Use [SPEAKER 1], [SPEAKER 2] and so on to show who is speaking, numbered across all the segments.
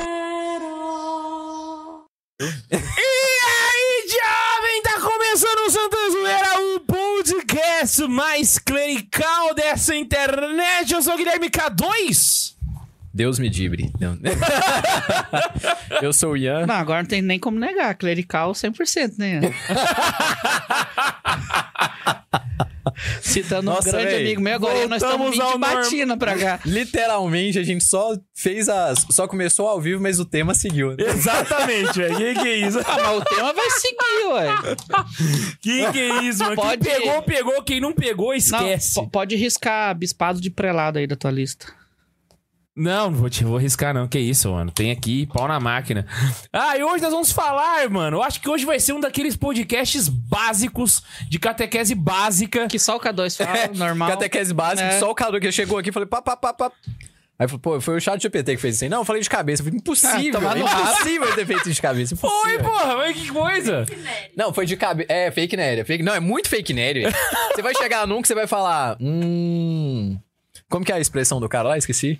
[SPEAKER 1] tá mais clerical dessa internet. Eu sou o Guilherme K2.
[SPEAKER 2] Deus me dibre. Não. eu sou o Ian.
[SPEAKER 3] Não, agora não tem nem como negar. Clerical 100%, né? Citando
[SPEAKER 2] Nossa,
[SPEAKER 3] um grande
[SPEAKER 2] véi,
[SPEAKER 3] amigo meu, agora Ian, nós
[SPEAKER 2] voltamos
[SPEAKER 3] estamos vindo de
[SPEAKER 2] ao norm-
[SPEAKER 3] batina pra cá.
[SPEAKER 2] Literalmente, a gente só fez as. Só começou ao vivo, mas o tema seguiu. né?
[SPEAKER 1] Exatamente, velho. Que que é isso?
[SPEAKER 3] Ah, mas o tema vai seguir, ué.
[SPEAKER 1] Que que é isso, mano?
[SPEAKER 3] Pode-
[SPEAKER 1] Quem pegou, pegou. Quem não pegou, esquece.
[SPEAKER 3] Não, po- pode riscar bispado de prelado aí da tua lista.
[SPEAKER 1] Não, não vou, te, vou arriscar, não. Que isso, mano. Tem aqui pau na máquina. Ah, e hoje nós vamos falar, mano. Eu acho que hoje vai ser um daqueles podcasts básicos, de catequese básica.
[SPEAKER 3] Que só o
[SPEAKER 1] É,
[SPEAKER 3] K2 fala, normal.
[SPEAKER 2] Catequese básica,
[SPEAKER 3] É.
[SPEAKER 2] só o Cadu que chegou aqui e falei, pá, pá, pá, pá. Aí falou, pô, foi o chat GPT que fez isso aí. Não, eu falei de cabeça. Eu falei,
[SPEAKER 3] Ah,
[SPEAKER 2] impossível.
[SPEAKER 3] tomar no rabo.
[SPEAKER 2] impossível ele ter feito isso de cabeça.
[SPEAKER 1] Foi,
[SPEAKER 2] impossível.
[SPEAKER 1] porra. Mas que coisa.
[SPEAKER 2] Não, foi de cabeça. É, fake nerd. é Fake... Não, é muito fake nerd. velho. você vai chegar num que você vai falar, hum. Como que é a expressão do cara lá? Esqueci.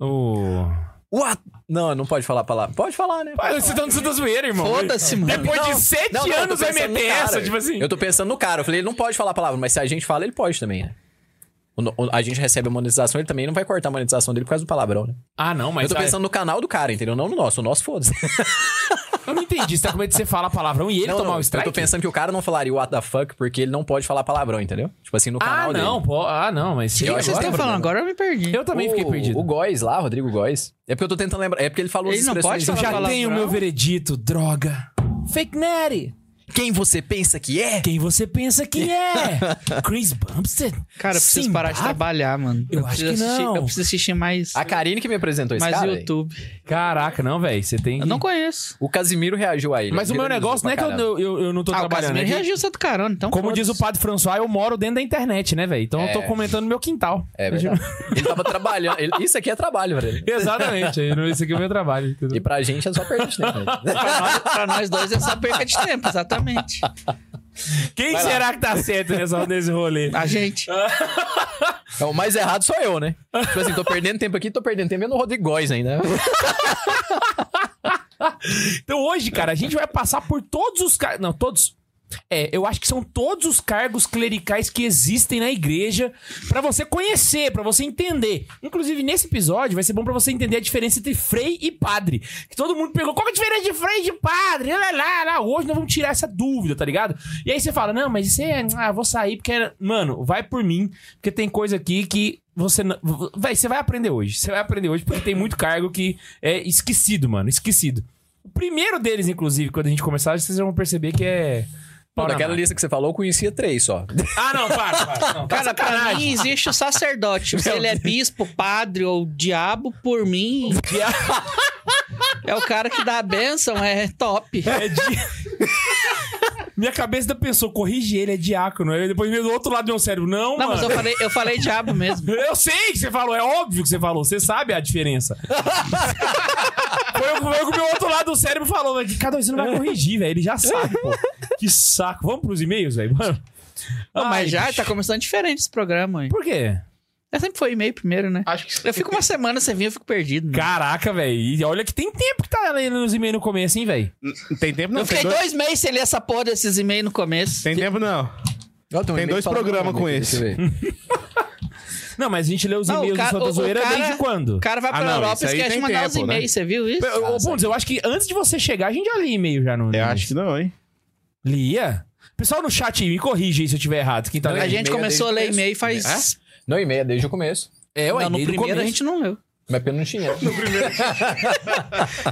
[SPEAKER 1] Ô.
[SPEAKER 2] What? Não, não pode falar a palavra. Pode falar, né?
[SPEAKER 1] Ah, Você tá, você tá zoeira, irmão.
[SPEAKER 3] Foda-se, mano.
[SPEAKER 1] Depois de sete
[SPEAKER 2] Não, não, eu tô
[SPEAKER 1] anos vai
[SPEAKER 2] pensando no
[SPEAKER 1] meter
[SPEAKER 2] cara,
[SPEAKER 1] essa,
[SPEAKER 2] velho.
[SPEAKER 1] tipo assim.
[SPEAKER 2] Eu tô pensando no cara. Eu falei, ele não pode falar a palavra, mas se a gente fala, ele pode também, né? O no- o- A gente recebe a monetização, ele também não vai cortar a monetização dele por causa do palavrão, né?
[SPEAKER 1] Ah, não, mas.
[SPEAKER 2] Eu tô
[SPEAKER 1] ah,
[SPEAKER 2] pensando no canal do cara, entendeu? Não no nosso. O nosso foda-se.
[SPEAKER 1] Eu não entendi. Você tá com medo de você falar palavrão e ele
[SPEAKER 2] Não,
[SPEAKER 1] tomar
[SPEAKER 2] não,
[SPEAKER 1] o strike?
[SPEAKER 2] Eu tô pensando que o cara não falaria what the fuck porque ele não pode falar palavrão, entendeu? Tipo assim, no
[SPEAKER 1] Ah,
[SPEAKER 2] canal dele.
[SPEAKER 1] não, pô. Ah, não, mas.
[SPEAKER 3] O que
[SPEAKER 2] Eu
[SPEAKER 3] que
[SPEAKER 2] acho
[SPEAKER 3] vocês
[SPEAKER 2] que
[SPEAKER 3] estão
[SPEAKER 2] tá
[SPEAKER 3] falando? Agora eu me perdi.
[SPEAKER 1] Eu também fiquei
[SPEAKER 2] O-
[SPEAKER 1] perdido.
[SPEAKER 2] O Góis lá, Rodrigo Góis. É porque eu tô tentando lembrar. É porque ele falou
[SPEAKER 3] Ele
[SPEAKER 2] as
[SPEAKER 3] não pode
[SPEAKER 2] expressões-
[SPEAKER 3] falar
[SPEAKER 1] Já
[SPEAKER 3] palavrão?
[SPEAKER 1] tenho meu veredito, droga. Fake Nery.
[SPEAKER 2] Quem você pensa que é?
[SPEAKER 1] Quem você pensa que é? Chris Bumpstead?
[SPEAKER 3] Cara, eu
[SPEAKER 1] Sim,
[SPEAKER 3] preciso
[SPEAKER 1] tá?
[SPEAKER 3] parar de
[SPEAKER 1] Bab-
[SPEAKER 3] trabalhar, mano.
[SPEAKER 1] Eu acho que
[SPEAKER 3] preciso assistir,
[SPEAKER 1] não.
[SPEAKER 3] Eu preciso assistir mais,
[SPEAKER 2] A Karine que me apresentou esse
[SPEAKER 3] mais
[SPEAKER 2] cara. velho.
[SPEAKER 3] YouTube.
[SPEAKER 1] Caraca, não, velho. Você tem.
[SPEAKER 3] Eu
[SPEAKER 1] que-
[SPEAKER 3] não
[SPEAKER 1] Ah,
[SPEAKER 3] conheço.
[SPEAKER 2] O Casimiro reagiu a ele.
[SPEAKER 1] Mas o meu
[SPEAKER 2] Viralizou
[SPEAKER 1] negócio não é
[SPEAKER 2] pra
[SPEAKER 1] que eu,
[SPEAKER 2] caramba.
[SPEAKER 1] eu, eu não tô
[SPEAKER 3] Ah, o
[SPEAKER 1] trabalhando.
[SPEAKER 3] Casimiro
[SPEAKER 1] é que-
[SPEAKER 3] reagiu só do carona, então
[SPEAKER 1] Como diz o
[SPEAKER 3] foda-se.
[SPEAKER 1] padre François, eu moro dentro da internet, né, velho? Então eu tô
[SPEAKER 2] É.
[SPEAKER 1] comentando no meu quintal.
[SPEAKER 2] É verdade. ele tava trabalhando. ele- Isso aqui é trabalho, velho.
[SPEAKER 1] Exatamente. Esse aqui é o meu trabalho.
[SPEAKER 2] E
[SPEAKER 1] entendeu?
[SPEAKER 2] pra gente é só perder de tempo. né?
[SPEAKER 3] Pra nós, pra nós dois é só perca de tempo, exatamente.
[SPEAKER 1] Quem
[SPEAKER 2] Vai lá.
[SPEAKER 1] será que tá certo nessa, nesse rolê?
[SPEAKER 3] A gente.
[SPEAKER 2] É, o mais errado sou eu, né? Tipo assim, tô perdendo tempo aqui, tô perdendo tempo vendo o Rodrigo Góes ainda. né?
[SPEAKER 1] Então hoje, cara, a gente vai passar por todos os cargos. Não, todos. É, eu acho que são todos os cargos clericais que existem na igreja pra você conhecer, pra você entender. Inclusive, nesse episódio, vai ser bom pra você entender a diferença entre frei e padre. Que todo mundo pegou, qual que é a diferença de frei e de padre? Lá, lá, lá. Hoje nós vamos tirar essa dúvida, tá ligado? E aí você fala, não, mas isso é... Ah, vou sair porque... Mano, vai por mim, porque tem coisa aqui que você não... Vai, você vai aprender hoje. Você vai aprender hoje, porque tem muito cargo que é esquecido, mano. Esquecido. O primeiro deles, inclusive, quando a gente começar, vocês vão perceber que é.
[SPEAKER 2] Pô,
[SPEAKER 1] Pau na
[SPEAKER 2] daquela
[SPEAKER 1] máquina.
[SPEAKER 2] lista que você falou, eu conhecia três só.
[SPEAKER 1] Ah, não, para, para. Não, tá
[SPEAKER 3] Cara, pra
[SPEAKER 1] sacanagem.
[SPEAKER 3] mim existe o sacerdote. Se ele é bispo, padre ou diabo, por mim, é o cara que dá a bênção, é top.
[SPEAKER 1] É di- Minha cabeça ainda pensou, corrige ele, é diácono. Aí depois veio do outro lado do meu cérebro. Não,
[SPEAKER 3] Não,
[SPEAKER 1] mano.
[SPEAKER 3] mas eu falei, eu falei diabo mesmo.
[SPEAKER 1] eu... sei que você falou, é óbvio que você falou, você sabe a diferença. foi, o- foi o que o meu outro lado do cérebro falou, velho. Cada um você não vai corrigir, velho. Ele já sabe, pô. Que saco. Vamos pros e-mails, velho. Vamos.
[SPEAKER 3] Não,
[SPEAKER 1] Ai,
[SPEAKER 3] mas já
[SPEAKER 1] bicho.
[SPEAKER 3] tá começando diferente esse programa, hein?
[SPEAKER 1] Por quê?
[SPEAKER 3] Eu sempre foi e-mail primeiro, né?
[SPEAKER 1] Acho que
[SPEAKER 3] Eu fico uma semana sem vir, eu fico perdido. né. mano.
[SPEAKER 1] Caraca, velho. E olha que tem tempo que tá lendo nos e-mails no começo, hein, velho?
[SPEAKER 4] Tem tempo
[SPEAKER 3] eu
[SPEAKER 4] não, tem
[SPEAKER 3] fiquei
[SPEAKER 4] dois,
[SPEAKER 3] dois meses sem ler essa porra desses e-mails no começo.
[SPEAKER 4] tem tempo não. Tem dois programas com esse.
[SPEAKER 1] Não, mas a gente lê os
[SPEAKER 3] Não, o
[SPEAKER 1] e-mails do
[SPEAKER 3] cara-
[SPEAKER 1] Santa
[SPEAKER 3] o- o
[SPEAKER 1] Zoeira
[SPEAKER 3] cara-
[SPEAKER 1] desde quando?
[SPEAKER 3] O cara vai pra
[SPEAKER 4] Ah, não,
[SPEAKER 3] Europa
[SPEAKER 4] isso
[SPEAKER 3] e
[SPEAKER 4] aí
[SPEAKER 3] esquece de
[SPEAKER 4] tem
[SPEAKER 3] mandar os
[SPEAKER 4] tempo, né?
[SPEAKER 3] e-mails, você viu isso?
[SPEAKER 1] Ô, Bundes, eu acho que antes de você chegar, a gente já lia e-mail já no.
[SPEAKER 4] Eu É, acho que não, hein?
[SPEAKER 1] Lia? Pessoal no chat, me corrige aí se eu tiver errado. Quem tá
[SPEAKER 2] Não,
[SPEAKER 3] A
[SPEAKER 1] lendo?
[SPEAKER 3] gente
[SPEAKER 2] e-mail
[SPEAKER 3] começou a
[SPEAKER 2] desde
[SPEAKER 3] ler
[SPEAKER 2] o
[SPEAKER 3] e-mail faz.
[SPEAKER 2] Não e meia desde o começo.
[SPEAKER 1] É, ué,
[SPEAKER 3] Não, no
[SPEAKER 1] desde o
[SPEAKER 3] primeiro a
[SPEAKER 1] começo.
[SPEAKER 3] gente não leu.
[SPEAKER 2] Mas porque eu não tinha.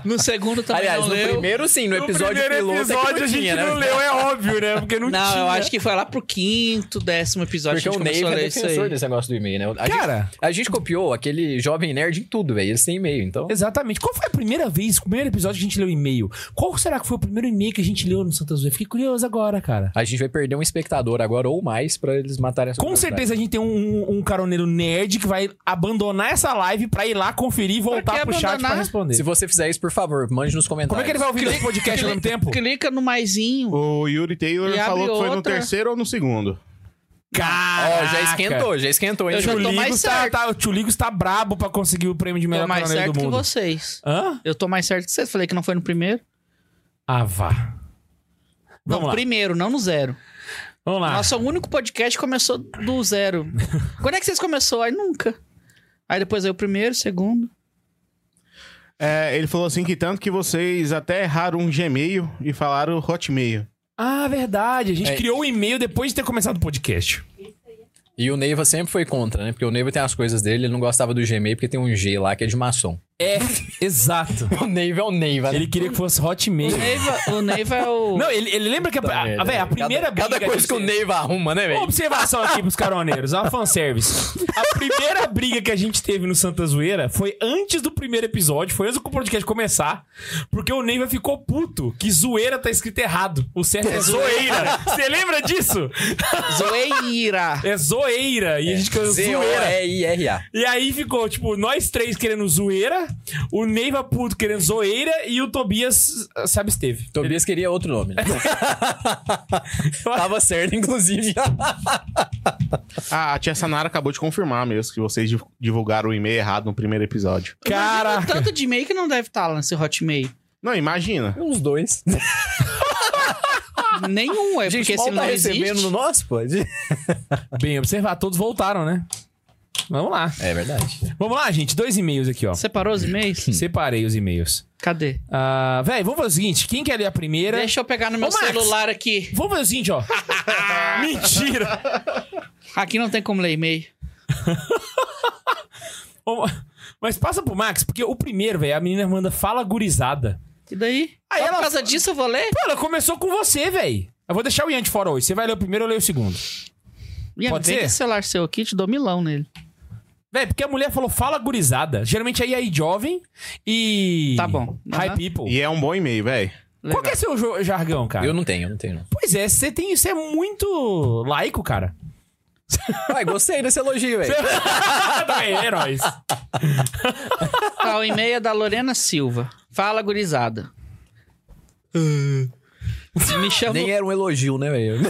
[SPEAKER 3] No segundo também
[SPEAKER 2] Aliás,
[SPEAKER 3] não
[SPEAKER 2] no
[SPEAKER 3] leu.
[SPEAKER 2] primeiro sim, no episódio piloto é que não tinha, né?
[SPEAKER 1] é óbvio, né? Porque
[SPEAKER 3] Não, eu acho que foi lá pro quinto, décimo episódio
[SPEAKER 2] Porque
[SPEAKER 3] que a
[SPEAKER 2] o
[SPEAKER 3] gente
[SPEAKER 2] Ney
[SPEAKER 3] começou a
[SPEAKER 2] é
[SPEAKER 3] ler isso
[SPEAKER 2] defensor
[SPEAKER 3] aí.
[SPEAKER 2] desse negócio do e-mail, né? A
[SPEAKER 1] Cara.
[SPEAKER 2] Gente, a gente copiou aquele jovem nerd em tudo, velho. Eles têm e-mail, então.
[SPEAKER 1] Exatamente. Qual foi a primeira vez, o primeiro episódio que a gente leu e-mail? Qual será que foi o primeiro e-mail que a gente leu no Santa Zoeira? Fiquei curioso agora, cara.
[SPEAKER 2] A gente vai perder um espectador agora ou mais pra eles matarem essa
[SPEAKER 1] Com
[SPEAKER 2] curiosidade.
[SPEAKER 1] um certeza a gente tem um, um caroneiro nerd que vai abandonar essa live pra ir lá, conferir, voltar
[SPEAKER 3] que
[SPEAKER 1] pro chat pra
[SPEAKER 3] abandonar?
[SPEAKER 1] responder.
[SPEAKER 2] Se você fizer isso, por favor, mande nos comentários.
[SPEAKER 1] Como é que ele vai ouvir dois podcasts ao mesmo tempo?
[SPEAKER 3] Clica no maisinho.
[SPEAKER 4] O Yuri Taylor
[SPEAKER 3] E abre
[SPEAKER 4] falou que foi no
[SPEAKER 3] outra.
[SPEAKER 4] terceiro ou no segundo.
[SPEAKER 1] Caraca!
[SPEAKER 2] Ó, já esquentou, já esquentou, hein?
[SPEAKER 3] Eu já
[SPEAKER 1] O
[SPEAKER 3] tô mais
[SPEAKER 1] Ligos tá,
[SPEAKER 3] certo.
[SPEAKER 1] tá, o Tio Ligos tá brabo pra conseguir é o prêmio de melhor
[SPEAKER 3] Tô mais
[SPEAKER 1] caroneiro
[SPEAKER 3] certo
[SPEAKER 1] do
[SPEAKER 3] que
[SPEAKER 1] mundo.
[SPEAKER 3] vocês.
[SPEAKER 1] Hã?
[SPEAKER 3] Eu tô mais certo que vocês. Falei que não foi no primeiro.
[SPEAKER 1] Ah, vá. Vamos
[SPEAKER 3] não,
[SPEAKER 1] lá. Ah.
[SPEAKER 3] primeiro, não no zero.
[SPEAKER 1] Vamos lá.
[SPEAKER 3] Nossa, o único podcast que começou do zero. Quando é que vocês começou? Aí nunca. Aí depois aí o primeiro, o segundo.
[SPEAKER 4] É, ele falou assim que tanto que vocês até erraram um Gmail e falaram Hotmail.
[SPEAKER 1] Ah, verdade. A gente
[SPEAKER 2] É.
[SPEAKER 1] criou o e-mail depois de ter começado o podcast.
[SPEAKER 2] E o Neiva sempre foi contra, né? Porque o Neiva tem as coisas dele, ele não gostava do Gmail, porque tem um G lá que é de maçom.
[SPEAKER 1] É, exato.
[SPEAKER 2] O Neiva é o Neiva, né?
[SPEAKER 1] Ele queria que fosse
[SPEAKER 3] O
[SPEAKER 1] Hotmail.
[SPEAKER 3] Neiva, o Neiva é o.
[SPEAKER 1] Não, ele, ele lembra que a, a, a- Ah, véi, a primeira
[SPEAKER 2] É, né? cada, cada
[SPEAKER 1] briga
[SPEAKER 2] coisa que o
[SPEAKER 1] gente-
[SPEAKER 2] Neiva arruma, né,
[SPEAKER 1] Uma
[SPEAKER 2] velho?
[SPEAKER 1] observação aqui pros caroneiros, uma fanservice. A primeira briga que a gente teve no Santa Zoeira foi antes do primeiro episódio, foi antes do podcast começar, porque o Neiva ficou puto que zoeira tá escrito errado. O certo é zoeira. Você lembra disso?
[SPEAKER 3] Zoeira.
[SPEAKER 1] É zoeira. E a gente quer É. zoeira.
[SPEAKER 2] Z-O-E-I-R-A.
[SPEAKER 1] E aí ficou, tipo, nós três querendo zoeira, o Neiva puto querendo zoeira e o Tobias ah, se absteve.
[SPEAKER 2] Tobias queria outro nome. né? Tava certo, inclusive.
[SPEAKER 4] Ah, a tia Sanara acabou de confirmar mesmo que vocês div- divulgaram o e-mail errado no primeiro episódio.
[SPEAKER 1] Caraca.
[SPEAKER 3] Imagina o tanto de e-mail que não deve estar lá nesse Hotmail.
[SPEAKER 4] Não, imagina.
[SPEAKER 2] Uns dois.
[SPEAKER 3] Nenhum, é
[SPEAKER 2] Gente,
[SPEAKER 3] porque
[SPEAKER 2] mal
[SPEAKER 3] se não
[SPEAKER 2] tá
[SPEAKER 3] existe...
[SPEAKER 2] recebendo no nosso, pode.
[SPEAKER 1] Bem observar, todos voltaram, né? Vamos lá.
[SPEAKER 2] É verdade.
[SPEAKER 1] Vamos lá, gente. Dois e-mails aqui, ó.
[SPEAKER 3] Separou os e-mails?
[SPEAKER 1] Separei os e-mails.
[SPEAKER 3] Cadê?
[SPEAKER 1] Ah, véi, vamos fazer o seguinte: quem quer ler a primeira?
[SPEAKER 3] Deixa eu pegar no meu
[SPEAKER 1] Ô, Max.
[SPEAKER 3] celular aqui.
[SPEAKER 1] Vamos fazer o seguinte, ó. Mentira!
[SPEAKER 3] Aqui não tem como ler e-mail.
[SPEAKER 1] Ô, Mas passa pro Max, porque o primeiro, velho, a menina manda fala gurizada.
[SPEAKER 3] E daí?
[SPEAKER 1] Aí
[SPEAKER 3] Só
[SPEAKER 1] ela-
[SPEAKER 3] por causa disso eu vou ler?
[SPEAKER 1] Pô, ela começou com você, velho. Eu vou deixar o Ian de fora hoje. Você vai ler o primeiro, eu leio o segundo.
[SPEAKER 3] Ian,
[SPEAKER 1] Pode
[SPEAKER 3] vem
[SPEAKER 1] ser?
[SPEAKER 3] com esse celular seu aqui, te dou milão nele.
[SPEAKER 1] Véi, porque a mulher falou fala gurizada. Geralmente aí aí jovem e.
[SPEAKER 3] Tá bom.
[SPEAKER 1] High
[SPEAKER 3] Aham.
[SPEAKER 1] people.
[SPEAKER 4] E é um bom e-mail, velho.
[SPEAKER 1] Qual que é seu jo- jargão, cara?
[SPEAKER 2] Eu não tenho, eu não tenho, não.
[SPEAKER 1] Pois é, você tem. Você é muito laico, cara.
[SPEAKER 2] Ai, gostei desse elogio, velho.
[SPEAKER 1] Tá bem, é nóis.
[SPEAKER 3] Ah, o e-mail é da Lorena Silva. Fala, gurizada. Me chamou...
[SPEAKER 2] Nem era um elogio, né, velho?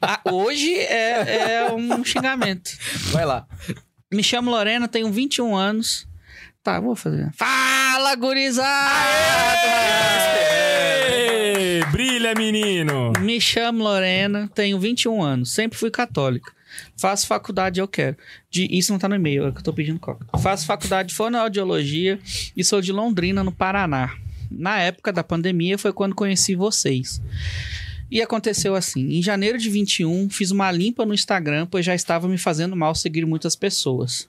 [SPEAKER 3] Ah, hoje é, é um xingamento.
[SPEAKER 2] Vai lá.
[SPEAKER 3] Me chamo Lorena, tenho 21 anos. Tá, vou fazer. Fala, gurizada!
[SPEAKER 1] Ê, Brilha, menino!
[SPEAKER 3] Me chamo Lorena, tenho 21 anos, sempre fui católica. Faço faculdade, eu quero. De, isso não tá no e-mail, é o que eu tô pedindo coca. Faço faculdade de fonoaudiologia e sou de Londrina, no Paraná. Na época da pandemia foi quando conheci vocês. E aconteceu assim: em janeiro de 21, fiz uma limpa no Instagram, pois já estava me fazendo mal seguir muitas pessoas.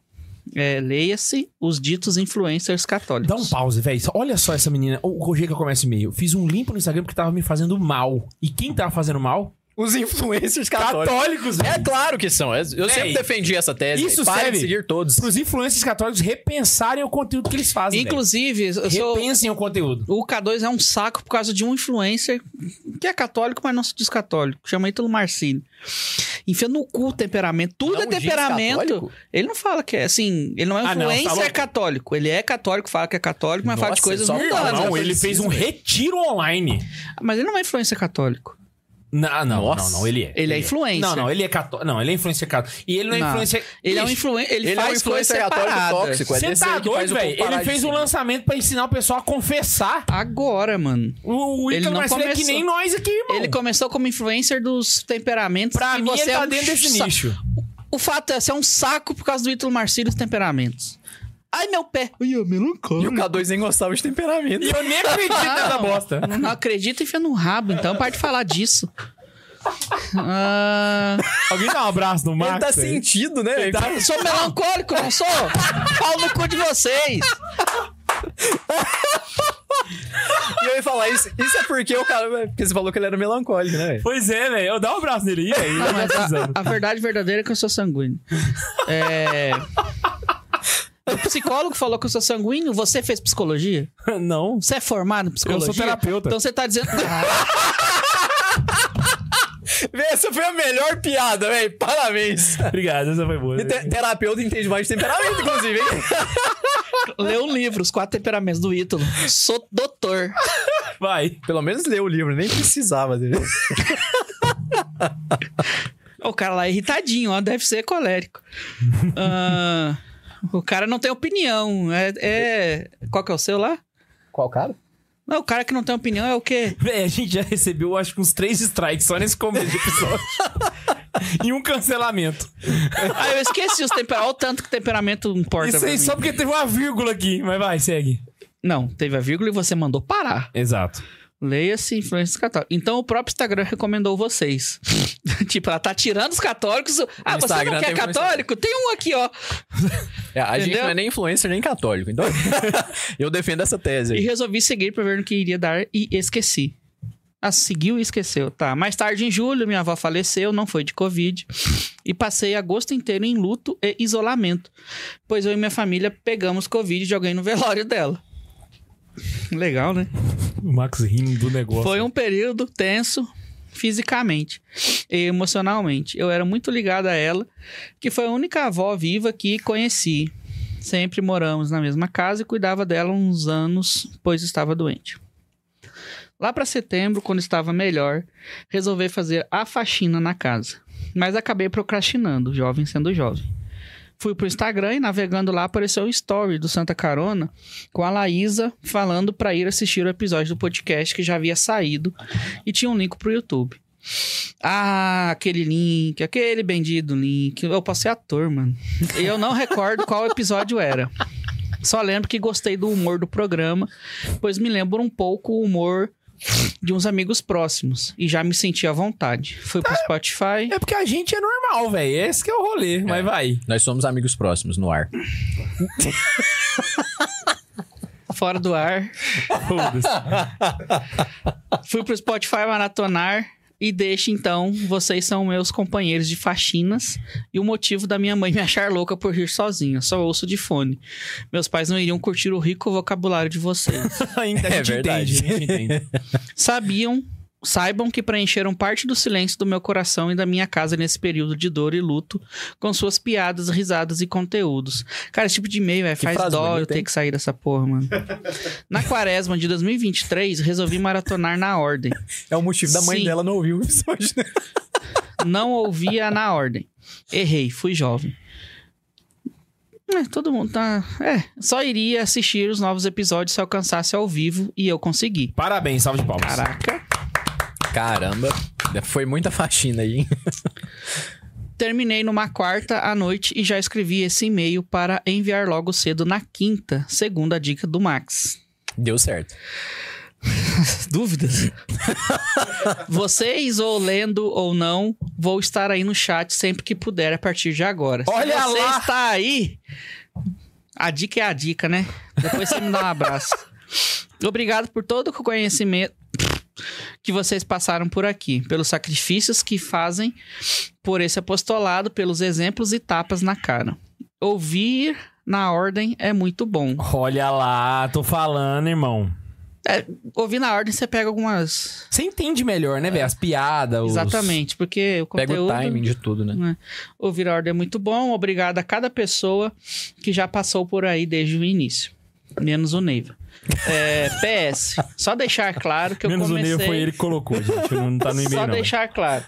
[SPEAKER 3] É, Leia-se os ditos influencers católicos.
[SPEAKER 1] Dá um pause, velho. Olha só essa menina. O Rogério que eu começo e-mail. Fiz um limpo no Instagram porque tava me fazendo mal. E quem tava fazendo mal?
[SPEAKER 2] Os influencers católicos.
[SPEAKER 1] Católicos, né? velho.
[SPEAKER 2] É claro que são. Eu sempre
[SPEAKER 1] Véi,
[SPEAKER 2] defendi essa tese.
[SPEAKER 1] isso
[SPEAKER 2] Isso Para
[SPEAKER 1] serve
[SPEAKER 2] de seguir todos.
[SPEAKER 1] Pros É, influencers católicos repensarem o conteúdo que eles fazem.
[SPEAKER 3] Inclusive, eu
[SPEAKER 1] véi.
[SPEAKER 3] sou,
[SPEAKER 1] repensem o conteúdo.
[SPEAKER 3] O K2 é um saco por causa de um influencer que é católico, mas não se diz católico. Chama Ítalo Marcini. Enfia no cu o temperamento. Tudo
[SPEAKER 2] Não
[SPEAKER 3] é
[SPEAKER 2] diz
[SPEAKER 3] temperamento.
[SPEAKER 2] católico?
[SPEAKER 3] Ele não fala que é assim. Ele não é
[SPEAKER 1] Ah, não, tá
[SPEAKER 3] influencer
[SPEAKER 1] louco.
[SPEAKER 3] católico. Ele é católico, fala que é católico, mas fala de
[SPEAKER 2] Nossa,
[SPEAKER 3] coisas
[SPEAKER 2] só
[SPEAKER 3] mundanas.
[SPEAKER 2] fala,
[SPEAKER 1] Não,
[SPEAKER 2] não,
[SPEAKER 1] ele
[SPEAKER 2] precisa,
[SPEAKER 1] fez um
[SPEAKER 2] velho.
[SPEAKER 1] retiro online.
[SPEAKER 3] Mas ele não é influencer católico.
[SPEAKER 1] ah, Não, não,
[SPEAKER 2] Nossa.
[SPEAKER 1] não, não, ele é.
[SPEAKER 3] Ele é influencer.
[SPEAKER 1] Não, não, ele é católico. Não, ele é influencer católico. E ele não é
[SPEAKER 3] Não.
[SPEAKER 1] influencer.
[SPEAKER 3] Ele é um
[SPEAKER 1] Ixi,
[SPEAKER 3] influencer. Ele,
[SPEAKER 2] Ele é um
[SPEAKER 3] faz
[SPEAKER 2] influencer
[SPEAKER 3] coisas
[SPEAKER 2] católico
[SPEAKER 3] separadas.
[SPEAKER 2] tóxico. É
[SPEAKER 1] Você
[SPEAKER 2] desse
[SPEAKER 1] tá
[SPEAKER 2] aí que faz
[SPEAKER 1] doido,
[SPEAKER 2] o povo
[SPEAKER 1] velho?
[SPEAKER 2] parar
[SPEAKER 1] Ele
[SPEAKER 2] de
[SPEAKER 1] fez um
[SPEAKER 2] seguir.
[SPEAKER 1] lançamento pra ensinar o pessoal a confessar.
[SPEAKER 3] Agora, mano.
[SPEAKER 1] O
[SPEAKER 3] Ele
[SPEAKER 1] Ítalo
[SPEAKER 3] não
[SPEAKER 1] Marcelo é que
[SPEAKER 3] começou.
[SPEAKER 1] nem nós aqui, irmão.
[SPEAKER 3] Ele começou como influencer dos temperamentos.
[SPEAKER 1] Pra
[SPEAKER 3] e
[SPEAKER 1] mim,
[SPEAKER 3] você
[SPEAKER 1] ele
[SPEAKER 3] é
[SPEAKER 1] tá
[SPEAKER 3] um
[SPEAKER 1] dentro desse
[SPEAKER 3] sa-
[SPEAKER 1] nicho.
[SPEAKER 3] O fato é, você é um saco por causa do Ítalo Marcílio e dos temperamentos. Ai, meu pé. Ai, é
[SPEAKER 2] E
[SPEAKER 3] melancólico.
[SPEAKER 2] o K2 nem gostava de temperamento.
[SPEAKER 1] E eu nem acredito nessa bosta.
[SPEAKER 3] Não acredita, enfia no rabo, então. Para de falar disso. Ah,
[SPEAKER 1] Alguém dá um abraço no Max.
[SPEAKER 2] ele tá
[SPEAKER 1] aí?
[SPEAKER 2] sentido, né? velho?
[SPEAKER 3] eu sou melancólico, não sou? Pau no cu de vocês.
[SPEAKER 2] E eu ia falar isso. Isso é porque o cara. Porque você falou que ele era melancólico, né? velho?
[SPEAKER 1] Pois é, velho. Eu dá um abraço nele. E aí?
[SPEAKER 3] Mas a, a verdade verdadeira é que eu sou sanguíneo. É... O psicólogo falou que eu sou sanguíneo. Você fez psicologia?
[SPEAKER 1] Não.
[SPEAKER 3] Você é formado em psicologia?
[SPEAKER 1] terapeuta.
[SPEAKER 3] Então você tá dizendo...
[SPEAKER 2] Véi, Essa foi a melhor piada, velho. Parabéns.
[SPEAKER 1] Obrigado, essa foi boa.
[SPEAKER 2] E te- terapeuta entende mais de temperamento, inclusive, hein?
[SPEAKER 3] Lê o um livro, Os Quatro Temperamentos do Ítalo. Sou doutor.
[SPEAKER 1] Vai.
[SPEAKER 2] Pelo menos leu o livro, nem precisava né? dele.
[SPEAKER 3] O cara lá é irritadinho, ó, deve ser colérico. Ah, o cara não tem opinião. É, é- Qual que é o seu lá?
[SPEAKER 2] Qual cara?
[SPEAKER 3] Não, o cara que não tem opinião é o quê?
[SPEAKER 1] Véi, a gente já recebeu, acho que uns três strikes só nesse começo do episódio. e um cancelamento.
[SPEAKER 3] Ah, eu esqueci os temperamentos. Olha o tanto que temperamento importa.
[SPEAKER 1] Isso
[SPEAKER 3] pra
[SPEAKER 1] aí
[SPEAKER 3] mim.
[SPEAKER 1] só porque teve uma vírgula aqui. Mas vai, segue.
[SPEAKER 3] Não, teve a vírgula e você mandou parar.
[SPEAKER 1] Exato.
[SPEAKER 3] Leia-se influência católica. Então o próprio Instagram recomendou vocês. tipo, ela tá tirando os católicos. Ah,
[SPEAKER 2] No
[SPEAKER 3] você
[SPEAKER 2] Instagram
[SPEAKER 3] não quer
[SPEAKER 2] tem
[SPEAKER 3] católico? Tem um aqui, ó.
[SPEAKER 2] É, a gente
[SPEAKER 3] Entendeu?
[SPEAKER 2] não é nem influencer nem católico, então eu defendo essa tese
[SPEAKER 3] E
[SPEAKER 2] aí.
[SPEAKER 3] resolvi seguir pra ver no que iria dar e esqueci. Ah, seguiu e esqueceu. Tá. Mais tarde, em julho, minha avó faleceu, não foi de Covid. E passei agosto inteiro em luto e isolamento. Pois eu e minha família pegamos Covid de alguém no velório dela. Legal, né?
[SPEAKER 1] O Max rindo do negócio.
[SPEAKER 3] Foi um período tenso fisicamente e emocionalmente. Eu era muito ligado a ela, que foi a única avó viva que conheci. Sempre moramos na mesma casa e cuidava dela uns anos, pois estava doente. Lá para setembro, quando estava melhor, resolvi fazer a faxina na casa, mas acabei procrastinando, jovem sendo jovem. Fui pro Instagram e navegando lá apareceu um story do Santa Carona com a Laísa falando pra ir assistir o episódio do podcast que já havia saído e tinha um link pro YouTube. Ah, aquele link, aquele bendito link. Eu posso ser ator, mano. Eu não recordo qual episódio era. Só lembro que gostei do humor do programa, pois me lembro um pouco o humor de uns amigos próximos e já me senti à vontade. Fui pro Spotify.
[SPEAKER 1] É porque a gente é normal, velho. Esse que é o rolê. Mas vai.
[SPEAKER 2] Nós somos amigos próximos no ar.
[SPEAKER 3] Fora do ar. Fui pro Spotify maratonar e deixe então, vocês são meus companheiros de faxinas e o motivo da minha mãe me achar louca por rir sozinha, só ouço de fone. Meus pais não iriam curtir o rico vocabulário de vocês.
[SPEAKER 1] Ainda a
[SPEAKER 2] É
[SPEAKER 1] gente
[SPEAKER 2] verdade.
[SPEAKER 1] entende. A gente entende.
[SPEAKER 3] Sabiam, saibam que preencheram parte do silêncio do meu coração e da minha casa nesse período de dor e luto com suas piadas, risadas e conteúdos. Cara, esse tipo de e-mail é
[SPEAKER 2] Que
[SPEAKER 3] faz
[SPEAKER 2] frase
[SPEAKER 3] dó
[SPEAKER 2] bonita,
[SPEAKER 3] eu ter
[SPEAKER 2] hein?
[SPEAKER 3] que sair dessa porra, mano. Na quaresma de 2023, resolvi maratonar na ordem.
[SPEAKER 2] É o motivo da mãe
[SPEAKER 3] Sim.
[SPEAKER 2] dela não ouvir o episódio. né?
[SPEAKER 3] Não ouvia na ordem. Errei, fui jovem. É, todo mundo tá. É, só iria assistir os novos episódios se alcançasse ao vivo e eu consegui.
[SPEAKER 1] Parabéns, salve de palmas.
[SPEAKER 3] Caraca.
[SPEAKER 2] Caramba, foi muita faxina aí, hein?
[SPEAKER 3] Terminei numa quarta à noite e já escrevi esse e-mail para enviar logo cedo na quinta, segundo a dica do Max.
[SPEAKER 2] Deu certo.
[SPEAKER 3] Dúvidas? Vocês, ou lendo ou não, vou estar aí no chat sempre que puder a partir de agora.
[SPEAKER 1] Olha
[SPEAKER 3] Se você
[SPEAKER 1] lá!
[SPEAKER 3] está aí, a dica é a dica, né? Depois você me dá um abraço. Obrigado por todo o conhecimento que vocês passaram por aqui, pelos sacrifícios que fazem por esse apostolado, pelos exemplos e tapas na cara. Ouvir na ordem é muito bom.
[SPEAKER 1] Olha lá, tô falando, irmão.
[SPEAKER 3] Ouvir na ordem você pega algumas
[SPEAKER 1] Você entende melhor, né, velho? As piadas, os...
[SPEAKER 3] Exatamente, porque o
[SPEAKER 2] Pega
[SPEAKER 3] conteúdo
[SPEAKER 2] o timing de tudo, né?
[SPEAKER 3] ouvir a ordem é muito bom. Obrigado a cada pessoa que já passou por aí desde o início. Menos o Neiva. É, PS, só deixar claro que eu
[SPEAKER 1] Menos
[SPEAKER 3] comecei.
[SPEAKER 1] o Ney foi ele que colocou, gente. Não tá no e-mail,
[SPEAKER 3] Só
[SPEAKER 1] não.
[SPEAKER 3] deixar claro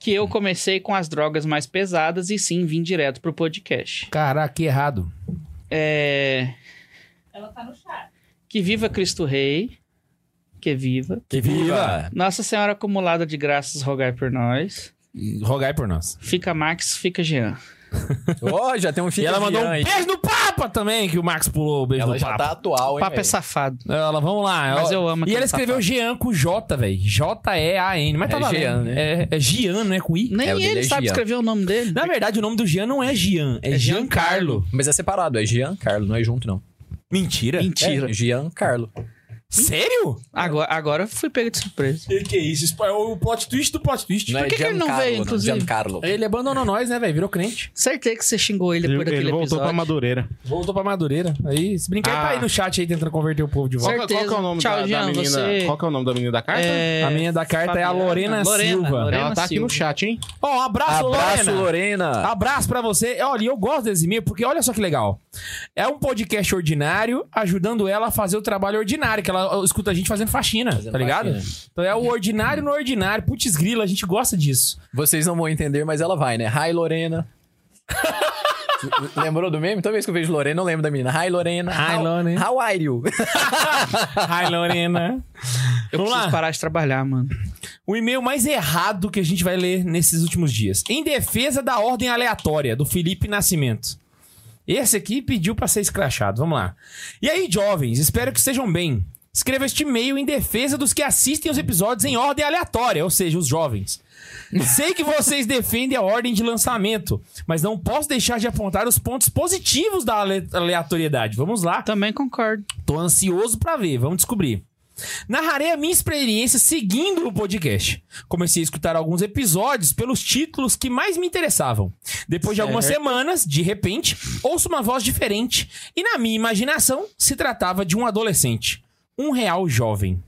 [SPEAKER 3] que eu comecei com as drogas mais pesadas e sim vim direto pro podcast.
[SPEAKER 1] Caraca, que errado.
[SPEAKER 3] É. Ela tá no chat. Que viva Cristo Rei. Que viva.
[SPEAKER 1] Que viva!
[SPEAKER 3] Nossa Senhora acumulada de graças, rogai por nós.
[SPEAKER 1] Rogai por nós.
[SPEAKER 3] Fica Max, fica Jean.
[SPEAKER 2] Ó, já tem um
[SPEAKER 1] E
[SPEAKER 2] filho
[SPEAKER 1] ela mandou um
[SPEAKER 2] aí.
[SPEAKER 1] beijo no Papa também, que o Max pulou o beijo
[SPEAKER 2] Ela
[SPEAKER 1] no
[SPEAKER 2] já
[SPEAKER 1] Papa.
[SPEAKER 2] tá atual,
[SPEAKER 3] O
[SPEAKER 2] hein?
[SPEAKER 3] papo é
[SPEAKER 2] velho?
[SPEAKER 3] safado.
[SPEAKER 1] Ela, vamos lá.
[SPEAKER 3] Mas
[SPEAKER 1] Ela-
[SPEAKER 3] eu amo
[SPEAKER 1] E
[SPEAKER 3] aquele
[SPEAKER 1] ela escreveu
[SPEAKER 3] safado.
[SPEAKER 1] Jean com J, velho. J-E-A-N. Mas tá
[SPEAKER 2] É
[SPEAKER 1] valendo.
[SPEAKER 2] Jean,
[SPEAKER 1] É, é Jean, né? Com I.
[SPEAKER 3] Nem
[SPEAKER 2] É, o dele
[SPEAKER 3] ele
[SPEAKER 2] é
[SPEAKER 3] sabe
[SPEAKER 2] Jean.
[SPEAKER 3] escrever o nome dele.
[SPEAKER 1] Na verdade, o nome do Jean não é Jean, é,
[SPEAKER 3] É
[SPEAKER 1] Giancarlo.
[SPEAKER 2] Mas é separado, é Jean Carlo, não é junto, não.
[SPEAKER 1] Mentira.
[SPEAKER 3] Mentira.
[SPEAKER 2] É, Jean Carlo.
[SPEAKER 1] Sério?
[SPEAKER 3] Agora, agora eu fui pego de surpresa.
[SPEAKER 1] Que que é isso? Isso É o plot twist do plot twist.
[SPEAKER 2] Não
[SPEAKER 3] Por
[SPEAKER 2] é
[SPEAKER 3] que que ele não
[SPEAKER 2] Giancarlo,
[SPEAKER 3] veio, inclusive?
[SPEAKER 2] Giancarlo.
[SPEAKER 1] Ele abandonou nós, né, velho? Virou crente.
[SPEAKER 3] Certei que você xingou ele
[SPEAKER 4] Ele,
[SPEAKER 3] depois daquele
[SPEAKER 4] ele voltou pra
[SPEAKER 3] episódio.
[SPEAKER 4] Madureira.
[SPEAKER 1] Voltou pra Madureira. Aí, se brincar, ele tá
[SPEAKER 4] Ah.
[SPEAKER 1] aí no chat aí tentando converter o povo de volta.
[SPEAKER 4] Qual, que- qual que é o nome
[SPEAKER 3] Tchau,
[SPEAKER 4] da, da
[SPEAKER 3] Jean,
[SPEAKER 4] menina?
[SPEAKER 3] você-
[SPEAKER 4] Qual que é o nome da menina da carta?
[SPEAKER 1] A menina da carta é a Lorena Silva.
[SPEAKER 4] Ela tá aqui no
[SPEAKER 3] Silva.
[SPEAKER 4] chat, hein?
[SPEAKER 1] Ó, um abraço,
[SPEAKER 2] Abraço,
[SPEAKER 1] Lorena.
[SPEAKER 2] Lorena.
[SPEAKER 1] Abraço pra você. Olha, e eu gosto desse e porque olha só que legal. É um podcast ordinário ajudando ela a fazer o trabalho ordinário, que ela ó, escuta a gente fazendo faxina,
[SPEAKER 2] Fazendo
[SPEAKER 1] tá ligado?
[SPEAKER 2] faxina.
[SPEAKER 1] Então é o ordinário no ordinário. Putz grila, a gente gosta disso.
[SPEAKER 2] Vocês não vão entender, mas ela vai, né? Hi, Lorena. Lembrou do meme? Toda vez que eu vejo Lorena, eu lembro da menina. Hi, Lorena.
[SPEAKER 1] Hi,
[SPEAKER 2] How-
[SPEAKER 1] Lorena.
[SPEAKER 2] How are you?
[SPEAKER 1] Ai, Lorena.
[SPEAKER 3] Eu
[SPEAKER 1] Vamos
[SPEAKER 3] preciso
[SPEAKER 1] lá.
[SPEAKER 3] parar de trabalhar, mano.
[SPEAKER 1] O e-mail mais errado que a gente vai ler nesses últimos dias. Em defesa da ordem aleatória, do Felipe Nascimento. Esse aqui pediu pra ser escrachado. Vamos lá. E aí, jovens, espero que estejam bem. Escreva este e-mail em defesa dos que assistem os episódios em ordem aleatória, ou seja, os jovens. Sei que vocês defendem a ordem de lançamento, mas não posso deixar de apontar os pontos positivos da ale- aleatoriedade. Vamos lá.
[SPEAKER 3] Também concordo.
[SPEAKER 1] Tô ansioso pra ver, vamos descobrir. Narrarei a minha experiência seguindo o podcast. Comecei a escutar alguns episódios pelos títulos que mais me interessavam. Depois de algumas semanas, de repente, ouço uma voz diferente e, na minha imaginação, se tratava de um adolescente. Um real jovem.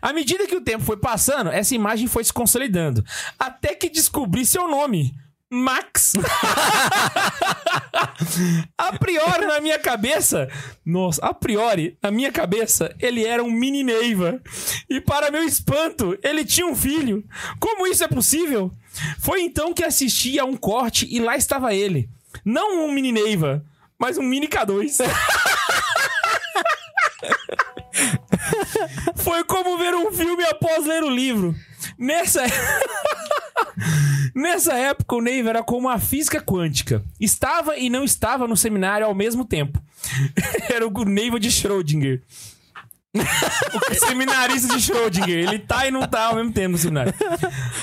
[SPEAKER 1] À medida que o tempo foi passando, essa imagem foi se consolidando. Até que descobri seu nome. Max. A priori, na minha cabeça. Nossa, a priori, na minha cabeça, ele era um mini Neiva. E para meu espanto, ele tinha um filho. Como isso é possível? Foi então que assisti a um corte e lá estava ele. Não um mini Neiva, mas um mini K2. Foi como ver um filme após ler o livro. Nessa. Nessa época, o Neiva era como a física quântica. Estava e não estava no seminário ao mesmo tempo. Era o Neiva de Schrödinger. O seminarista de Schrödinger. Ele tá e não tá ao mesmo tempo no seminário.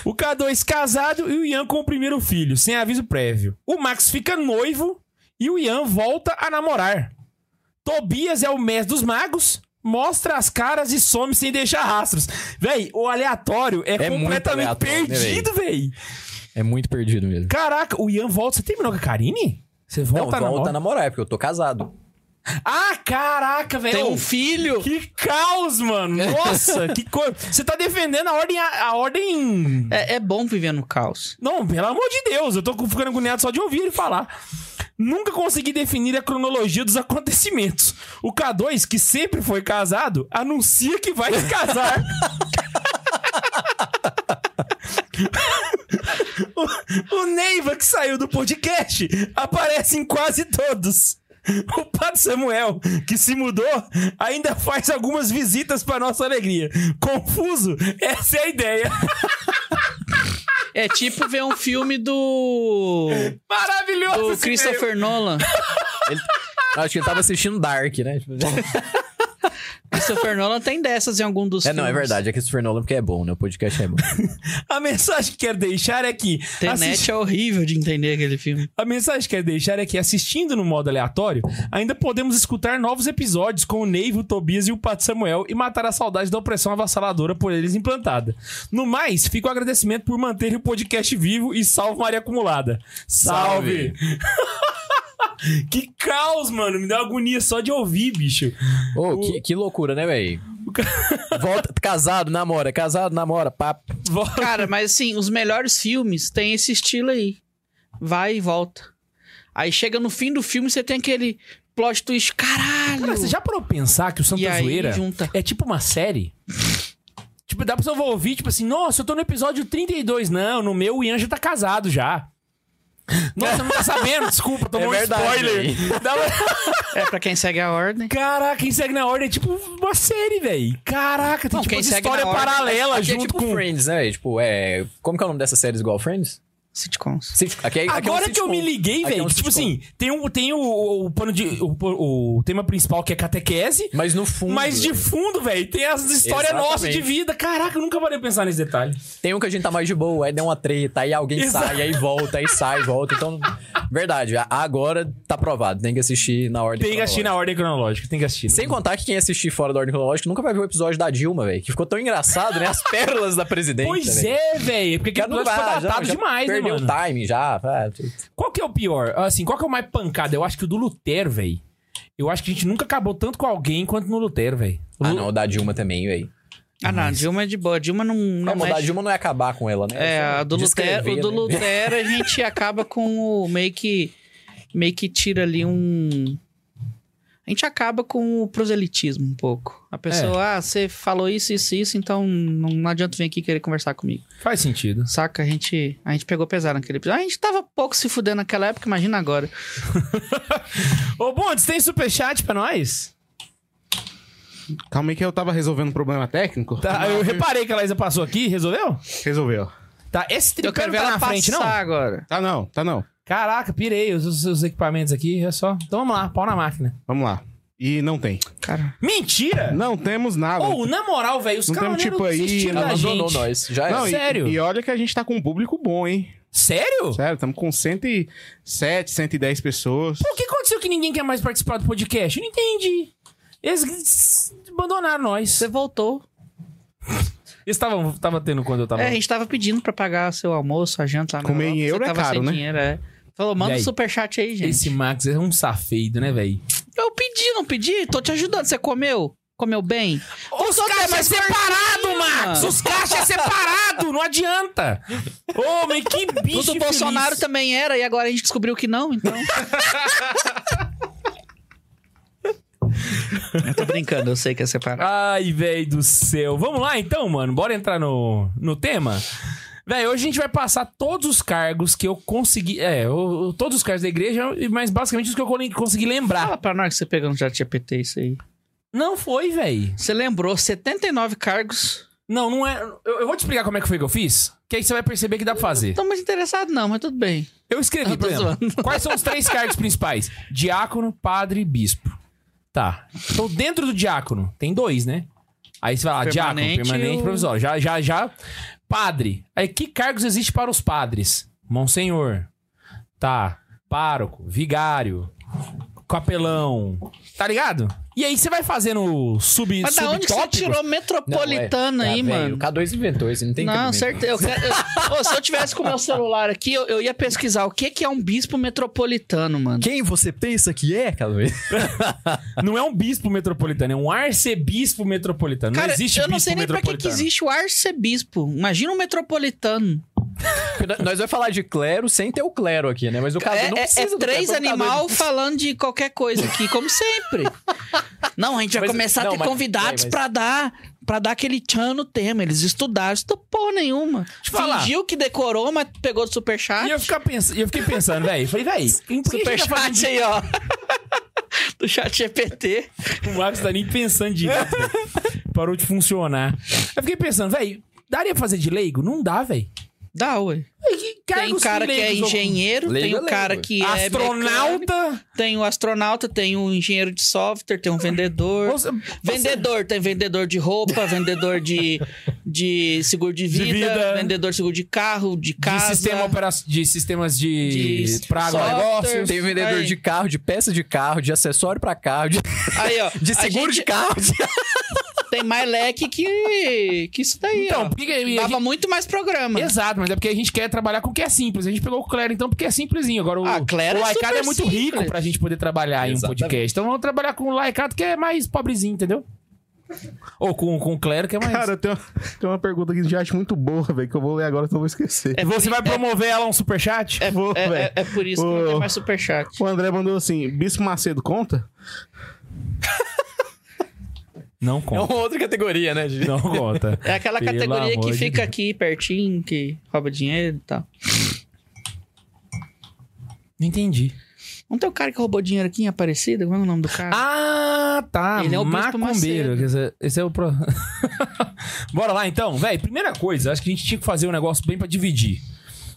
[SPEAKER 1] O K2 casado e o Ian com o primeiro filho, sem aviso prévio. O Max fica noivo e o Ian volta a namorar. Tobias é o mestre dos magos, mostra as caras e some sem deixar rastros. Véi, o aleatório é,
[SPEAKER 2] muito
[SPEAKER 1] completamente
[SPEAKER 2] aleatório, né, véi?
[SPEAKER 1] perdido, véi.
[SPEAKER 2] É muito perdido mesmo.
[SPEAKER 1] Caraca, o Ian volta. Você terminou com a Karine? Você
[SPEAKER 2] Não,
[SPEAKER 1] volta,
[SPEAKER 2] volta
[SPEAKER 1] não,
[SPEAKER 2] a namorar, porque eu tô casado.
[SPEAKER 1] Ah, caraca, velho. É
[SPEAKER 3] Tem um filho.
[SPEAKER 1] Então, Que caos, mano. Nossa, que coisa. Você tá defendendo a ordem. A, a ordem.
[SPEAKER 3] É, é bom viver no caos.
[SPEAKER 1] Não, pelo amor de Deus, eu tô ficando agoniado só de ouvir ele falar. Nunca consegui definir a cronologia dos acontecimentos. O K2, que sempre foi casado, anuncia que vai se casar. o, o Neiva, que saiu do podcast, aparece em quase todos. O Padre Samuel, que se mudou, ainda faz algumas visitas para nossa alegria. Confuso, essa é a ideia.
[SPEAKER 3] É tipo ver um filme do.
[SPEAKER 1] Maravilhoso!
[SPEAKER 3] do
[SPEAKER 1] esse e-mail.
[SPEAKER 3] Christopher Nolan.
[SPEAKER 2] Acho que ele tava assistindo Dark, né?
[SPEAKER 3] Christopher Nolan tem dessas em algum dos
[SPEAKER 2] É, não, é
[SPEAKER 3] filmes.
[SPEAKER 2] verdade. É que esse Nolan porque é bom, né? O podcast é bom.
[SPEAKER 1] A mensagem que quero deixar é que.
[SPEAKER 3] Internet
[SPEAKER 1] assisti-
[SPEAKER 3] é horrível de entender aquele filme.
[SPEAKER 1] A mensagem que quero deixar é que, assistindo no modo aleatório, ainda podemos escutar novos episódios com o Neivo, o Tobias e o Pato Samuel e matar a saudade da opressão avassaladora por eles implantada. No mais, fica o agradecimento por manter o podcast vivo e salve Maria Acumulada. Salve! que caos, mano! Me deu agonia só de ouvir, bicho.
[SPEAKER 2] Ô, que, que loucura, né, velho? Volta, casado, namora, casado, namora, papo.
[SPEAKER 1] Vol-
[SPEAKER 3] Cara, mas assim, os melhores filmes têm esse estilo aí. Vai e volta. Aí chega no fim do filme, você tem aquele plot twist, caralho.
[SPEAKER 1] Cara, você já parou pra pensar que o Santa
[SPEAKER 3] e aí
[SPEAKER 1] Zoeira.
[SPEAKER 3] junta.
[SPEAKER 1] É tipo uma série? tipo, dá pra você ouvir, tipo assim, nossa, eu tô no episódio 32. Não, no meu o Ian já tá casado já. Nossa, não tá sabendo, desculpa, tomou
[SPEAKER 2] É verdade,
[SPEAKER 1] um spoiler. Dá uma-
[SPEAKER 3] É pra quem segue a ordem.
[SPEAKER 1] Caraca, quem segue na ordem é tipo uma série, velho. Caraca, tem
[SPEAKER 3] Não,
[SPEAKER 1] tipo
[SPEAKER 3] quem
[SPEAKER 1] uma
[SPEAKER 3] segue na
[SPEAKER 1] história
[SPEAKER 3] ordem-
[SPEAKER 1] paralela
[SPEAKER 2] Aqui é
[SPEAKER 1] junto
[SPEAKER 2] tipo
[SPEAKER 1] com...
[SPEAKER 2] Friends, né? véi? Tipo, é. Como que é o nome dessa série igual Friends?
[SPEAKER 3] Sitcoms.
[SPEAKER 2] Sit- aqui é- aqui é um
[SPEAKER 1] Agora que eu
[SPEAKER 2] sitcom.
[SPEAKER 1] me liguei,
[SPEAKER 2] Aqui é
[SPEAKER 1] velho,
[SPEAKER 2] um
[SPEAKER 1] que, tipo
[SPEAKER 2] sitcom.
[SPEAKER 1] assim, tem, um, tem o, o, o pano de. O, o tema principal que é catequese,
[SPEAKER 2] Mas no fundo.
[SPEAKER 1] mas de fundo, velho, tem as histórias
[SPEAKER 2] Exatamente.
[SPEAKER 1] nossas de vida. Caraca, eu nunca parei de pensar nesse detalhe.
[SPEAKER 2] Tem um que a gente tá mais de boa, aí deu uma treta, aí alguém
[SPEAKER 1] Exato.
[SPEAKER 2] sai, aí volta, aí sai, volta. Então, verdade, a- agora tá provado. Tem que assistir na ordem.
[SPEAKER 1] Tem que assistir
[SPEAKER 2] cronológica.
[SPEAKER 1] na ordem cronológica, tem que assistir.
[SPEAKER 2] Sem contar que quem assistir fora da ordem cronológica nunca vai ver o episódio da Dilma, velho. Que ficou tão engraçado, né? As pérolas da presidente.
[SPEAKER 1] Pois é, velho, porque aquele episódio foi datado demais, né, mano?
[SPEAKER 2] perdeu o time já. ah, tudo.
[SPEAKER 1] Qual que é o pior? Assim, qual que é o mais pancada? Eu acho que o do Lutero, velho. Eu acho que a gente nunca acabou tanto com alguém quanto no Lutero, velho.
[SPEAKER 2] Ah, não, o da Dilma também, velho.
[SPEAKER 3] Ah, não, Dilma é de boa. Dilma não, não
[SPEAKER 2] Não, o da
[SPEAKER 3] mexe.
[SPEAKER 2] Dilma não é acabar com ela, né?
[SPEAKER 3] É,
[SPEAKER 2] só
[SPEAKER 3] a do Lutero,
[SPEAKER 2] descrever,
[SPEAKER 3] o do
[SPEAKER 2] né?
[SPEAKER 3] Lutero a gente acaba com o meio que meio que tira ali um a gente acaba com o proselitismo um pouco. A pessoa,
[SPEAKER 1] É.
[SPEAKER 3] ah, você falou isso, isso, isso, então não, não adianta vir aqui querer conversar comigo.
[SPEAKER 1] Faz sentido.
[SPEAKER 3] Saca? A gente, a gente pegou pesado naquele episódio. A gente tava pouco se fudendo naquela época, imagina agora.
[SPEAKER 1] Ô, Bondes, tem superchat pra nós?
[SPEAKER 4] Calma aí que eu tava resolvendo um problema técnico.
[SPEAKER 1] Tá, eu reparei que a Laísa passou aqui, resolveu?
[SPEAKER 4] Resolveu.
[SPEAKER 1] Tá, esse
[SPEAKER 3] Eu
[SPEAKER 1] tripé
[SPEAKER 3] quero
[SPEAKER 1] não
[SPEAKER 3] ver
[SPEAKER 1] tá
[SPEAKER 3] ela
[SPEAKER 1] na
[SPEAKER 3] passar
[SPEAKER 1] frente, não?
[SPEAKER 3] agora.
[SPEAKER 4] Tá não, tá não.
[SPEAKER 1] Caraca, pirei os, os- os equipamentos aqui, é só. Então vamos lá, pau na máquina.
[SPEAKER 4] Vamos lá. E não tem.
[SPEAKER 3] Cara,
[SPEAKER 1] Mentira!
[SPEAKER 4] Não temos nada.
[SPEAKER 1] Ou, na moral, velho, os
[SPEAKER 4] Não
[SPEAKER 1] caras
[SPEAKER 4] temos
[SPEAKER 1] nem
[SPEAKER 4] tipo aí,
[SPEAKER 1] desistiram
[SPEAKER 4] não
[SPEAKER 1] da
[SPEAKER 2] Abandonou
[SPEAKER 1] gente.
[SPEAKER 2] nós. Já
[SPEAKER 4] Não,
[SPEAKER 2] é.
[SPEAKER 4] e-
[SPEAKER 1] sério?
[SPEAKER 4] E, olha que a gente tá com um público bom, hein?
[SPEAKER 1] Sério?
[SPEAKER 4] Sério, estamos com 107, 110 pessoas.
[SPEAKER 1] Pô, o que aconteceu que ninguém quer mais participar do podcast? Eu não entendi. Eles abandonaram nós.
[SPEAKER 3] você voltou.
[SPEAKER 1] Eles estavam tava tendo quando eu tava.
[SPEAKER 3] É, a gente tava pedindo pra pagar seu almoço, a janta lá na
[SPEAKER 4] Comer
[SPEAKER 3] Europa,
[SPEAKER 4] em
[SPEAKER 3] você
[SPEAKER 4] euro é
[SPEAKER 3] tava
[SPEAKER 4] caro,
[SPEAKER 3] sem
[SPEAKER 4] né?
[SPEAKER 3] dinheiro, é. Falou, manda
[SPEAKER 1] E
[SPEAKER 3] um
[SPEAKER 1] aí?
[SPEAKER 3] superchat aí, gente.
[SPEAKER 1] Esse Max é um safado, né, velho?
[SPEAKER 3] Eu pedi, não pedi? Tô te ajudando. Você comeu? Comeu bem?
[SPEAKER 1] Os caixas é separado, Max! Os caixas é separado, não adianta! Ô, mas que bicho!
[SPEAKER 3] O do
[SPEAKER 1] feliz.
[SPEAKER 3] Bolsonaro também era, e agora a gente descobriu que não, então. eu tô brincando, eu sei que é separado.
[SPEAKER 1] Ai, velho do céu. Vamos lá então, mano. Bora entrar no, no tema? Velho, hoje a gente vai passar todos os cargos que eu consegui. É, o- o- todos os cargos da igreja, mas basicamente os que eu con- consegui lembrar.
[SPEAKER 3] Fala pra nós que você pegou no chat GPT isso aí.
[SPEAKER 1] Não foi, velho.
[SPEAKER 3] Você lembrou 79 cargos.
[SPEAKER 1] Não, não é. Eu, eu vou te explicar como é que foi que eu fiz, que aí você vai perceber que dá pra fazer.
[SPEAKER 3] Tô muito interessado, não, mas tudo bem.
[SPEAKER 1] Eu escrevi,
[SPEAKER 3] Eu tô
[SPEAKER 1] por exemplo,
[SPEAKER 3] zoando.
[SPEAKER 1] quais são os três cargos principais? Diácono, padre e bispo. Tá. Então, dentro do diácono, tem dois, né? Aí você vai lá,
[SPEAKER 3] Permanente
[SPEAKER 1] diácono, permanente,
[SPEAKER 3] e o-
[SPEAKER 1] provisório. Já, já, já. Padre. Aí, que cargos existe para os padres? Monsenhor. Tá. Pároco, vigário, capelão. Tá ligado? E aí você vai fazendo o sub,
[SPEAKER 3] Mas da onde que você
[SPEAKER 1] subtópicos.
[SPEAKER 3] tirou
[SPEAKER 2] Não, é.
[SPEAKER 3] metropolitana
[SPEAKER 2] Ah,
[SPEAKER 3] aí,
[SPEAKER 2] velho,
[SPEAKER 3] mano?
[SPEAKER 2] O K2 inventou isso, não tem
[SPEAKER 3] Não,
[SPEAKER 2] cabimento.
[SPEAKER 3] certeza. Eu quero- eu- Ô, se eu tivesse com meu celular aqui, eu, eu ia pesquisar o que, que é um bispo metropolitano, mano.
[SPEAKER 2] Quem você pensa que é, K2?
[SPEAKER 1] Não é um bispo metropolitano, é um arcebispo metropolitano.
[SPEAKER 3] Cara,
[SPEAKER 1] não existe
[SPEAKER 3] eu não
[SPEAKER 1] bispo
[SPEAKER 3] sei nem pra que,
[SPEAKER 1] metropolitano.
[SPEAKER 3] que existe o arcebispo. Imagina um metropolitano.
[SPEAKER 2] Nós vamos falar de clero sem ter o clero aqui, né? Mas o K2
[SPEAKER 3] É,
[SPEAKER 2] não
[SPEAKER 3] é-
[SPEAKER 2] precisa
[SPEAKER 3] é
[SPEAKER 2] do
[SPEAKER 3] três
[SPEAKER 2] clero, porque o K2
[SPEAKER 3] animal falando de qualquer coisa aqui, como sempre. Não, a gente vai
[SPEAKER 2] Mas-
[SPEAKER 3] começar
[SPEAKER 2] não,
[SPEAKER 3] a ter
[SPEAKER 2] mas- é,
[SPEAKER 3] convidados
[SPEAKER 2] mas-
[SPEAKER 3] pra dar para dar aquele tchan no tema. Eles estudaram, estudou porra nenhuma.
[SPEAKER 1] eu falar.
[SPEAKER 3] Fingiu que decorou, mas pegou do superchat.
[SPEAKER 1] E eu, ficar pens... e eu fiquei pensando, velho. Falei, velho, tá
[SPEAKER 2] tá
[SPEAKER 3] Superchat aí, ó. do chat GPT.
[SPEAKER 1] O Marcos tá nem pensando direito. velho. Parou de funcionar. Eu fiquei pensando, velho, daria pra fazer de leigo? Não dá, velho.
[SPEAKER 3] Dá, ué. Tem o cara que é engenheiro,
[SPEAKER 2] Leigo
[SPEAKER 3] tem
[SPEAKER 2] é
[SPEAKER 3] o
[SPEAKER 2] leigo,
[SPEAKER 3] cara
[SPEAKER 2] ué.
[SPEAKER 3] que é mecânico,
[SPEAKER 1] Astronauta.
[SPEAKER 3] tem o astronauta, tem o engenheiro de software, tem um vendedor.
[SPEAKER 1] Você-
[SPEAKER 3] Vendedor, tem vendedor de roupa, vendedor de, de seguro de vida,
[SPEAKER 1] vida. né?
[SPEAKER 3] vendedor de seguro de carro, de
[SPEAKER 1] De,
[SPEAKER 3] casa.
[SPEAKER 1] sistema opera- de sistemas de,
[SPEAKER 3] De
[SPEAKER 1] pra
[SPEAKER 3] software.
[SPEAKER 1] agronegócio.
[SPEAKER 2] Tem um vendedor
[SPEAKER 3] Aí.
[SPEAKER 1] É.
[SPEAKER 2] de carro, de peça de carro, de acessório pra carro, de,
[SPEAKER 3] Aí, ó.
[SPEAKER 2] de seguro de carro.
[SPEAKER 3] carro. Tem mais leque que, que isso daí,
[SPEAKER 1] Então,
[SPEAKER 3] ó.
[SPEAKER 1] por que que a gente-
[SPEAKER 3] Dava muito mais programa.
[SPEAKER 1] Exato, mas é porque a gente quer trabalhar com o que é simples. A gente pegou o Clero, então, porque é simplesinho. Agora o,
[SPEAKER 3] Ah, Clero
[SPEAKER 1] o
[SPEAKER 3] é
[SPEAKER 1] Laicado
[SPEAKER 3] super
[SPEAKER 1] é muito rico
[SPEAKER 3] simples.
[SPEAKER 1] pra gente poder trabalhar em um
[SPEAKER 2] Exatamente.
[SPEAKER 1] podcast. Então vamos trabalhar com o Laicado, que é mais pobrezinho, entendeu? Ou com, com o Clero, que é mais.
[SPEAKER 4] Cara, eu tenho, tenho uma pergunta aqui já acho muito boa, velho, que eu vou ler agora, senão eu vou esquecer.
[SPEAKER 1] E Você vai promover ela a um superchat?
[SPEAKER 3] É,
[SPEAKER 4] Vou,
[SPEAKER 3] é- é-
[SPEAKER 4] velho.
[SPEAKER 3] é por isso que não
[SPEAKER 4] Ô.
[SPEAKER 3] tem mais superchat.
[SPEAKER 4] O André mandou assim: Bispo Macedo conta?
[SPEAKER 1] Não
[SPEAKER 2] É
[SPEAKER 1] conta.
[SPEAKER 2] uma outra categoria, né, gente?
[SPEAKER 1] Não conta.
[SPEAKER 3] É aquela
[SPEAKER 1] Pelo
[SPEAKER 3] categoria
[SPEAKER 1] amor
[SPEAKER 3] que
[SPEAKER 1] de
[SPEAKER 3] fica
[SPEAKER 1] Deus.
[SPEAKER 3] aqui pertinho, que rouba dinheiro e tal.
[SPEAKER 1] Não entendi.
[SPEAKER 3] Não tem o cara que roubou dinheiro aqui em Aparecida? Como é o nome do cara?
[SPEAKER 1] Ah, tá.
[SPEAKER 3] Ele é o Bispo
[SPEAKER 1] macumbeiro.
[SPEAKER 3] Macedo.
[SPEAKER 1] Quer dizer, Esse é o. Pro... Bora lá então, velho. Primeira coisa, acho que a gente tinha que fazer um negócio bem pra dividir.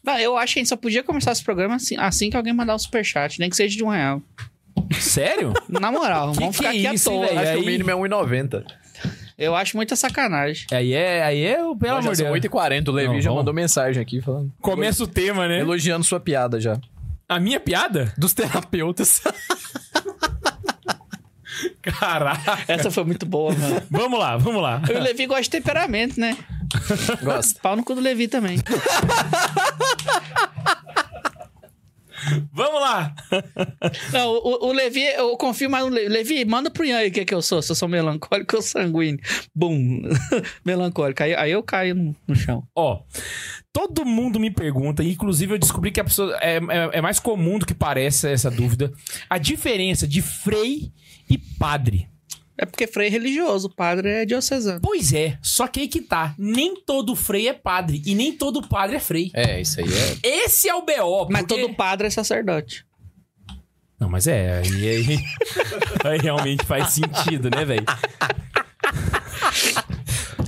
[SPEAKER 3] Não, eu acho que a gente só podia começar esse programa assim, assim que alguém mandar um superchat, nem que seja de um real.
[SPEAKER 1] Sério?
[SPEAKER 3] Na moral,
[SPEAKER 1] Que
[SPEAKER 3] vamos
[SPEAKER 1] que
[SPEAKER 3] ficar
[SPEAKER 1] é
[SPEAKER 3] aqui
[SPEAKER 1] isso,
[SPEAKER 3] à
[SPEAKER 1] hein,
[SPEAKER 3] toa.
[SPEAKER 1] velho?
[SPEAKER 2] Acho que
[SPEAKER 1] aí-
[SPEAKER 2] o mínimo é 1,90.
[SPEAKER 3] Eu acho muita sacanagem.
[SPEAKER 1] Aí é, aí é, o- pelo
[SPEAKER 2] Pelo
[SPEAKER 1] amor de Deus.
[SPEAKER 2] 8h40, o Levi
[SPEAKER 1] Não,
[SPEAKER 2] já
[SPEAKER 1] vamos.
[SPEAKER 2] mandou mensagem aqui falando.
[SPEAKER 1] Começa o tema, né?
[SPEAKER 2] Elogiando sua piada já.
[SPEAKER 1] A minha piada?
[SPEAKER 2] Dos terapeutas.
[SPEAKER 1] Caraca.
[SPEAKER 3] Essa foi muito boa, mano.
[SPEAKER 1] Vamos lá, vamos lá.
[SPEAKER 3] O Levi gosta de temperamento, né?
[SPEAKER 2] Gosta.
[SPEAKER 3] Pau no cu do Levi também.
[SPEAKER 1] Vamos lá.
[SPEAKER 3] Não, o, o Levi, eu confio mais no Levi. Levi, manda pro Ian aí o que, é que eu sou. Se eu sou melancólico ou sanguíneo. Bum. melancólico. Aí, aí eu caio no, no chão.
[SPEAKER 1] Ó, todo mundo me pergunta, inclusive eu descobri que a pessoa é, é- é mais comum do que parece essa dúvida, a diferença de frei e padre.
[SPEAKER 3] É porque freio é religioso, o padre é diocesano.
[SPEAKER 1] Pois é, só que aí que tá, nem todo frei é padre e nem todo padre é frei.
[SPEAKER 2] É, isso aí é.
[SPEAKER 1] Esse é o BO,
[SPEAKER 3] Mas
[SPEAKER 1] porque-
[SPEAKER 3] todo padre é sacerdote.
[SPEAKER 1] Não, mas é, aí, aí, aí realmente faz sentido, né, velho?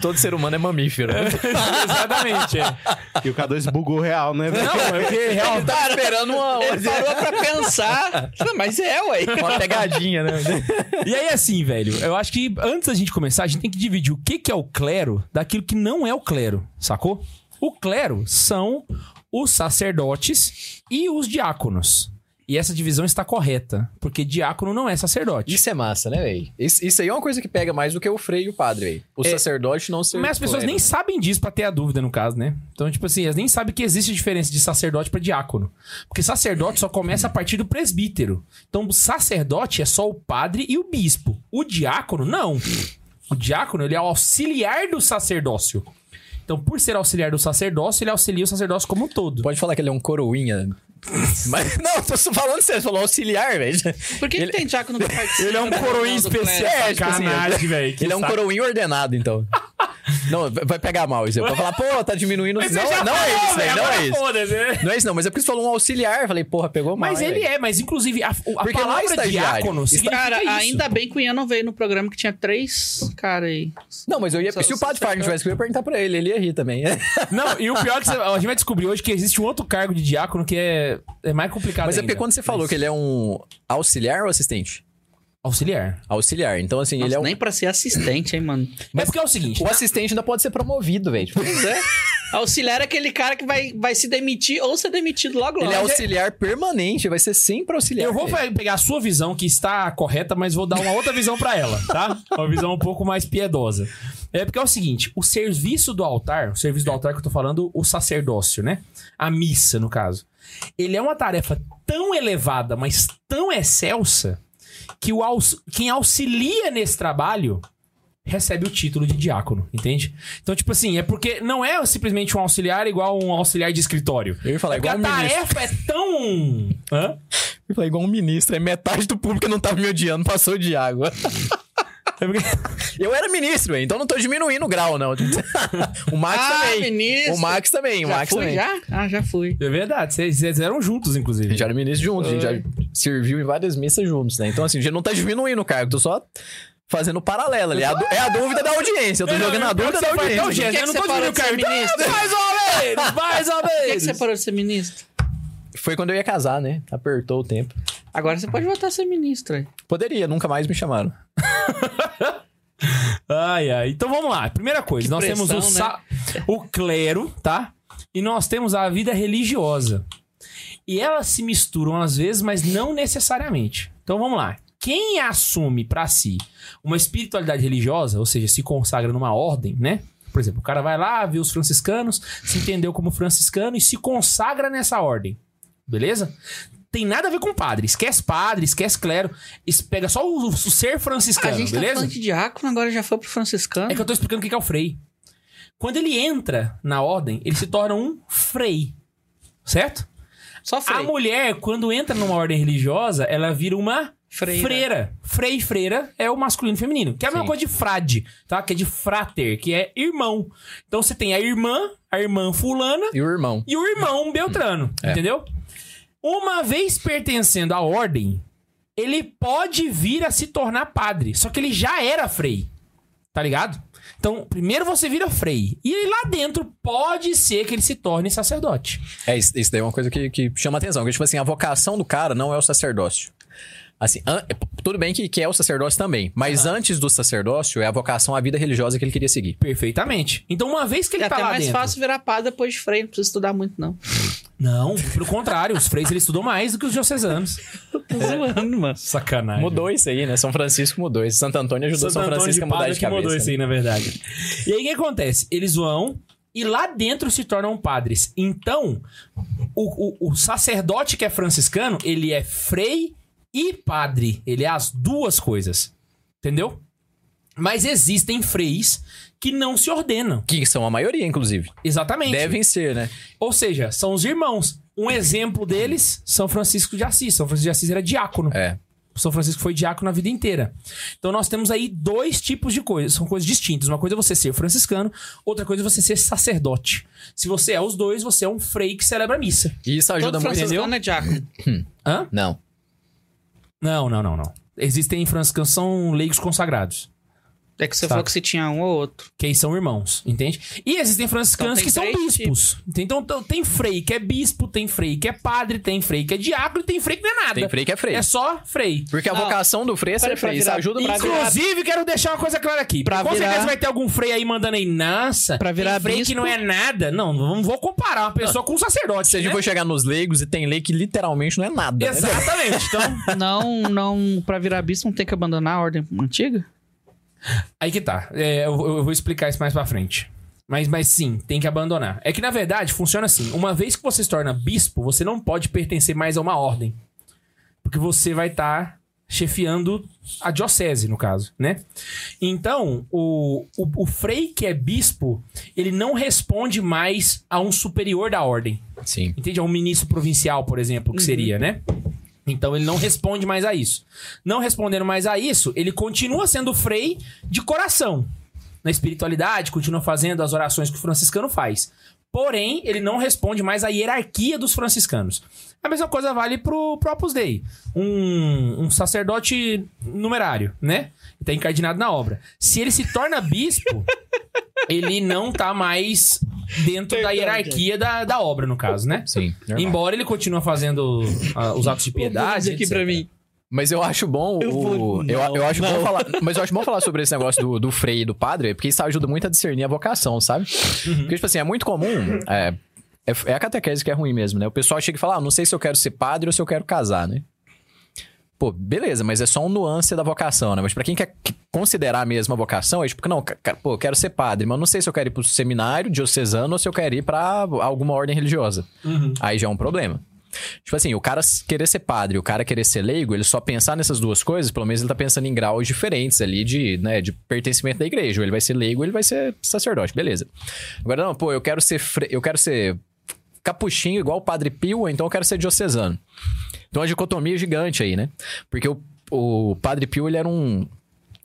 [SPEAKER 2] Todo ser humano é mamífero. né?
[SPEAKER 1] Exatamente, é.
[SPEAKER 4] E o K2 bugou real, né? velho?
[SPEAKER 1] Não, é porque real,
[SPEAKER 2] Ele tá esperando uma,
[SPEAKER 3] Ele parou pra pensar. Não, mas é, ué.
[SPEAKER 2] uma pegadinha, né?
[SPEAKER 1] E aí, assim, velho, eu acho que antes da gente começar, a gente tem que dividir o que, que é o clero daquilo que não é o clero, sacou? O clero são os sacerdotes e os diáconos. E essa divisão está correta, porque diácono não é sacerdote.
[SPEAKER 2] Isso é massa, né, velho? Isso, isso aí é uma coisa que pega mais do que o freio e o padre, velho. O
[SPEAKER 1] É.
[SPEAKER 2] sacerdote não ser.
[SPEAKER 1] Mas as pessoas
[SPEAKER 2] clero.
[SPEAKER 1] nem sabem disso pra ter a dúvida, no caso, né? Então, tipo assim, elas nem sabem que existe a diferença de sacerdote pra diácono. Porque sacerdote só começa a partir do presbítero. Então, o sacerdote é só o padre e o bispo. O diácono, não. O diácono, ele é o auxiliar do sacerdócio. Então, por ser auxiliar do sacerdócio, ele auxilia o sacerdócio como um todo.
[SPEAKER 2] Pode falar que ele é um coroinha. Mas, não, tô só falando sério, você falou auxiliar, velho.
[SPEAKER 3] Por que, que tem diácono que participa? da reunião do clero?
[SPEAKER 2] É, tipo assim,
[SPEAKER 1] Sacanagem, velho. que
[SPEAKER 2] Ele é um
[SPEAKER 1] saco.
[SPEAKER 2] coroinha ordenado, então. Não, vai vai pegar mal isso. aí. Vai falar, pô, tá diminuindo.
[SPEAKER 1] Mas
[SPEAKER 2] não,
[SPEAKER 1] você já
[SPEAKER 2] não é
[SPEAKER 1] falou,
[SPEAKER 2] isso, velho.
[SPEAKER 1] velho,
[SPEAKER 2] Não
[SPEAKER 1] agora
[SPEAKER 2] é isso.
[SPEAKER 1] foda-se, né?
[SPEAKER 2] Não é isso, não. Mas é porque você falou um auxiliar. Eu Falei, porra, pegou mal.
[SPEAKER 1] Mas ele é, mas inclusive a, a
[SPEAKER 2] não é
[SPEAKER 1] palavra
[SPEAKER 2] estagiário.
[SPEAKER 1] diácono significa
[SPEAKER 3] Cara,
[SPEAKER 1] isso.
[SPEAKER 3] ainda bem que o Ian não veio no programa que tinha três cara aí.
[SPEAKER 2] Não, mas eu ia.
[SPEAKER 3] é- Só-
[SPEAKER 2] Se o
[SPEAKER 3] só-
[SPEAKER 2] Padre Fagner tivesse, eu ia perguntar pra ele. Ele ia rir também.
[SPEAKER 1] Não, e o pior é que você- a gente vai descobrir hoje que existe um outro cargo de diácono que é, é mais complicado
[SPEAKER 2] Mas é porque
[SPEAKER 1] ainda.
[SPEAKER 2] quando você falou que ele é um auxiliar ou assistente?
[SPEAKER 1] Auxiliar.
[SPEAKER 2] Auxiliar. Então, assim, ele é um.
[SPEAKER 3] Nem pra ser assistente, hein, mano.
[SPEAKER 1] é porque é o seguinte...
[SPEAKER 2] O assistente ainda pode ser promovido, velho. Tipo,
[SPEAKER 3] Pois é. Auxiliar é aquele cara que vai, vai se demitir ou ser demitido logo logo.
[SPEAKER 2] Ele é auxiliar permanente, vai ser sempre auxiliar.
[SPEAKER 1] Eu vou
[SPEAKER 2] velho.
[SPEAKER 1] pe- pegar a sua visão, que está correta, mas vou dar uma outra visão pra ela, tá? Uma visão um pouco mais piedosa. É porque é o seguinte, o serviço do altar, o serviço do altar que eu tô falando, o sacerdócio, né? A missa, no caso. Ele é uma tarefa tão elevada, mas tão excelsa, que o aux- quem auxilia nesse trabalho recebe o título de diácono, entende? Então, tipo assim, é porque não é simplesmente um auxiliar igual um auxiliar de escritório.
[SPEAKER 2] Eu ia falar
[SPEAKER 1] É porque
[SPEAKER 2] igual
[SPEAKER 1] a
[SPEAKER 2] um ministro.
[SPEAKER 1] tarefa é tão... Hã?
[SPEAKER 2] Eu falei igual um ministro. Aí metade do público não tava me odiando, passou de água.
[SPEAKER 1] É porque...
[SPEAKER 2] Eu era ministro, hein? então não tô diminuindo o grau, não. o Max
[SPEAKER 3] Ah,
[SPEAKER 2] também.
[SPEAKER 3] ministro.
[SPEAKER 2] O Max também, o
[SPEAKER 3] já
[SPEAKER 2] Max
[SPEAKER 3] fui,
[SPEAKER 2] também.
[SPEAKER 3] já? Ah, já fui.
[SPEAKER 1] É verdade, vocês vocês eram juntos,
[SPEAKER 2] A
[SPEAKER 1] inclusive.
[SPEAKER 2] gente já era ministro juntos, a gente já serviu em várias missas juntos, né? Então, assim, a gente não tá diminuindo o cargo, tô só fazendo paralelo ali. É a, du- é a dúvida da audiência, eu tô
[SPEAKER 1] Não,
[SPEAKER 2] jogando a
[SPEAKER 1] pior
[SPEAKER 2] dúvida
[SPEAKER 1] que
[SPEAKER 2] da
[SPEAKER 1] você faz tão
[SPEAKER 2] audiência.
[SPEAKER 1] gesto,
[SPEAKER 3] Por que
[SPEAKER 1] eu não
[SPEAKER 3] que
[SPEAKER 1] tô
[SPEAKER 3] você
[SPEAKER 1] diminuindo o
[SPEAKER 3] parou de ser
[SPEAKER 1] cargo. Ah,
[SPEAKER 3] ministro?
[SPEAKER 1] Mais ou menos, mais ou
[SPEAKER 3] Por que, que você
[SPEAKER 1] menos.
[SPEAKER 3] parou de ser ministro?
[SPEAKER 2] Foi quando eu ia casar, né? Apertou o tempo.
[SPEAKER 3] Agora você pode voltar a ser ministro. hein?
[SPEAKER 2] Poderia, nunca mais me chamaram.
[SPEAKER 1] Ai, ai. Então vamos lá. Primeira coisa,
[SPEAKER 3] Que
[SPEAKER 1] nós temos o,
[SPEAKER 3] pressão, né?
[SPEAKER 1] sa- o clero, tá? E nós temos a vida religiosa. E elas se misturam às vezes, mas não necessariamente. Então vamos lá. Quem assume pra si uma espiritualidade religiosa, ou seja, se consagra numa ordem, né? Por exemplo, o cara vai lá, vê os franciscanos, se entendeu como franciscano e se consagra nessa ordem. Beleza? Tem nada a ver com padre. Esquece padre, esquece clero. es- Pega só o, o ser
[SPEAKER 3] a
[SPEAKER 1] franciscano,
[SPEAKER 3] gente tá
[SPEAKER 1] beleza?
[SPEAKER 3] falando de diácono, agora já foi pro franciscano.
[SPEAKER 1] É que eu tô explicando o que que é o frei. Quando ele entra na ordem, ele se torna um frei. Certo?
[SPEAKER 3] Só
[SPEAKER 1] A
[SPEAKER 3] frei.
[SPEAKER 1] mulher, quando entra numa ordem religiosa, ela vira uma
[SPEAKER 3] Freira.
[SPEAKER 1] freira. Frei e freira é o masculino e feminino, que é a mesma
[SPEAKER 2] Sim.
[SPEAKER 1] coisa de frade, tá? Que é de frater, que é irmão. Então você tem a irmã, a irmã fulana
[SPEAKER 2] E o irmão.
[SPEAKER 1] e o irmão Beltrano,
[SPEAKER 2] É.
[SPEAKER 1] entendeu? Uma vez pertencendo à ordem, ele pode vir a se tornar padre, só que ele já era frei, tá ligado? Então, primeiro você vira frei. E aí lá dentro pode ser que ele se torne sacerdote.
[SPEAKER 2] É, isso, isso daí é uma coisa que, que chama atenção. Que, tipo assim, a vocação do cara não é o sacerdócio. Assim, an- tudo bem que, que é o sacerdócio também, mas antes do sacerdócio é a vocação à vida religiosa que ele queria seguir.
[SPEAKER 1] Perfeitamente. Então, uma vez que ele
[SPEAKER 3] É
[SPEAKER 1] tá
[SPEAKER 3] até
[SPEAKER 1] lá
[SPEAKER 3] mais
[SPEAKER 1] dentro.
[SPEAKER 3] fácil virar padre depois de freio, não precisa estudar muito, não.
[SPEAKER 1] Não, pelo contrário, os freis eles estudam mais do que os diocesanos.
[SPEAKER 3] Tô zoando, mano.
[SPEAKER 1] Sacanagem.
[SPEAKER 2] Mudou isso aí, né? São Francisco mudou isso. Santo Antônio ajudou
[SPEAKER 1] Santo
[SPEAKER 2] São
[SPEAKER 1] Antônio
[SPEAKER 2] Francisco a
[SPEAKER 1] de
[SPEAKER 2] mudar
[SPEAKER 1] Pádua
[SPEAKER 2] de
[SPEAKER 1] que
[SPEAKER 2] cabeça. né?
[SPEAKER 1] mudou isso aí, na verdade. E aí o que acontece? Eles vão e lá dentro se tornam padres. Então, o, o- o sacerdote que é franciscano, ele é frei e padre. Ele é as duas coisas. Entendeu? Mas existem freis que não se ordenam.
[SPEAKER 2] Que são a maioria, inclusive.
[SPEAKER 1] Exatamente.
[SPEAKER 2] Devem ser, né?
[SPEAKER 1] Ou seja, são os irmãos. Um exemplo deles, São Francisco de Assis. São Francisco de Assis era diácono.
[SPEAKER 2] É.
[SPEAKER 1] São Francisco foi diácono a vida inteira. Então nós temos aí dois tipos de coisas, são coisas distintas. Uma coisa é você ser franciscano, outra coisa é você ser sacerdote. Se você é os dois, você é um frei que celebra a missa.
[SPEAKER 2] E isso ajuda
[SPEAKER 3] Todo
[SPEAKER 2] muito.
[SPEAKER 3] franciscano é diácono.
[SPEAKER 1] Hã?
[SPEAKER 2] Não.
[SPEAKER 1] Não, não, não, não. Existem franciscanos que são leigos consagrados,
[SPEAKER 3] É que você
[SPEAKER 1] Saca.
[SPEAKER 3] falou que se tinha um ou outro.
[SPEAKER 1] que aí são irmãos, entende? E existem franciscanos
[SPEAKER 3] Então tem
[SPEAKER 1] que são
[SPEAKER 3] três
[SPEAKER 1] bispos. entende? Então t- tem frei que é bispo, tem frei que é padre, tem frei que é diácono, e tem frei que não é nada.
[SPEAKER 2] Tem freio que é freio.
[SPEAKER 1] É só frei.
[SPEAKER 2] Porque a
[SPEAKER 3] Não.
[SPEAKER 2] vocação do freio é
[SPEAKER 3] Peraí,
[SPEAKER 2] ser
[SPEAKER 3] pra
[SPEAKER 2] freio. Isso
[SPEAKER 3] virar-
[SPEAKER 2] ajuda pra virar-
[SPEAKER 1] Inclusive, quero deixar uma coisa clara aqui.
[SPEAKER 3] Pra
[SPEAKER 1] Com certeza
[SPEAKER 3] virar-
[SPEAKER 1] vai ter algum freio aí mandando aí, nossa,
[SPEAKER 3] Pra virar
[SPEAKER 1] tem freio
[SPEAKER 3] bispo.
[SPEAKER 1] que não é nada. Não, não vou comparar uma pessoa com um sacerdote.
[SPEAKER 2] Se a gente
[SPEAKER 1] né?
[SPEAKER 2] for chegar nos leigos e tem lei que literalmente não é nada. né?
[SPEAKER 1] Exatamente. Então,
[SPEAKER 3] Não, não, pra virar bispo não tem que abandonar a ordem antiga?
[SPEAKER 1] aí que tá. É, eu, eu vou explicar isso mais pra frente. Mas, mas sim, tem que abandonar. É que, na verdade, funciona assim. Uma vez que você se torna bispo, você não pode pertencer mais a uma ordem. Porque você vai estar chefiando a diocese, no caso, né? Então, o, o, o frei que é bispo, ele não responde mais a um superior da ordem.
[SPEAKER 2] Sim.
[SPEAKER 1] Entende? É um ministro provincial, por exemplo, que seria, né? Então ele não responde mais a isso. Não respondendo mais a isso, ele continua sendo frei de coração. Na espiritualidade, continua fazendo as orações que o franciscano faz. Porém, ele não responde mais à hierarquia dos franciscanos. A mesma coisa vale pro, pro Opus Dei. Um, um sacerdote numerário, né? Está encardinado na obra. Se ele se torna bispo, ele não tá mais dentro da
[SPEAKER 3] Verdade.
[SPEAKER 1] hierarquia da, da obra, no caso, né?
[SPEAKER 2] Sim. normal.
[SPEAKER 1] Embora ele continue fazendo ah, os atos de piedade.
[SPEAKER 3] aqui
[SPEAKER 1] etc.
[SPEAKER 3] pra mim.
[SPEAKER 2] Mas eu acho bom o.
[SPEAKER 3] Eu vou-
[SPEAKER 2] eu,
[SPEAKER 3] não,
[SPEAKER 2] eu acho bom falar. Mas eu acho bom falar sobre esse negócio do, do freio e do padre, porque isso ajuda muito a discernir a vocação, sabe?
[SPEAKER 3] Uhum.
[SPEAKER 2] Porque, tipo assim, é muito comum. É, é, é a catequese que é ruim mesmo, né? O pessoal chega e fala: ah, não sei se eu quero ser padre ou se eu quero casar, né? Pô, beleza, mas é só um nuance da vocação, né? Mas pra quem quer que- considerar mesmo a vocação, é tipo, não, ca- ca- pô, eu quero ser padre, mas eu não sei se eu quero ir pro seminário diocesano ou se eu quero ir pra alguma ordem religiosa.
[SPEAKER 1] Uhum.
[SPEAKER 2] Aí já é um problema. Tipo assim, o cara querer ser padre, o cara querer ser leigo, ele só pensar nessas duas coisas, pelo menos ele tá pensando em graus diferentes ali de, né, de pertencimento da igreja. Ou ele vai ser leigo, ou ele vai ser sacerdote, beleza. Agora não, pô, eu quero ser fre- eu quero ser capuchinho igual o Padre Pio, ou então eu quero ser diocesano. Então a dicotomia é gigante aí, né? Porque o, o Padre Pio ele era um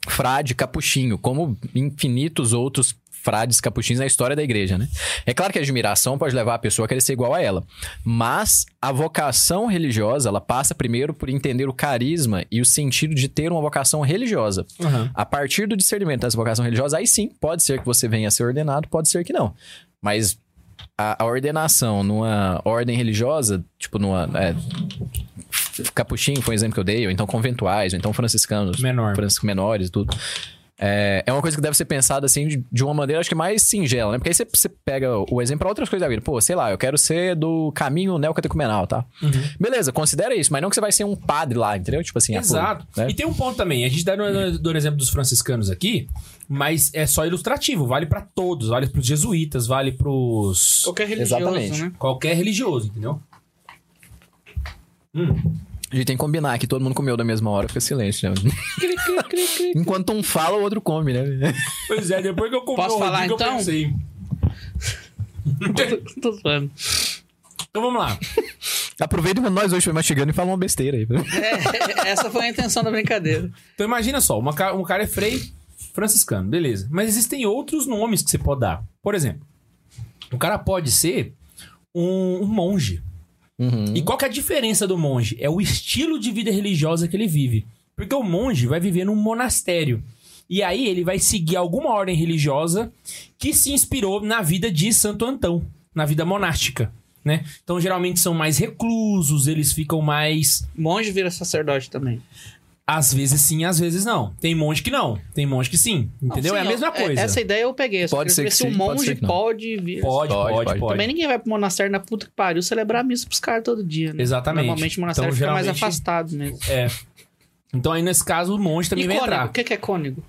[SPEAKER 2] frade capuchinho, como infinitos outros frades capuchinhos na história da igreja, né? É claro que a admiração pode levar a pessoa a querer ser igual a ela, mas a vocação religiosa, ela passa primeiro por entender o carisma e o sentido de ter uma vocação religiosa.
[SPEAKER 1] Aham.
[SPEAKER 2] A partir do discernimento dessa vocação religiosa, aí sim, pode ser que você venha a ser ordenado, pode ser que não. Mas a, a ordenação numa ordem religiosa, tipo numa. é, capuchinho foi um exemplo que eu dei, ou então conventuais, ou então franciscanos.
[SPEAKER 1] Menor.
[SPEAKER 2] Francisco menores, tudo. É, é uma coisa que deve ser pensada assim de, de uma maneira, acho que mais singela, né? Porque aí você, você pega o exemplo pra outras coisas da vida. Pô, sei lá, eu quero ser do caminho neocatecumenal, tá?
[SPEAKER 1] Uhum.
[SPEAKER 2] Beleza, considera isso, mas não que você vai ser um padre lá, entendeu? Tipo assim, ah, pô,
[SPEAKER 1] Exato.
[SPEAKER 2] né?
[SPEAKER 1] E tem um ponto também. A gente dá dando dando exemplo dos franciscanos aqui, mas é só ilustrativo. Vale pra todos. Vale pros jesuítas, vale pros
[SPEAKER 3] Qualquer religioso,
[SPEAKER 2] Exatamente.
[SPEAKER 3] né?
[SPEAKER 1] qualquer religioso, entendeu?
[SPEAKER 2] A gente tem que combinar que todo mundo comeu da mesma hora, fica silêncio, né? Enquanto um fala, o outro come, né?
[SPEAKER 1] Pois é, depois que eu comprei
[SPEAKER 3] Posso
[SPEAKER 1] o
[SPEAKER 3] falar,
[SPEAKER 1] Rodrigo,
[SPEAKER 3] então?
[SPEAKER 1] eu pensei.
[SPEAKER 3] Tô zoando.
[SPEAKER 1] Então vamos lá.
[SPEAKER 2] Aproveita que nós hoje foi mastigando e fala uma besteira aí.
[SPEAKER 3] É, essa foi a intenção da brincadeira.
[SPEAKER 1] Então imagina só, uma ca- um cara é frei franciscano, beleza. Mas existem outros nomes que você pode dar. Por exemplo, o cara pode ser um, um monge. E qual que é a diferença do monge? É o estilo de vida religiosa que ele vive. Porque o monge vai viver num monastério. E aí ele vai seguir alguma ordem religiosa que se inspirou na vida de Santo Antão, na vida monástica, né? Então geralmente são mais reclusos, eles ficam mais
[SPEAKER 3] Monge vira sacerdote também.
[SPEAKER 1] às vezes sim, às vezes não. Tem monge que não, tem monge que sim, entendeu?
[SPEAKER 3] Não,
[SPEAKER 1] é a
[SPEAKER 3] sim,
[SPEAKER 1] mesma
[SPEAKER 3] eu-
[SPEAKER 1] coisa.
[SPEAKER 3] Essa ideia eu peguei. eu só
[SPEAKER 2] Pode
[SPEAKER 3] queria
[SPEAKER 2] ser
[SPEAKER 3] saber
[SPEAKER 2] que
[SPEAKER 3] se
[SPEAKER 2] sim,
[SPEAKER 3] um
[SPEAKER 2] pode
[SPEAKER 3] monge
[SPEAKER 2] ser que não.
[SPEAKER 3] pode vir.
[SPEAKER 1] Pode,
[SPEAKER 2] Pode,
[SPEAKER 1] pode, pode.
[SPEAKER 2] pode.
[SPEAKER 3] Também ninguém vai pro monastério na puta que pariu celebrar missa pros caras todo dia, né?
[SPEAKER 1] Exatamente.
[SPEAKER 3] Normalmente o monastério
[SPEAKER 1] Então,
[SPEAKER 3] fica mais
[SPEAKER 1] geralmente-
[SPEAKER 3] afastado mesmo.
[SPEAKER 1] É. Então aí nesse caso o monge também
[SPEAKER 3] e
[SPEAKER 1] vai
[SPEAKER 3] cônego?
[SPEAKER 1] entrar.
[SPEAKER 3] O que que é cônego?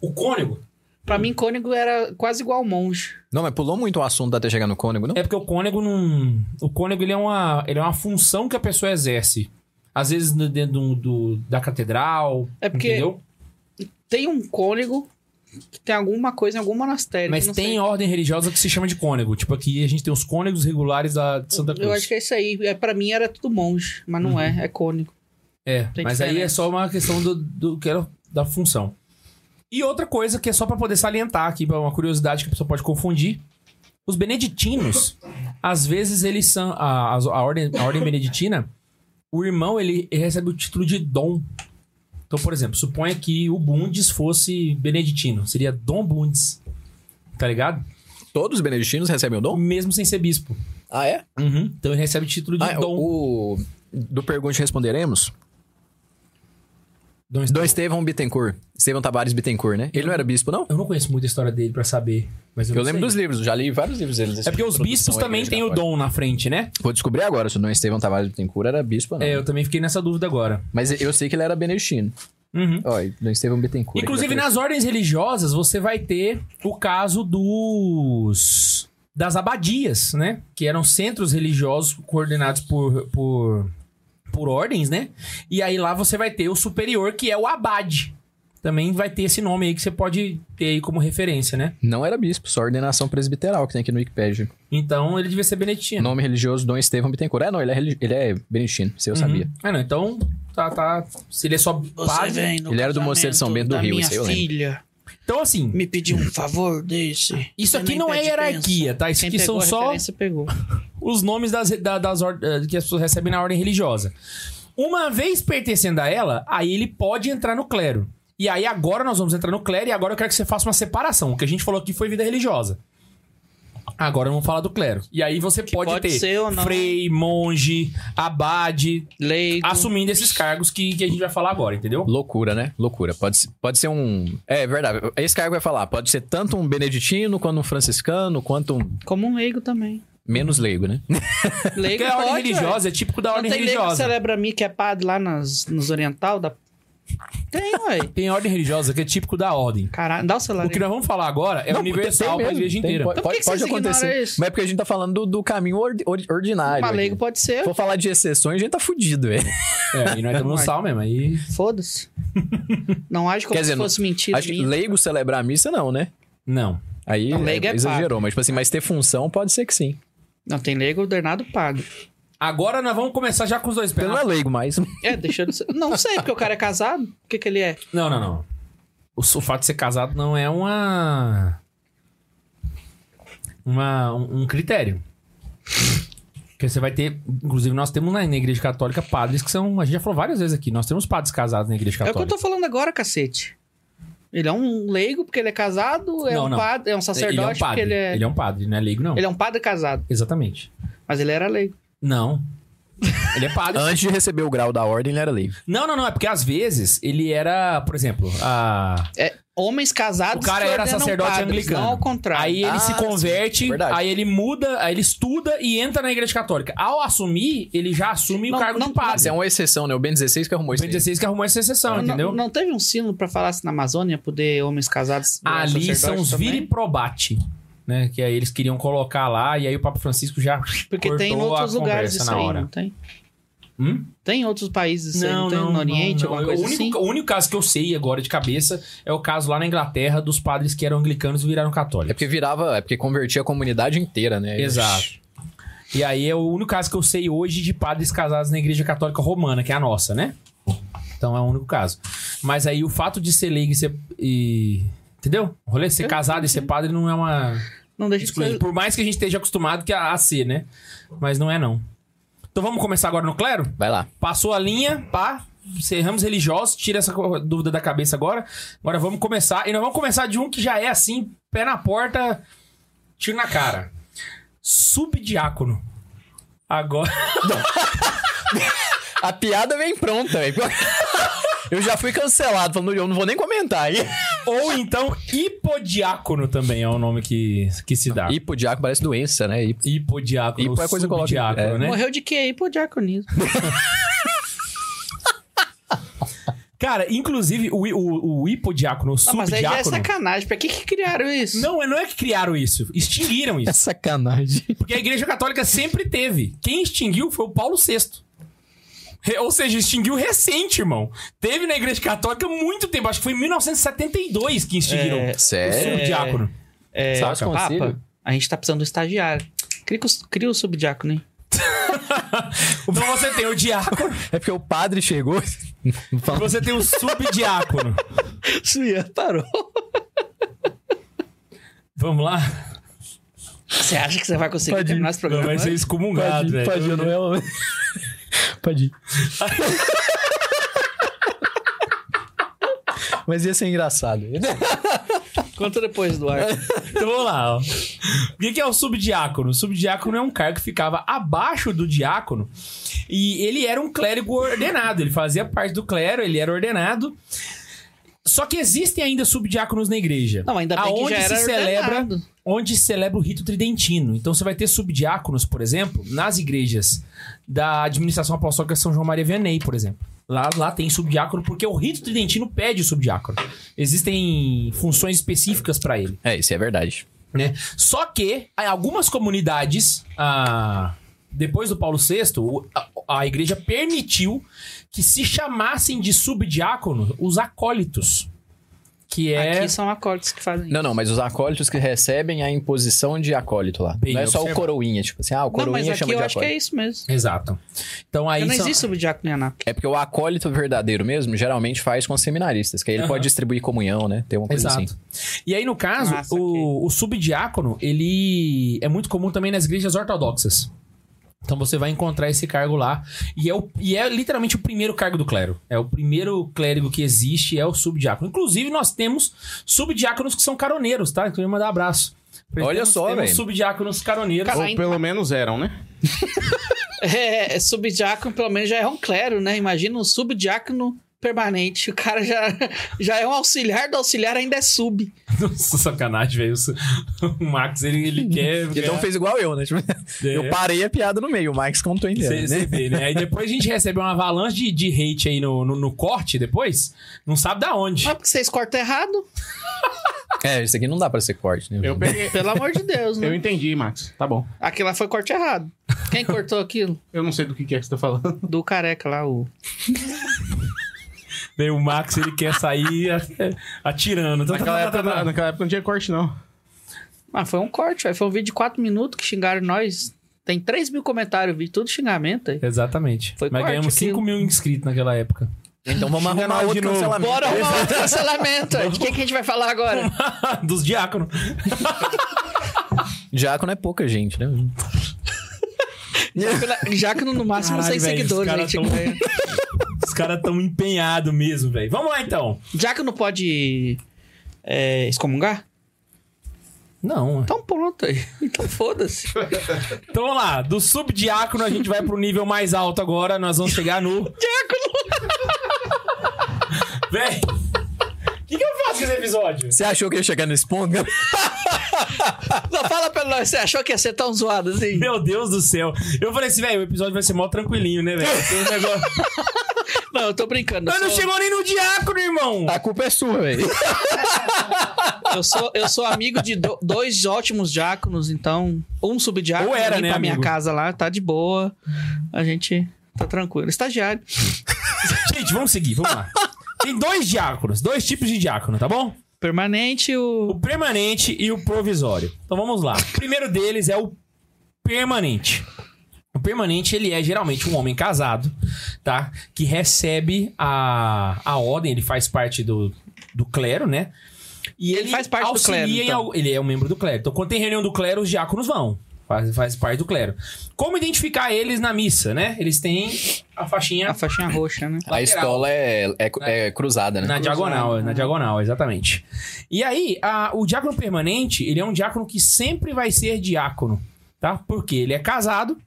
[SPEAKER 1] O cônego
[SPEAKER 3] Pra mim, cônego era quase igual monge.
[SPEAKER 2] Não, mas pulou muito o assunto até chegar no cônego, não?
[SPEAKER 1] É porque o cônego não. O cônego ele é, uma, ele é uma função que a pessoa exerce. Às vezes no- dentro do, do- da catedral.
[SPEAKER 3] É porque-
[SPEAKER 1] Entendeu?
[SPEAKER 3] Tem um cônego que tem alguma coisa em algum monastério.
[SPEAKER 1] Mas
[SPEAKER 3] que eu não
[SPEAKER 1] tem
[SPEAKER 3] sei.
[SPEAKER 1] ordem religiosa que se chama de cônego. Tipo, aqui a gente tem os cônegos regulares da de Santa Cruz.
[SPEAKER 3] Eu acho que é isso aí. É, pra mim era tudo monge, mas
[SPEAKER 1] Uhum.
[SPEAKER 3] não é. É cônego.
[SPEAKER 1] É,
[SPEAKER 3] Tem
[SPEAKER 1] mas aí é
[SPEAKER 3] diferença.
[SPEAKER 1] só uma questão do, do que era da função. E outra coisa que é só pra poder salientar aqui, pra uma curiosidade que a pessoa pode confundir. Os beneditinos, às vezes eles são a, a, a ordem a ordem beneditina, o irmão ele recebe o título de dom. Então, por exemplo, suponha que o Bundes fosse beneditino, seria Dom Bundes. Tá ligado?
[SPEAKER 2] Todos os beneditinos recebem o dom?
[SPEAKER 1] Mesmo sem ser bispo.
[SPEAKER 2] Ah, é?
[SPEAKER 1] Uhum. Então ele recebe o título de
[SPEAKER 2] Ah,
[SPEAKER 1] dom.
[SPEAKER 2] o, o- do Pergunte Responderemos,
[SPEAKER 1] Dom
[SPEAKER 2] do Estevão Bittencourt. Estevão Tavares Bittencourt, né? Ele não era bispo, não?
[SPEAKER 1] Eu não conheço muito a história dele pra saber, mas eu,
[SPEAKER 2] Eu
[SPEAKER 1] não
[SPEAKER 2] lembro
[SPEAKER 1] sei.
[SPEAKER 2] dos livros, já li vários livros deles.
[SPEAKER 1] É porque os bispos também têm o dom na frente, né?
[SPEAKER 2] Vou descobrir agora se o Dom Estevão Tavares Bittencourt era bispo ou não.
[SPEAKER 1] É, eu também fiquei nessa dúvida agora.
[SPEAKER 2] Mas eu sei que ele era beneditino.
[SPEAKER 1] Uhum.
[SPEAKER 2] Ó, Dom Estevão Bittencourt.
[SPEAKER 1] Inclusive, nas ordens religiosas, você vai ter o caso dos... Das abadias, né? Que eram centros religiosos coordenados por, por, por ordens, né? E aí lá você vai ter o superior, que é o abade. Também vai ter esse nome aí que você pode ter aí como referência, né?
[SPEAKER 2] Não era bispo, só ordenação presbiteral que tem aqui no Wikipedia.
[SPEAKER 1] Então ele devia ser
[SPEAKER 3] É.
[SPEAKER 1] beneditino.
[SPEAKER 2] Nome religioso Dom Estevão Bittencourt. É, não, ele é, religi- ele é beneditino, se eu sabia.
[SPEAKER 1] Uhum. Ah, não. Então, tá, tá. Se ele é só padre.
[SPEAKER 2] Ele era do mosteiro de São Bento do Rio, isso aí eu lembro.
[SPEAKER 3] filha
[SPEAKER 1] Então, assim,
[SPEAKER 3] me pediu um favor desse.
[SPEAKER 1] isso
[SPEAKER 3] Você
[SPEAKER 1] aqui
[SPEAKER 3] nem
[SPEAKER 1] não é
[SPEAKER 3] pede
[SPEAKER 1] hierarquia, tá?
[SPEAKER 3] pensa.
[SPEAKER 1] Isso
[SPEAKER 3] Quem
[SPEAKER 1] aqui
[SPEAKER 3] pegou
[SPEAKER 1] são só
[SPEAKER 3] a referência, pegou.
[SPEAKER 1] os nomes das, da- das or- eh, que as pessoas recebem na ordem religiosa. Uma vez pertencendo a ela, aí ele pode entrar no clero. E aí agora nós vamos entrar no clero e agora eu quero que você faça uma separação. O que a gente falou aqui foi vida religiosa. Agora vamos falar do clero. E aí você pode,
[SPEAKER 3] pode
[SPEAKER 1] ter
[SPEAKER 3] ser ou não. né?
[SPEAKER 1] frei, monge, abade,
[SPEAKER 3] Leigo.
[SPEAKER 1] assumindo esses cargos que, que a gente vai falar agora, entendeu?
[SPEAKER 2] Loucura, né? Loucura. Pode, se- pode ser um. É verdade. Esse cargo vai falar. Pode ser tanto um beneditino, quanto um franciscano, quanto um
[SPEAKER 3] Como um leigo também.
[SPEAKER 2] menos leigo, né?
[SPEAKER 1] Porque
[SPEAKER 3] Leigo
[SPEAKER 1] a ordem
[SPEAKER 3] pode, ué.
[SPEAKER 1] religiosa é típico da
[SPEAKER 3] Não
[SPEAKER 1] ordem
[SPEAKER 3] tem leigo que
[SPEAKER 1] religiosa.
[SPEAKER 3] celebra mim, que é padre lá nas, nos oriental? Da... Tem, ué.
[SPEAKER 1] Tem ordem religiosa que é típico da ordem.
[SPEAKER 3] Caralho, dá o celular.
[SPEAKER 1] O que
[SPEAKER 3] aí.
[SPEAKER 1] nós vamos falar agora é
[SPEAKER 2] Não,
[SPEAKER 1] universal pra
[SPEAKER 2] tem mesmo,
[SPEAKER 1] igreja
[SPEAKER 2] tem,
[SPEAKER 1] inteira.
[SPEAKER 2] Pode,
[SPEAKER 3] Então por que
[SPEAKER 2] pode-
[SPEAKER 3] que
[SPEAKER 2] pode
[SPEAKER 3] vocês
[SPEAKER 2] acontecer.
[SPEAKER 3] ignoram isso?
[SPEAKER 2] Mas é porque a gente tá falando do, do caminho ordi- ordi- ordinário.
[SPEAKER 3] Mas Ah, leigo
[SPEAKER 2] aqui.
[SPEAKER 3] pode ser.
[SPEAKER 2] Se for falar de exceções, a gente tá fudido, velho.
[SPEAKER 1] É, e nós estamos no sal mesmo. Aí
[SPEAKER 3] Foda-se. Não age como
[SPEAKER 2] Quer dizer,
[SPEAKER 3] se fosse mentira.
[SPEAKER 2] Acho que
[SPEAKER 3] minha.
[SPEAKER 2] leigo celebrar a missa, não, né?
[SPEAKER 1] Não.
[SPEAKER 2] Aí
[SPEAKER 3] Não, leigo
[SPEAKER 2] é,
[SPEAKER 3] é
[SPEAKER 2] exagerou, mas tipo assim, mas ter função pode ser que sim.
[SPEAKER 3] Não, tem leigo ordenado padre.
[SPEAKER 1] Agora nós vamos começar já com os dois
[SPEAKER 3] Tá.
[SPEAKER 1] pés.
[SPEAKER 2] Ele não é leigo mais.
[SPEAKER 3] É, deixa eu... Não sei, porque o cara é casado. O que que ele é?
[SPEAKER 1] Não, não, não. O, su- o fato de ser casado não é uma. uma um, um critério. Porque você vai ter. Inclusive, nós temos na, na Igreja Católica padres que são. A gente já falou várias vezes aqui. Nós temos padres casados na Igreja
[SPEAKER 3] É o que eu
[SPEAKER 1] Católica.
[SPEAKER 3] tô falando agora, cacete. Ele é um leigo porque ele é casado, é
[SPEAKER 1] Não,
[SPEAKER 3] um
[SPEAKER 1] não.
[SPEAKER 3] padre, é um sacerdote
[SPEAKER 1] ele é um
[SPEAKER 3] porque
[SPEAKER 1] padre.
[SPEAKER 3] ele é...
[SPEAKER 1] um padre, não é leigo, não.
[SPEAKER 3] ele é um padre casado.
[SPEAKER 1] Exatamente.
[SPEAKER 3] Mas ele era leigo.
[SPEAKER 1] Não. Ele é padre.
[SPEAKER 2] Antes de receber o grau da ordem, ele era leigo.
[SPEAKER 1] Não, não, não. É porque às vezes ele era, por exemplo, a.
[SPEAKER 3] Homens casados
[SPEAKER 1] O cara
[SPEAKER 3] que
[SPEAKER 1] era
[SPEAKER 3] ordenam
[SPEAKER 1] sacerdote
[SPEAKER 3] padres,
[SPEAKER 1] anglicano.
[SPEAKER 3] é um Não ao contrário.
[SPEAKER 1] Aí ele
[SPEAKER 2] Ah,
[SPEAKER 1] se
[SPEAKER 2] sim,
[SPEAKER 1] converte,
[SPEAKER 2] verdade.
[SPEAKER 1] aí ele muda, aí ele estuda e entra na igreja católica. Ao assumir, ele já assume
[SPEAKER 3] Não,
[SPEAKER 1] o cargo
[SPEAKER 3] não,
[SPEAKER 1] de padre.
[SPEAKER 2] Mas é uma exceção, né? O Ben 16 que arrumou
[SPEAKER 1] O
[SPEAKER 2] isso.
[SPEAKER 1] Ben
[SPEAKER 2] aí.
[SPEAKER 1] 16 que arrumou essa exceção,
[SPEAKER 3] Não-
[SPEAKER 1] então, entendeu?
[SPEAKER 3] Não, teve um sino pra falar se na Amazônia poder homens casados virar
[SPEAKER 1] Ah, Ali
[SPEAKER 3] é sacerdote
[SPEAKER 1] são os
[SPEAKER 3] também?
[SPEAKER 1] viriprobate, né? Que aí eles queriam colocar lá e aí o Papa Francisco já
[SPEAKER 3] Porque
[SPEAKER 1] cortou
[SPEAKER 3] tem em
[SPEAKER 1] a
[SPEAKER 3] outros lugares
[SPEAKER 1] conversa
[SPEAKER 3] isso
[SPEAKER 1] na
[SPEAKER 3] aí,
[SPEAKER 1] hora.
[SPEAKER 3] não tem?
[SPEAKER 1] Hum?
[SPEAKER 3] Tem em outros países isso aí, não, tem? no Oriente, alguma
[SPEAKER 1] o
[SPEAKER 3] coisa
[SPEAKER 1] único,
[SPEAKER 3] assim?
[SPEAKER 1] O único caso que eu sei agora de cabeça é o caso lá na Inglaterra dos padres que eram anglicanos e viraram
[SPEAKER 2] É
[SPEAKER 1] católicos.
[SPEAKER 2] porque virava, é porque convertia a comunidade inteira, né?
[SPEAKER 1] Exato. E aí é o único caso que eu sei hoje de padres casados na Igreja Católica Romana, que é a nossa, né? Então é o único caso. Mas aí o fato de ser leigo e ser. e- Entendeu? O rolê de ser casado e ser padre não é uma.
[SPEAKER 3] Não deixa de
[SPEAKER 1] Exclusivo.
[SPEAKER 3] ser...
[SPEAKER 1] Por mais que a gente esteja acostumado que a, a ser, né? Mas não é, não. Então vamos começar agora no clero?
[SPEAKER 2] Vai lá.
[SPEAKER 1] Passou a linha, pá. serramos religiosos, tira essa co- dúvida da cabeça agora. Agora vamos começar. E nós vamos começar de um que já é assim, pé na porta, tiro na cara. Subdiácono. Agora.
[SPEAKER 2] A piada vem pronta, velho. Eu já fui cancelado, falando, eu não vou nem comentar aí.
[SPEAKER 1] Ou então, hipodiácono também é o nome que, que se dá.
[SPEAKER 2] Hipodiaco parece doença, né? Hipo-
[SPEAKER 1] Hipodiácono.
[SPEAKER 2] Hipo é coisa que coloca-
[SPEAKER 1] subdiácono,
[SPEAKER 2] é.
[SPEAKER 1] né?
[SPEAKER 3] Morreu de quê aí pro diaconismo?
[SPEAKER 1] Cara, inclusive, o, o, o hipodiácono, o
[SPEAKER 3] Ah, mas aí já é
[SPEAKER 1] subdiácono.
[SPEAKER 3] sacanagem. Pra que, que criaram isso?
[SPEAKER 1] não, é- não é que criaram isso, extinguiram
[SPEAKER 2] É
[SPEAKER 1] isso.
[SPEAKER 2] sacanagem.
[SPEAKER 1] Porque a Igreja Católica sempre teve. Quem extinguiu foi o Paulo VI. Re- Ou seja, extinguiu recente, irmão. Teve na Igreja Católica muito tempo. Acho que foi em 1972 que extinguiram
[SPEAKER 3] É,
[SPEAKER 1] o
[SPEAKER 2] Sério?
[SPEAKER 1] subdiácono.
[SPEAKER 3] É,
[SPEAKER 2] Sabe os
[SPEAKER 3] Papa,
[SPEAKER 2] concílios?
[SPEAKER 3] a gente tá precisando do estagiário. Cria, o- cria o subdiácono, hein?
[SPEAKER 1] Então você tem o diácono
[SPEAKER 2] É porque o padre chegou.
[SPEAKER 1] e você tem o subdiácono.
[SPEAKER 3] Suian parou.
[SPEAKER 1] Vamos lá?
[SPEAKER 3] Você acha que você vai conseguir
[SPEAKER 2] Pode ir.
[SPEAKER 3] terminar esse programa?
[SPEAKER 1] vai ser
[SPEAKER 3] antes?
[SPEAKER 1] excomungado, né? velho.
[SPEAKER 2] eu não é Pode ir. Mas ia ser engraçado.
[SPEAKER 3] Conta depois do ar.
[SPEAKER 1] Então vamos lá. Ó. O que que é o subdiácono? O subdiácono é um cargo que ficava abaixo do diácono e ele era um clérigo ordenado. Ele fazia parte do clero, ele era ordenado. Só que existem ainda subdiáconos na igreja.
[SPEAKER 3] Não, ainda bem que
[SPEAKER 1] Aonde
[SPEAKER 3] já era
[SPEAKER 1] se celebra,
[SPEAKER 3] ordenado.
[SPEAKER 1] onde se celebra o rito tridentino. Então você vai ter subdiáconos, por exemplo, nas igrejas da administração apostólica São João Maria Vianney, por exemplo. Lá, lá tem subdiácono porque o rito tridentino pede o subdiácono. Existem funções específicas para ele
[SPEAKER 2] É, isso é verdade.
[SPEAKER 1] né? Só que em algumas comunidades, ah, depois do Paulo VI, o- a, a igreja permitiu que se chamassem de subdiácono os acólitos, que é
[SPEAKER 3] Aqui são acólitos que fazem
[SPEAKER 2] Não, não, mas os acólitos que recebem a imposição de acólito lá.
[SPEAKER 1] Bem
[SPEAKER 2] não é só o
[SPEAKER 1] observado.
[SPEAKER 2] coroinha, tipo assim, ah, o
[SPEAKER 3] isso. Não,
[SPEAKER 2] coroinha
[SPEAKER 3] mas aqui
[SPEAKER 2] chama
[SPEAKER 3] eu
[SPEAKER 2] de
[SPEAKER 3] acho que
[SPEAKER 2] acólito.
[SPEAKER 3] é isso mesmo.
[SPEAKER 1] exato. Então aí
[SPEAKER 3] Porque não
[SPEAKER 1] são-
[SPEAKER 3] existe subdiácono em Anápolis.
[SPEAKER 2] é... porque o acólito verdadeiro mesmo, geralmente faz com os seminaristas, que aí ele
[SPEAKER 1] Aham.
[SPEAKER 2] pode distribuir comunhão, né? Tem uma coisa
[SPEAKER 1] Exato.
[SPEAKER 2] assim.
[SPEAKER 1] E aí, no caso,
[SPEAKER 3] Ah, saquei.
[SPEAKER 1] o, o subdiácono, ele é muito comum também nas igrejas ortodoxas. Então você vai encontrar esse cargo lá. E é, o- e é literalmente o primeiro cargo do clero. É o primeiro clérigo que existe, é o subdiácono. Inclusive, nós temos subdiáconos que são caroneiros, tá? Então eu ia mandar abraço.
[SPEAKER 2] Olha
[SPEAKER 1] Temos-
[SPEAKER 2] só,
[SPEAKER 1] temos
[SPEAKER 2] velho.
[SPEAKER 1] subdiáconos caroneiros.
[SPEAKER 3] Cara,
[SPEAKER 4] Ou pelo menos eram, né?
[SPEAKER 3] É, é, subdiácono pelo menos já é um clero, né? Imagina um subdiácono permanente. O cara já, já é um auxiliar do auxiliar, ainda é sub.
[SPEAKER 1] Nossa, sacanagem, velho. Isso- O Max, ele, ele quer.
[SPEAKER 2] Então fez igual eu, né? Tipo,
[SPEAKER 1] É.
[SPEAKER 2] Eu parei a piada no meio, o Max que eu não tô entendendo.
[SPEAKER 1] Você
[SPEAKER 2] né?
[SPEAKER 1] vê, né? Aí depois a gente recebe uma avalanche de, de hate aí no, no, no corte depois. Não sabe da onde.
[SPEAKER 3] Mas porque vocês cortam errado,
[SPEAKER 2] É, isso aqui não dá pra ser corte, né?
[SPEAKER 4] Eu peguei.
[SPEAKER 3] pelo amor de Deus,
[SPEAKER 4] Eu
[SPEAKER 3] né?
[SPEAKER 4] entendi, Max. Tá bom.
[SPEAKER 3] Aquilo lá foi corte errado. Quem cortou aquilo?
[SPEAKER 4] Eu não sei do que que é que você tá falando.
[SPEAKER 3] Do careca lá, o.
[SPEAKER 1] Daí o Max ele quer sair a- atirando.
[SPEAKER 4] Naquela época, na- naquela época não tinha corte, não.
[SPEAKER 3] Ah, foi um corte, velho. Foi um vídeo de 4 minutos que xingaram nós. Tem 3 mil comentários, o vídeo, tudo xingamento aí.
[SPEAKER 1] Exatamente.
[SPEAKER 3] Foi
[SPEAKER 1] Mas
[SPEAKER 3] corte
[SPEAKER 1] ganhamos 5
[SPEAKER 3] aquilo.
[SPEAKER 1] mil inscritos naquela época.
[SPEAKER 2] Então vamos
[SPEAKER 4] Xinga
[SPEAKER 2] arrumar
[SPEAKER 4] nós
[SPEAKER 2] outro
[SPEAKER 4] de novo.
[SPEAKER 2] cancelamento.
[SPEAKER 3] Bora arrumar outro cancelamento. velho. De quem que a gente vai falar agora?
[SPEAKER 1] Dos diáconos.
[SPEAKER 2] Diácono é pouca gente, né?
[SPEAKER 3] Diácono no máximo
[SPEAKER 1] Caralho,
[SPEAKER 3] 6
[SPEAKER 1] velho, os
[SPEAKER 3] seguidores, né, tipo,
[SPEAKER 1] caras
[SPEAKER 3] gente.
[SPEAKER 1] tão- Os caras tão empenhados mesmo, velho. Vamos lá então.
[SPEAKER 3] Diácono pode é, excomungar?
[SPEAKER 1] Não.
[SPEAKER 3] Então pronto aí. Então foda-se.
[SPEAKER 1] Então vamos lá. Do subdiácono a gente vai pro nível mais alto agora. Nós vamos chegar no.
[SPEAKER 3] Diácono!
[SPEAKER 1] Véi! O que, que eu faço com esse episódio?
[SPEAKER 2] Você achou que eu ia chegar nesse ponto?
[SPEAKER 3] Não, fala pra nós, você achou que ia ser tão zoado assim?
[SPEAKER 1] Meu Deus do céu. Eu falei assim, velho, o episódio vai ser mó tranquilinho, né, velho? Tem um negócio-
[SPEAKER 3] Não, eu tô brincando. Eu
[SPEAKER 1] Mas não
[SPEAKER 3] sou,
[SPEAKER 1] chegou nem no diácono, irmão!
[SPEAKER 2] A culpa é sua, velho.
[SPEAKER 3] eu sou, eu sou amigo de do- dois ótimos diáconos, então. Um subdiácono
[SPEAKER 1] Ou era,
[SPEAKER 3] vem
[SPEAKER 1] né,
[SPEAKER 3] pra minha
[SPEAKER 1] amigo?
[SPEAKER 3] casa lá, tá de boa. A gente tá tranquilo. Estagiário.
[SPEAKER 1] Gente, vamos seguir, vamos lá. Tem dois diáconos, dois tipos de diácono, tá bom?
[SPEAKER 3] Permanente, o.
[SPEAKER 1] O permanente e o provisório. Então vamos lá. O primeiro deles é o permanente. O permanente, ele é geralmente um homem casado, tá? Que recebe a, a ordem, ele faz parte do, do clero, né? E
[SPEAKER 3] Ele faz parte do
[SPEAKER 1] auxilia
[SPEAKER 3] clero,
[SPEAKER 1] em
[SPEAKER 3] então.
[SPEAKER 1] al- Ele é um membro do clero. Então, quando tem reunião do clero, os diáconos vão. Faz, faz parte do clero. Como identificar eles na missa, né? Eles têm a faixinha
[SPEAKER 3] A faixinha roxa, né?
[SPEAKER 2] A
[SPEAKER 1] Lateral.
[SPEAKER 2] estola é, é- é cruzada, né?
[SPEAKER 1] na diagonal, é,
[SPEAKER 3] né?
[SPEAKER 1] na diagonal, exatamente. E aí, a- o diácono permanente, ele é um diácono que sempre vai ser diácono, tá? Porque ele é casado,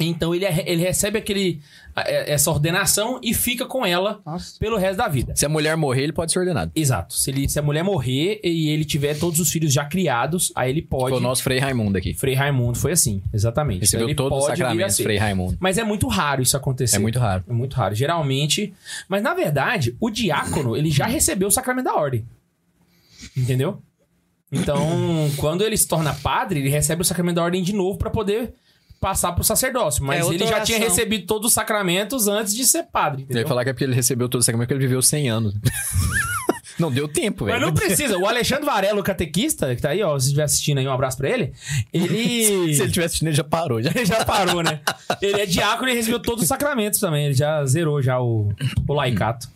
[SPEAKER 1] então ele, é- ele recebe aquele, a- é, essa ordenação e fica com ela
[SPEAKER 3] Nossa.
[SPEAKER 1] pelo resto da vida.
[SPEAKER 2] Se a mulher morrer, ele pode ser ordenado.
[SPEAKER 1] Exato. Se, ele, se a mulher morrer e ele tiver todos os filhos já criados, aí ele
[SPEAKER 2] Foi
[SPEAKER 1] pode.
[SPEAKER 2] o nosso Frei Raimundo aqui.
[SPEAKER 1] Frei Raimundo foi assim, exatamente. Então
[SPEAKER 2] Recebeu
[SPEAKER 1] ele
[SPEAKER 2] todos os
[SPEAKER 1] pode vir a
[SPEAKER 2] sacramentos,
[SPEAKER 1] ser.
[SPEAKER 2] Frei Raimundo.
[SPEAKER 1] Mas é muito raro isso acontecer.
[SPEAKER 2] É muito raro.
[SPEAKER 1] É muito raro. Geralmente. Mas na verdade, o diácono, ele já recebeu o sacramento da ordem. Entendeu? Então, quando ele se torna padre, ele recebe o sacramento da ordem de novo pra poder passar pro sacerdócio.
[SPEAKER 3] É
[SPEAKER 1] Mas
[SPEAKER 3] outra
[SPEAKER 1] ele já tinha
[SPEAKER 3] oração.
[SPEAKER 1] recebido todos os sacramentos antes de ser padre.
[SPEAKER 2] Ele
[SPEAKER 1] Entendeu?
[SPEAKER 2] ia falar que é porque ele recebeu todo o sacramento que ele viveu 100 anos. não deu tempo,
[SPEAKER 1] Mas
[SPEAKER 2] velho.
[SPEAKER 1] não precisa. O Alexandre Varela, o catequista, que tá aí, ó, se estiver assistindo aí, um abraço pra ele. Ele.
[SPEAKER 2] Se ele tivesse assistindo, ele já parou. Já.
[SPEAKER 1] Ele já parou, né? Ele é diácono e recebeu todos os sacramentos também. Ele já zerou já o, o laicato.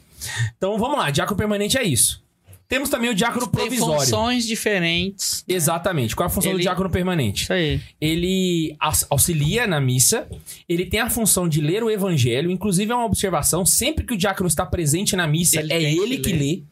[SPEAKER 1] Então vamos lá, diácono permanente é isso. Temos também o diácono
[SPEAKER 3] Tem
[SPEAKER 1] provisório.
[SPEAKER 3] funções diferentes.
[SPEAKER 1] Exatamente. Qual é a função do
[SPEAKER 3] Ele-
[SPEAKER 1] diácono permanente?
[SPEAKER 3] Isso aí.
[SPEAKER 1] Ele aux- auxilia na missa, ele tem a função de ler o evangelho, inclusive é uma observação, sempre que o diácono está presente na missa,
[SPEAKER 3] Ele
[SPEAKER 1] é
[SPEAKER 3] tem que
[SPEAKER 1] ele que lê.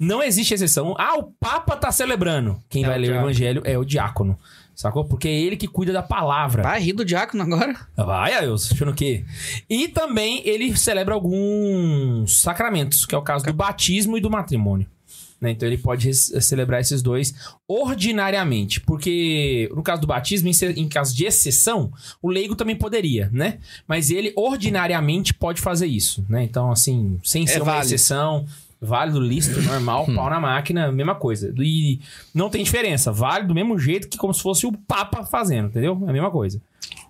[SPEAKER 1] Não existe exceção. Ah, o Papa tá celebrando. Quem
[SPEAKER 3] É
[SPEAKER 1] vai
[SPEAKER 3] o
[SPEAKER 1] ler o
[SPEAKER 3] diácono.
[SPEAKER 1] evangelho é o diácono. Sacou? Porque é ele que cuida da palavra.
[SPEAKER 3] Vai rir do diácono agora?
[SPEAKER 1] Vai, Ailson, achando o quê? E também ele celebra alguns sacramentos, que é o caso do batismo e do matrimônio. né? Então ele pode res- celebrar esses dois ordinariamente, porque no caso do batismo, em, ce- em caso de exceção, o leigo também poderia, né? Mas ele ordinariamente pode fazer isso, né? Então, assim, sem ser uma
[SPEAKER 3] válido.
[SPEAKER 1] exceção, válido, lícito, normal, pau na máquina, mesma coisa. E não tem diferença, vale do mesmo jeito que como se fosse o Papa fazendo, entendeu? É a mesma coisa,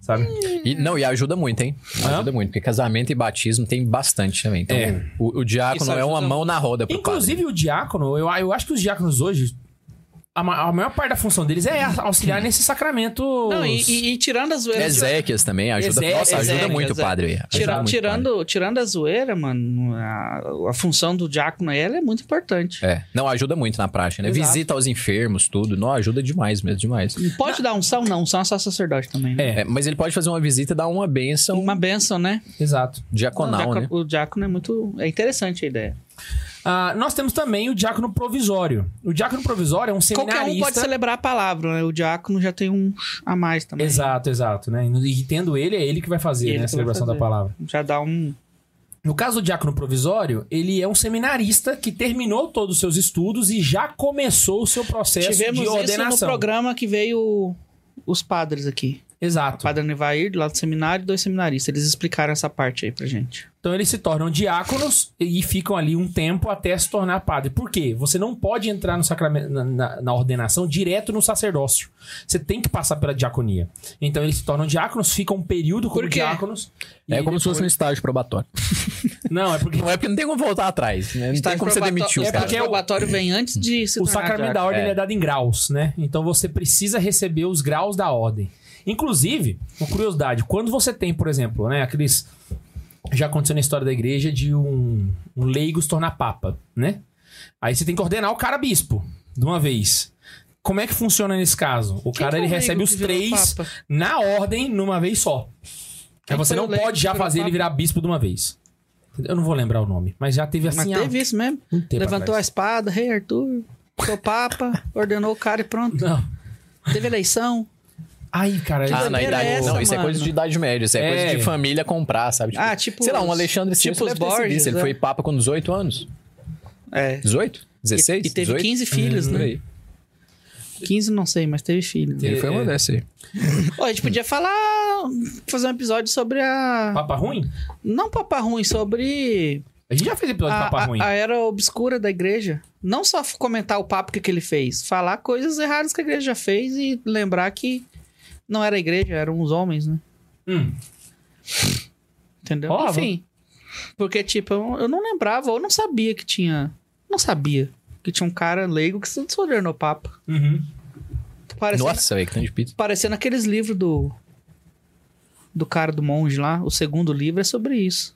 [SPEAKER 1] sabe?
[SPEAKER 2] E, não, e ajuda muito, hein?
[SPEAKER 1] Hã?
[SPEAKER 2] Ajuda muito, porque casamento e batismo tem bastante também. Então,
[SPEAKER 1] É.
[SPEAKER 2] o, o diácono
[SPEAKER 3] Isso
[SPEAKER 2] é uma
[SPEAKER 3] ajuda-
[SPEAKER 2] mão na roda pro
[SPEAKER 1] Inclusive o diácono, eu, eu acho que os diáconos hoje, a, ma- a maior parte da função deles é a- auxiliar nesse sacramento.
[SPEAKER 3] Não, e, e- e tirando a zoeira.
[SPEAKER 2] padre. Ezequias também ajuda.
[SPEAKER 1] Ezequias, é.
[SPEAKER 2] nossa, ajuda
[SPEAKER 3] Ezequias,
[SPEAKER 2] muito o
[SPEAKER 3] Ezequias.
[SPEAKER 2] padre. Ajuda
[SPEAKER 3] Tira-
[SPEAKER 2] muito o
[SPEAKER 3] tirando, tirando a zoeira, mano, a, a função do diácono aí, ela é muito importante.
[SPEAKER 2] padre. É. Não, ajuda muito na prática, né?
[SPEAKER 1] Exato.
[SPEAKER 2] Visita aos enfermos, tudo. Não, ajuda demais mesmo, demais.
[SPEAKER 3] Não pode dar unção, não. Unção é só sacerdote também. Né?
[SPEAKER 1] É,
[SPEAKER 2] É, mas ele pode fazer uma visita e dar uma bênção
[SPEAKER 3] Uma benção, né?
[SPEAKER 1] exato.
[SPEAKER 3] o,
[SPEAKER 2] diaconal,
[SPEAKER 3] diácono,
[SPEAKER 2] né?
[SPEAKER 3] o diácono é muito. É interessante a ideia.
[SPEAKER 1] Ah, nós temos também o diácono provisório. O diácono provisório é um
[SPEAKER 3] Qualquer
[SPEAKER 1] seminarista.
[SPEAKER 3] um pode celebrar a palavra, né? O diácono já tem um a mais também.
[SPEAKER 1] Exato, exato, né? E tendo ele, é ele que vai fazer
[SPEAKER 3] Ele
[SPEAKER 1] né, a
[SPEAKER 3] que vai
[SPEAKER 1] celebração da
[SPEAKER 3] fazer.
[SPEAKER 1] palavra.
[SPEAKER 3] Já dá um.
[SPEAKER 1] No caso do diácono provisório, ele é um seminarista que terminou todos os seus estudos e já começou o seu processo
[SPEAKER 3] Tivemos
[SPEAKER 1] de
[SPEAKER 3] isso no
[SPEAKER 1] ordenação. Tá.
[SPEAKER 3] programa que veio os padres aqui. O
[SPEAKER 1] Exato.
[SPEAKER 3] padre Nevair, lá do seminário, e dois seminaristas. Eles explicaram essa parte aí pra gente.
[SPEAKER 1] Então eles se tornam diáconos e ficam ali um tempo até se tornar padre. Por quê? Você não pode entrar no sacramen- na, na- na ordenação direto no sacerdócio. Você tem que passar pela diaconia. Então eles se tornam diáconos, ficam um período como
[SPEAKER 3] Por quê?
[SPEAKER 1] diáconos.
[SPEAKER 2] É
[SPEAKER 1] e
[SPEAKER 2] como se fosse um estágio probatório.
[SPEAKER 1] depois- Não, é porque
[SPEAKER 2] Não é porque não tem como voltar atrás, né? Não tem como você demitir os
[SPEAKER 1] é
[SPEAKER 2] caras.
[SPEAKER 1] porque
[SPEAKER 3] O probatório vem antes de se
[SPEAKER 1] o
[SPEAKER 3] tornar
[SPEAKER 1] sacramento da
[SPEAKER 3] diácono.
[SPEAKER 1] ordem
[SPEAKER 2] é.
[SPEAKER 1] ele é dado em graus, né? Então você precisa receber os graus da ordem. Inclusive, uma curiosidade, quando você tem, por exemplo, né, aqueles. Já aconteceu na história da igreja de um, um leigo se tornar papa, né? Aí você tem que ordenar o cara bispo de uma vez. Como é que funciona nesse caso? O
[SPEAKER 3] Quem
[SPEAKER 1] cara
[SPEAKER 3] que é
[SPEAKER 1] ele
[SPEAKER 3] o leigo
[SPEAKER 1] recebe os
[SPEAKER 3] que virou
[SPEAKER 1] três
[SPEAKER 3] papa?
[SPEAKER 1] na ordem numa vez só.
[SPEAKER 3] Quem
[SPEAKER 1] Aí você
[SPEAKER 3] foi
[SPEAKER 1] não
[SPEAKER 3] o leigo
[SPEAKER 1] pode
[SPEAKER 3] que
[SPEAKER 1] já
[SPEAKER 3] virou
[SPEAKER 1] fazer ele
[SPEAKER 3] papa?
[SPEAKER 1] virar bispo de uma vez. Eu não vou lembrar o nome, mas já teve
[SPEAKER 3] Mas
[SPEAKER 1] assim. há
[SPEAKER 3] teve isso mesmo.
[SPEAKER 1] um tempo
[SPEAKER 3] Levantou a
[SPEAKER 1] atrás.
[SPEAKER 3] espada, rei Arthur, seu papa, ordenou o cara e pronto.
[SPEAKER 1] Não.
[SPEAKER 3] Teve eleição.
[SPEAKER 1] Ai, cara.
[SPEAKER 2] Ah,
[SPEAKER 1] eu-
[SPEAKER 2] na
[SPEAKER 3] doideira
[SPEAKER 2] idade.
[SPEAKER 3] é essa,
[SPEAKER 2] não, isso é
[SPEAKER 3] mano?
[SPEAKER 2] coisa de idade média, isso é,
[SPEAKER 1] É.
[SPEAKER 2] coisa de família comprar, sabe?
[SPEAKER 3] Ah, tipo
[SPEAKER 2] Sei lá, um
[SPEAKER 3] os-
[SPEAKER 2] Alexandre VI
[SPEAKER 3] tipo os
[SPEAKER 2] deve ter sido isso.
[SPEAKER 3] Borges,
[SPEAKER 2] Ele
[SPEAKER 3] né?
[SPEAKER 2] foi papa com 18 anos.
[SPEAKER 3] É.
[SPEAKER 2] 18? 16?
[SPEAKER 3] e, e teve
[SPEAKER 2] 18?
[SPEAKER 3] 15 filhos,
[SPEAKER 2] É, Por
[SPEAKER 3] né?
[SPEAKER 2] aí.
[SPEAKER 3] 15 não sei, mas teve filhos. né?
[SPEAKER 1] Teve.
[SPEAKER 2] Uhum. Ele foi uma
[SPEAKER 1] É.
[SPEAKER 2] dessas aí.
[SPEAKER 3] Ó, a gente podia falar, fazer um episódio sobre a...
[SPEAKER 1] Papa ruim?
[SPEAKER 3] Não papa ruim, sobre
[SPEAKER 1] A gente já fez episódio de
[SPEAKER 3] a,
[SPEAKER 1] Papa
[SPEAKER 3] a-
[SPEAKER 1] Ruim.
[SPEAKER 3] a era obscura da igreja. Não só f- comentar o papo que, que ele fez, falar coisas erradas que a igreja já fez e lembrar que não era a igreja, eram os homens, né?
[SPEAKER 1] Hum.
[SPEAKER 3] Entendeu?
[SPEAKER 1] Ó,
[SPEAKER 3] Enfim. Porque, tipo, eu, eu não lembrava, ou não sabia que tinha. Não sabia que tinha um cara leigo que se ordenou papa.
[SPEAKER 1] Uhum.
[SPEAKER 3] Tá Parecendo,
[SPEAKER 2] Nossa, velho, que tanto de pizza.
[SPEAKER 3] parecendo aqueles livros do. Do cara do monge lá, o segundo livro é sobre isso.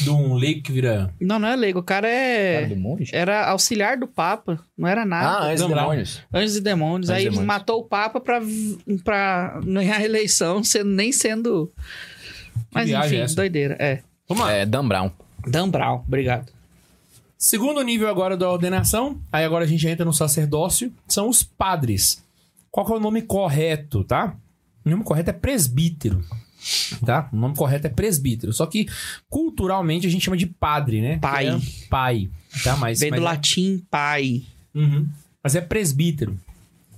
[SPEAKER 1] de um leigo que vira.
[SPEAKER 3] Não, não é leigo. O cara
[SPEAKER 2] Cara
[SPEAKER 3] é.
[SPEAKER 2] do monge?
[SPEAKER 3] Era auxiliar do Papa, não era nada.
[SPEAKER 2] Ah, antes
[SPEAKER 1] Não, não.
[SPEAKER 2] demônios.
[SPEAKER 3] Anjos e
[SPEAKER 2] Anjos
[SPEAKER 3] demônios.
[SPEAKER 2] e
[SPEAKER 3] Aí ele
[SPEAKER 2] Demônios.
[SPEAKER 3] matou o Papa pra, pra ganhar a eleição, sendo, nem sendo. Mas
[SPEAKER 1] viagem
[SPEAKER 3] enfim,
[SPEAKER 1] é essa?
[SPEAKER 3] doideira. É.
[SPEAKER 1] Vamos lá.
[SPEAKER 2] É, Dan Brown.
[SPEAKER 3] Dan Brown, obrigado.
[SPEAKER 1] Segundo nível agora da ordenação, aí agora a gente entra no sacerdócio, são os padres. Qual que é o nome correto, tá? O nome correto é presbítero, tá? O nome correto é presbítero, só que culturalmente a gente chama de padre, né?
[SPEAKER 3] Pai.
[SPEAKER 1] Que é pai, tá? Mas,
[SPEAKER 3] Vem do
[SPEAKER 1] mas,
[SPEAKER 3] latim pai,
[SPEAKER 1] Uhum. Mas é presbítero.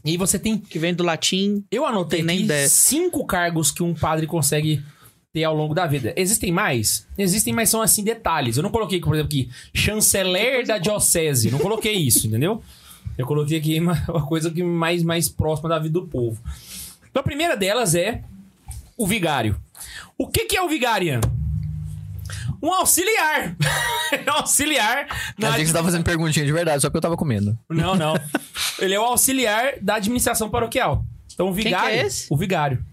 [SPEAKER 1] E aí você tem,
[SPEAKER 3] que vem do latim
[SPEAKER 1] eu anotei
[SPEAKER 3] Tem nem
[SPEAKER 1] aqui
[SPEAKER 3] ideia.
[SPEAKER 1] cinco cargos que um padre consegue ter ao longo da vida. Existem mais? Existem, mas são assim detalhes. Eu não coloquei, por exemplo, aqui chanceler da diocese. Não coloquei isso, entendeu? Eu coloquei aqui uma, uma coisa que mais mais próxima da vida do povo. Então a primeira delas é o vigário. O que que é o vigário? Ian? Um auxiliar. É um auxiliar
[SPEAKER 2] Não,
[SPEAKER 1] na
[SPEAKER 2] achei que você
[SPEAKER 3] tá
[SPEAKER 2] tava fazendo perguntinha de verdade, só porque eu tava comendo.
[SPEAKER 1] não, não. Ele é o auxiliar da administração paroquial. Então o
[SPEAKER 3] que
[SPEAKER 1] vigário,
[SPEAKER 3] é esse?
[SPEAKER 1] o vigário.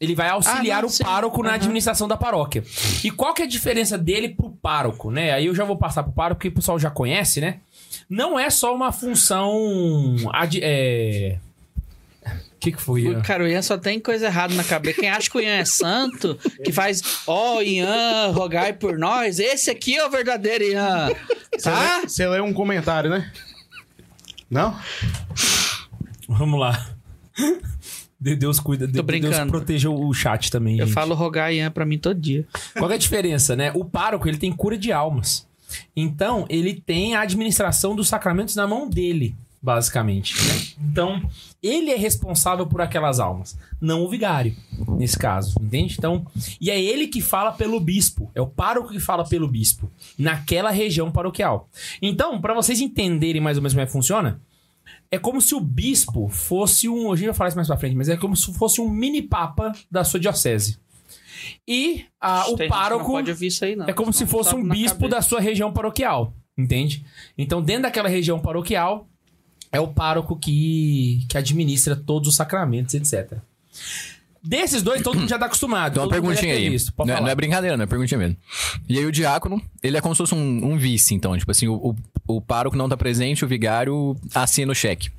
[SPEAKER 1] Ele vai auxiliar
[SPEAKER 3] Ah, não,
[SPEAKER 1] o
[SPEAKER 3] sim.
[SPEAKER 1] pároco na
[SPEAKER 3] Aham.
[SPEAKER 1] administração da paróquia. E qual que é a diferença dele pro pároco, né? Aí eu já vou passar pro pároco, porque o pessoal já conhece, né? Não é só uma função... ad- é... O que que foi? Ian?
[SPEAKER 3] Cara, o Ian só tem coisa errada na cabeça. Quem acha que o Ian é santo, que faz, ó, Ian, rogai por nós, esse aqui é o verdadeiro Ian.
[SPEAKER 4] Você,
[SPEAKER 3] Tá?
[SPEAKER 4] lê, você lê um comentário, né? Não?
[SPEAKER 1] Vamos lá. De- Deus cuida, de- Deus
[SPEAKER 3] brincando.
[SPEAKER 1] proteja o chat também,
[SPEAKER 3] Eu
[SPEAKER 1] gente.
[SPEAKER 3] falo rogar Ian pra mim todo dia.
[SPEAKER 1] Qual que é a diferença, né? O pároco, ele tem cura de almas. Então, ele tem a administração dos sacramentos na mão dele, basicamente. né? Então, ele é responsável por aquelas almas, não o vigário, nesse caso, entende? Então, e é ele que fala pelo bispo, é o pároco que fala pelo bispo, naquela região paroquial. Então, para vocês entenderem mais ou menos como é que funciona, é como se o bispo fosse um. A gente vai falar isso mais pra frente, mas é como se fosse um mini papa da sua diocese. E ah, o
[SPEAKER 3] Tem gente que
[SPEAKER 1] pároco.
[SPEAKER 3] Não pode ouvir isso aí, não.
[SPEAKER 1] É como se
[SPEAKER 3] Senão
[SPEAKER 1] fosse
[SPEAKER 3] sobe
[SPEAKER 1] um
[SPEAKER 3] na
[SPEAKER 1] bispo
[SPEAKER 3] cabeça.
[SPEAKER 1] da sua região paroquial, entende? Então, dentro daquela região paroquial, é o pároco que, que administra todos os sacramentos, etc. Desses dois, todo mundo já tá acostumado.
[SPEAKER 2] Então, uma
[SPEAKER 1] todo mundo
[SPEAKER 2] perguntinha
[SPEAKER 1] já
[SPEAKER 2] aí.
[SPEAKER 1] teve isso, pode
[SPEAKER 2] não, é,
[SPEAKER 1] falar.
[SPEAKER 2] não é brincadeira, não é perguntinha mesmo. E aí, o diácono, ele é como se fosse um, um vice, então. Tipo assim, o, o, o pároco não tá presente, o vigário assina o cheque.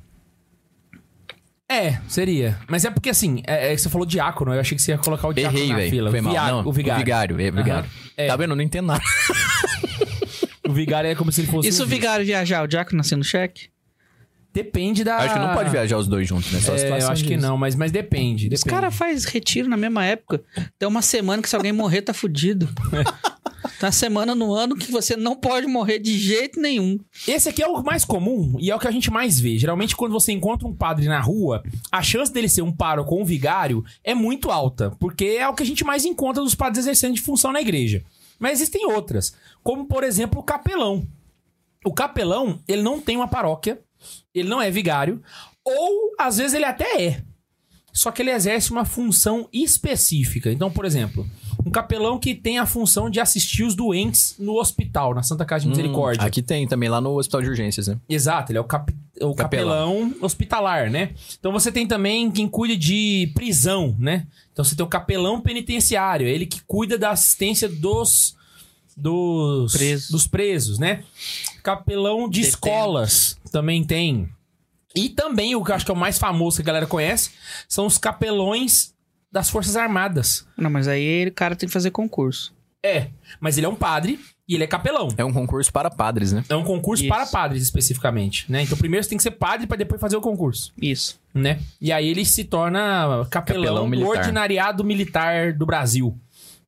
[SPEAKER 1] É, seria. Mas é porque assim, é, é que você falou diácono, eu achei que você ia colocar o diácono
[SPEAKER 2] Errei,
[SPEAKER 1] na
[SPEAKER 2] velho.
[SPEAKER 1] fila.
[SPEAKER 2] Foi
[SPEAKER 1] o,
[SPEAKER 2] mal.
[SPEAKER 1] viá-
[SPEAKER 2] não,
[SPEAKER 1] o vigário.
[SPEAKER 2] é, o vigário.
[SPEAKER 1] Aham. É.
[SPEAKER 2] Tá vendo? Eu não entendo nada.
[SPEAKER 1] O vigário é como se ele fosse.
[SPEAKER 3] E se
[SPEAKER 1] um
[SPEAKER 3] o vigário viajar, o diácono nascendo cheque?
[SPEAKER 1] Depende da.
[SPEAKER 2] Acho que não pode viajar os dois juntos, né? Só a
[SPEAKER 1] Ah. É, eu
[SPEAKER 2] situação
[SPEAKER 1] acho que
[SPEAKER 2] disso.
[SPEAKER 1] não, mas, mas depende.
[SPEAKER 3] Os
[SPEAKER 1] depende.
[SPEAKER 3] caras fazem retiro na mesma época. Tem uma semana que se alguém morrer, tá fudido. Tem uma semana no ano que você não pode morrer de jeito nenhum.
[SPEAKER 1] Esse aqui é o mais comum e é o que a gente mais vê. Geralmente, quando você encontra um padre na rua, a chance dele ser um pároco ou um vigário é muito alta, porque é o que a gente mais encontra dos padres exercendo de função na igreja. Mas existem outras, como por exemplo o capelão. O capelão, ele não tem uma paróquia, ele não é vigário, ou às vezes ele até é, só que ele exerce uma função específica. Então, por exemplo, um capelão que tem a função de assistir os doentes no hospital, na Santa Casa de Misericórdia.
[SPEAKER 2] Hum, Aqui tem também, lá no Hospital de Urgências, né?
[SPEAKER 1] Exato, ele é o, cap- o capelão.
[SPEAKER 2] Capelão.
[SPEAKER 1] hospitalar, né? Então você tem também quem cuida de prisão, né? Então você tem o capelão penitenciário, é ele que cuida da assistência dos dos
[SPEAKER 3] Presos.
[SPEAKER 1] dos presos né? Capelão de
[SPEAKER 3] Detentos.
[SPEAKER 1] escolas também tem. E também o que eu acho que é o mais famoso que a galera conhece são os capelões das Forças Armadas.
[SPEAKER 3] Não, mas aí o cara tem que fazer concurso.
[SPEAKER 1] É, mas ele é um padre e ele é capelão.
[SPEAKER 2] É um concurso para padres, né?
[SPEAKER 1] É um concurso
[SPEAKER 3] Isso.
[SPEAKER 1] para padres especificamente, né? Então primeiro você tem que ser padre para depois fazer o concurso.
[SPEAKER 3] Isso.
[SPEAKER 1] né? E aí ele se torna capelão,
[SPEAKER 2] Capelão
[SPEAKER 1] do
[SPEAKER 2] militar.
[SPEAKER 1] ordinariado militar do Brasil.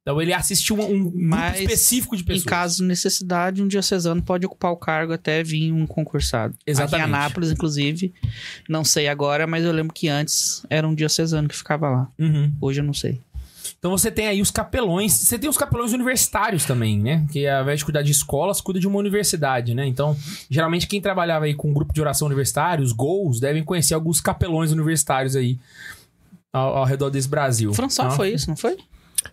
[SPEAKER 1] Então ele assistiu um, um grupo
[SPEAKER 3] Mas,
[SPEAKER 1] específico de
[SPEAKER 3] Em
[SPEAKER 1] pessoas.
[SPEAKER 3] caso de necessidade, um diocesano pode ocupar o cargo até vir um concursado.
[SPEAKER 1] Exatamente.
[SPEAKER 3] Aqui em Anápolis, inclusive, não sei agora, mas eu lembro que antes era um diocesano que ficava lá.
[SPEAKER 1] Uhum.
[SPEAKER 3] Hoje eu não sei.
[SPEAKER 1] Então você tem aí os capelões. Você tem os capelões universitários também, né? Que ao invés de cuidar de escolas, cuida de uma universidade, né? Então, geralmente quem trabalhava aí com um grupo de oração universitário, os gols, devem conhecer alguns capelões universitários aí ao, ao redor desse Brasil.
[SPEAKER 3] O François
[SPEAKER 1] Então,
[SPEAKER 3] foi isso, não foi?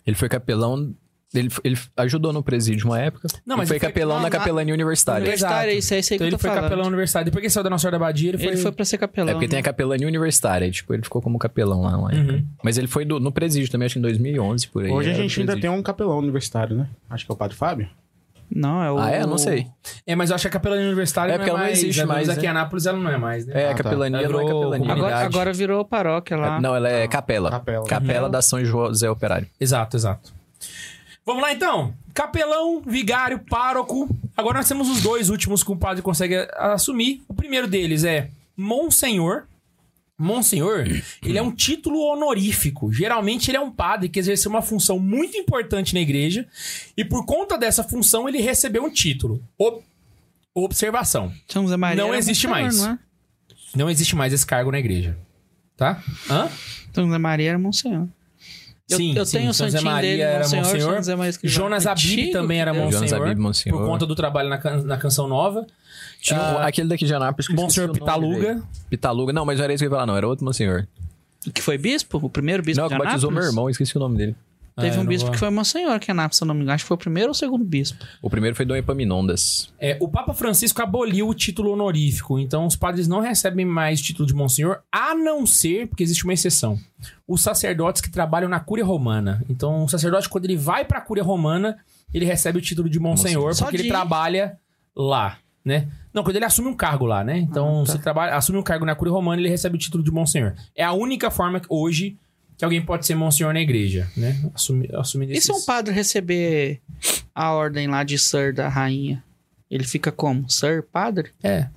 [SPEAKER 2] Ele foi capelão Ele, ele ajudou no presídio uma época.
[SPEAKER 1] Não,
[SPEAKER 2] Não,
[SPEAKER 1] mas
[SPEAKER 2] mas foi
[SPEAKER 1] ele foi-
[SPEAKER 2] capelão
[SPEAKER 3] não,
[SPEAKER 2] na
[SPEAKER 3] na-
[SPEAKER 2] capelania universitária.
[SPEAKER 3] Universitário,
[SPEAKER 1] Exato.
[SPEAKER 3] é isso, é isso aí
[SPEAKER 1] Então
[SPEAKER 3] que
[SPEAKER 1] ele
[SPEAKER 3] eu tô
[SPEAKER 1] foi
[SPEAKER 3] falando.
[SPEAKER 1] capelão universitário. Depois que ele saiu da Nossa Senhora da Badia, ele foi...
[SPEAKER 3] Ele foi pra ser capelão. né?
[SPEAKER 2] É porque tem a capelania universitária, e, tipo, ele ficou como capelão lá uma
[SPEAKER 1] Uhum.
[SPEAKER 2] época. Mas ele foi do- no presídio também, acho que em 2011, por aí.
[SPEAKER 4] Hoje a
[SPEAKER 2] era o
[SPEAKER 4] gente ainda
[SPEAKER 2] presídio.
[SPEAKER 4] tem um capelão universitário, né? Acho que é o Padre Fábio.
[SPEAKER 3] Não,
[SPEAKER 4] um
[SPEAKER 3] é o...
[SPEAKER 2] Ah, é? Não sei.
[SPEAKER 1] É, mas eu acho que a capelania universitária não
[SPEAKER 2] É, porque
[SPEAKER 1] é
[SPEAKER 2] ela não
[SPEAKER 1] mais...
[SPEAKER 2] existe
[SPEAKER 1] pelo menos
[SPEAKER 2] mais,
[SPEAKER 1] Aqui
[SPEAKER 2] né?
[SPEAKER 1] em Anápolis ela não é mais, né?
[SPEAKER 2] É,
[SPEAKER 4] Ah,
[SPEAKER 2] a
[SPEAKER 4] tá.
[SPEAKER 2] capelania não é
[SPEAKER 1] Ela virou
[SPEAKER 2] capelania.
[SPEAKER 1] comunidade.
[SPEAKER 3] Agora,
[SPEAKER 1] Unidade.
[SPEAKER 3] agora virou paróquia lá.
[SPEAKER 1] tá.
[SPEAKER 2] É, não, ela é capela.
[SPEAKER 4] Capela.
[SPEAKER 2] Capela
[SPEAKER 1] Uhum.
[SPEAKER 2] da São José Operário.
[SPEAKER 1] Exato, exato. Vamos lá então. Capelão, vigário, pároco. Agora nós temos os dois últimos que o padre consegue a- assumir. O primeiro deles é Monsenhor. Monsenhor, ele é um título honorífico. Geralmente ele é um padre que exerceu uma função muito importante na igreja e por conta dessa função ele recebeu um título. Ob- Observação.
[SPEAKER 3] São José Maria
[SPEAKER 1] Não
[SPEAKER 3] era
[SPEAKER 1] existe
[SPEAKER 3] Monsenhor,
[SPEAKER 1] mais.
[SPEAKER 3] não é?
[SPEAKER 1] Não existe mais esse cargo na igreja. Tá? Hã?
[SPEAKER 3] São José Maria era Monsenhor. Eu,
[SPEAKER 1] Sim,
[SPEAKER 3] eu
[SPEAKER 1] sim,
[SPEAKER 3] tenho o
[SPEAKER 1] São José
[SPEAKER 3] santinho
[SPEAKER 1] Maria
[SPEAKER 3] dele,
[SPEAKER 1] era
[SPEAKER 3] Monsenhor, é
[SPEAKER 1] Monsenhor.
[SPEAKER 3] São José Maria Escrivá.
[SPEAKER 1] Jonas Abib
[SPEAKER 3] Antigo, É.
[SPEAKER 1] também era
[SPEAKER 3] que Deus.
[SPEAKER 1] Monsenhor,
[SPEAKER 2] Jonas Abib, Monsenhor.
[SPEAKER 1] por conta do trabalho na, can- na Canção Nova.
[SPEAKER 2] Tinha um- aquele daqui de Anápolis. que eu esqueci
[SPEAKER 1] Monsenhor
[SPEAKER 2] o nome
[SPEAKER 1] Ah. Pitaluga.
[SPEAKER 2] dele. Pitaluga. Não, mas não era isso que eu ia falar, não. Era outro Monsenhor.
[SPEAKER 3] Que foi bispo? O primeiro bispo
[SPEAKER 2] não,
[SPEAKER 3] de
[SPEAKER 2] que batizou
[SPEAKER 3] Anápolis?
[SPEAKER 2] meu irmão, esqueci o nome dele.
[SPEAKER 1] Ah,
[SPEAKER 3] Teve
[SPEAKER 1] eu
[SPEAKER 3] um
[SPEAKER 1] não
[SPEAKER 3] bispo
[SPEAKER 1] vou-
[SPEAKER 3] que foi Monsenhor, que é Anápolis, se eu não me engano. Acho que foi o primeiro ou o segundo bispo.
[SPEAKER 2] O primeiro foi Dom Epaminondas.
[SPEAKER 1] É, o Papa Francisco aboliu o título honorífico, então os padres não recebem mais o título de Monsenhor, a não ser, porque existe uma exceção, os sacerdotes que trabalham na Cúria Romana. Então, o sacerdote, quando ele vai pra Cúria Romana, ele recebe o título de Monsenhor,
[SPEAKER 3] Monsenhor. Só
[SPEAKER 1] porque
[SPEAKER 3] de
[SPEAKER 1] ele
[SPEAKER 3] ir.
[SPEAKER 1] trabalha lá, né? Não, quando ele assume um cargo lá, né? Então, se ele trabalha, assume um cargo na Cúria Romana, ele recebe o título de Monsenhor. É a única forma que, hoje que alguém pode ser Monsenhor na igreja, né? Assumi, assumindo
[SPEAKER 3] E se um
[SPEAKER 1] esses-
[SPEAKER 3] padre receber a ordem lá de Sir da rainha? Ele fica como? Sir, padre?
[SPEAKER 1] É.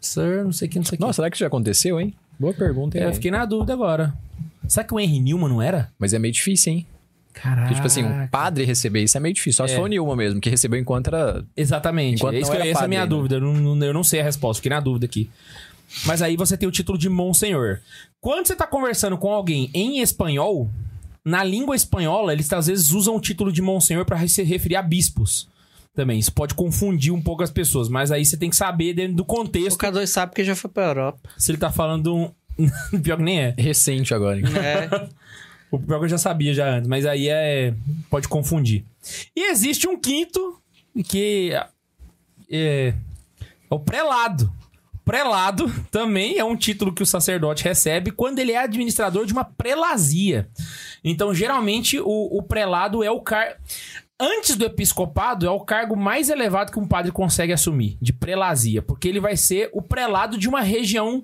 [SPEAKER 1] Sir, não sei quem, não sei quem.
[SPEAKER 2] Nossa, será que isso já aconteceu, hein? Boa pergunta, hein?
[SPEAKER 1] É, eu fiquei na dúvida agora. Será que o Henry Newman não era?
[SPEAKER 2] Mas é meio difícil, hein?
[SPEAKER 1] Caraca.
[SPEAKER 2] Porque, tipo assim, um padre receber isso é meio difícil. Só se
[SPEAKER 1] É.
[SPEAKER 2] for o Nilma mesmo, que recebeu enquanto era.
[SPEAKER 1] Exatamente.
[SPEAKER 2] Enquanto
[SPEAKER 1] É isso
[SPEAKER 2] não
[SPEAKER 1] que-
[SPEAKER 2] era
[SPEAKER 1] essa é a
[SPEAKER 2] padre né?
[SPEAKER 1] minha
[SPEAKER 2] ainda.
[SPEAKER 1] dúvida. Eu não, eu não sei a resposta, fiquei na dúvida aqui. Mas aí você tem o título de Monsenhor. Quando você tá conversando com alguém em espanhol, na língua espanhola, eles às vezes usam o título de Monsenhor para se referir a bispos. Também, isso pode confundir um pouco as pessoas, mas aí você tem que saber dentro do
[SPEAKER 3] O
[SPEAKER 1] contexto
[SPEAKER 3] K2 sabe que já foi pra Europa.
[SPEAKER 1] se ele tá falando um. Pior que nem é.
[SPEAKER 2] Recente agora. hein?
[SPEAKER 3] É.
[SPEAKER 1] O pior que eu já sabia já antes, mas aí é. Pode confundir. E existe um quinto que. É, é o prelado. Prelado também é um título que o sacerdote recebe quando ele é administrador de uma prelazia. Então, geralmente, o, o prelado é o car. Antes do episcopado, é o cargo mais elevado que um padre consegue assumir, de prelazia, porque ele vai ser o prelado de uma região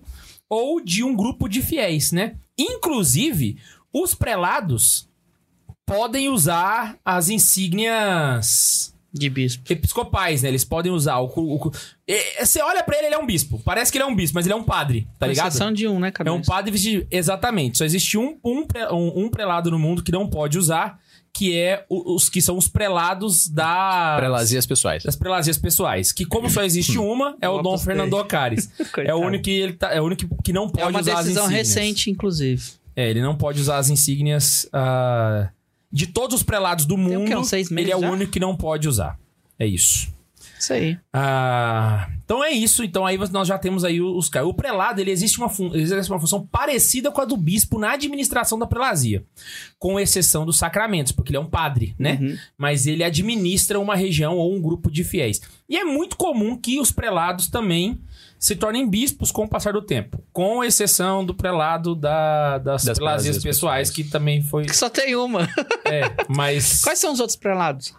[SPEAKER 1] ou de um grupo de fiéis, né? Inclusive, os prelados podem usar as insígnias
[SPEAKER 3] de bispo.
[SPEAKER 1] episcopais, né? Eles podem usar o. cu- o cu- E- e- Você olha pra ele, ele é um bispo. Parece que ele é um bispo, mas ele é um padre, tá
[SPEAKER 3] Com
[SPEAKER 1] ligado?
[SPEAKER 3] exceção de um, né,
[SPEAKER 1] É
[SPEAKER 3] cabeça?
[SPEAKER 1] um padre vestido. Exatamente. Só existe um, um, pre- um- um prelado no mundo que não pode usar, que é o- os que são os prelados da.
[SPEAKER 2] Prelazias pessoais.
[SPEAKER 1] Das prelazias pessoais. Que, como só existe uma, é o
[SPEAKER 3] Eu
[SPEAKER 1] Dom
[SPEAKER 3] apostei.
[SPEAKER 1] Fernando Ocares. é
[SPEAKER 3] Coitado.
[SPEAKER 1] o único que ele tá- é o único que não pode
[SPEAKER 3] É uma
[SPEAKER 1] usar as
[SPEAKER 3] decisão
[SPEAKER 1] insígnias.
[SPEAKER 3] recente, inclusive.
[SPEAKER 1] É, ele não pode usar as insígnias ah, de todos os prelados do
[SPEAKER 3] Tem o
[SPEAKER 1] mundo.
[SPEAKER 3] quê? Uns seis meses
[SPEAKER 1] ele é
[SPEAKER 3] já?
[SPEAKER 1] o único que não pode usar. É isso.
[SPEAKER 3] Isso aí.
[SPEAKER 1] Ah, então é isso. Então aí nós já temos aí os caras. O prelado, ele existe uma, fun- ele exerce uma função parecida com a do bispo na administração da prelazia, com exceção dos sacramentos, porque ele é um padre, né?
[SPEAKER 3] Uhum.
[SPEAKER 1] Mas ele administra uma região ou um grupo de fiéis. E é muito comum que os prelados também se tornem bispos com o passar do tempo, com exceção do prelado da- das,
[SPEAKER 2] Das
[SPEAKER 1] prelazias
[SPEAKER 2] prelazias
[SPEAKER 1] pessoais,
[SPEAKER 2] pessoais.
[SPEAKER 1] que também foi.
[SPEAKER 3] Que só tem uma.
[SPEAKER 1] É, mas.
[SPEAKER 3] Quais são os outros prelados?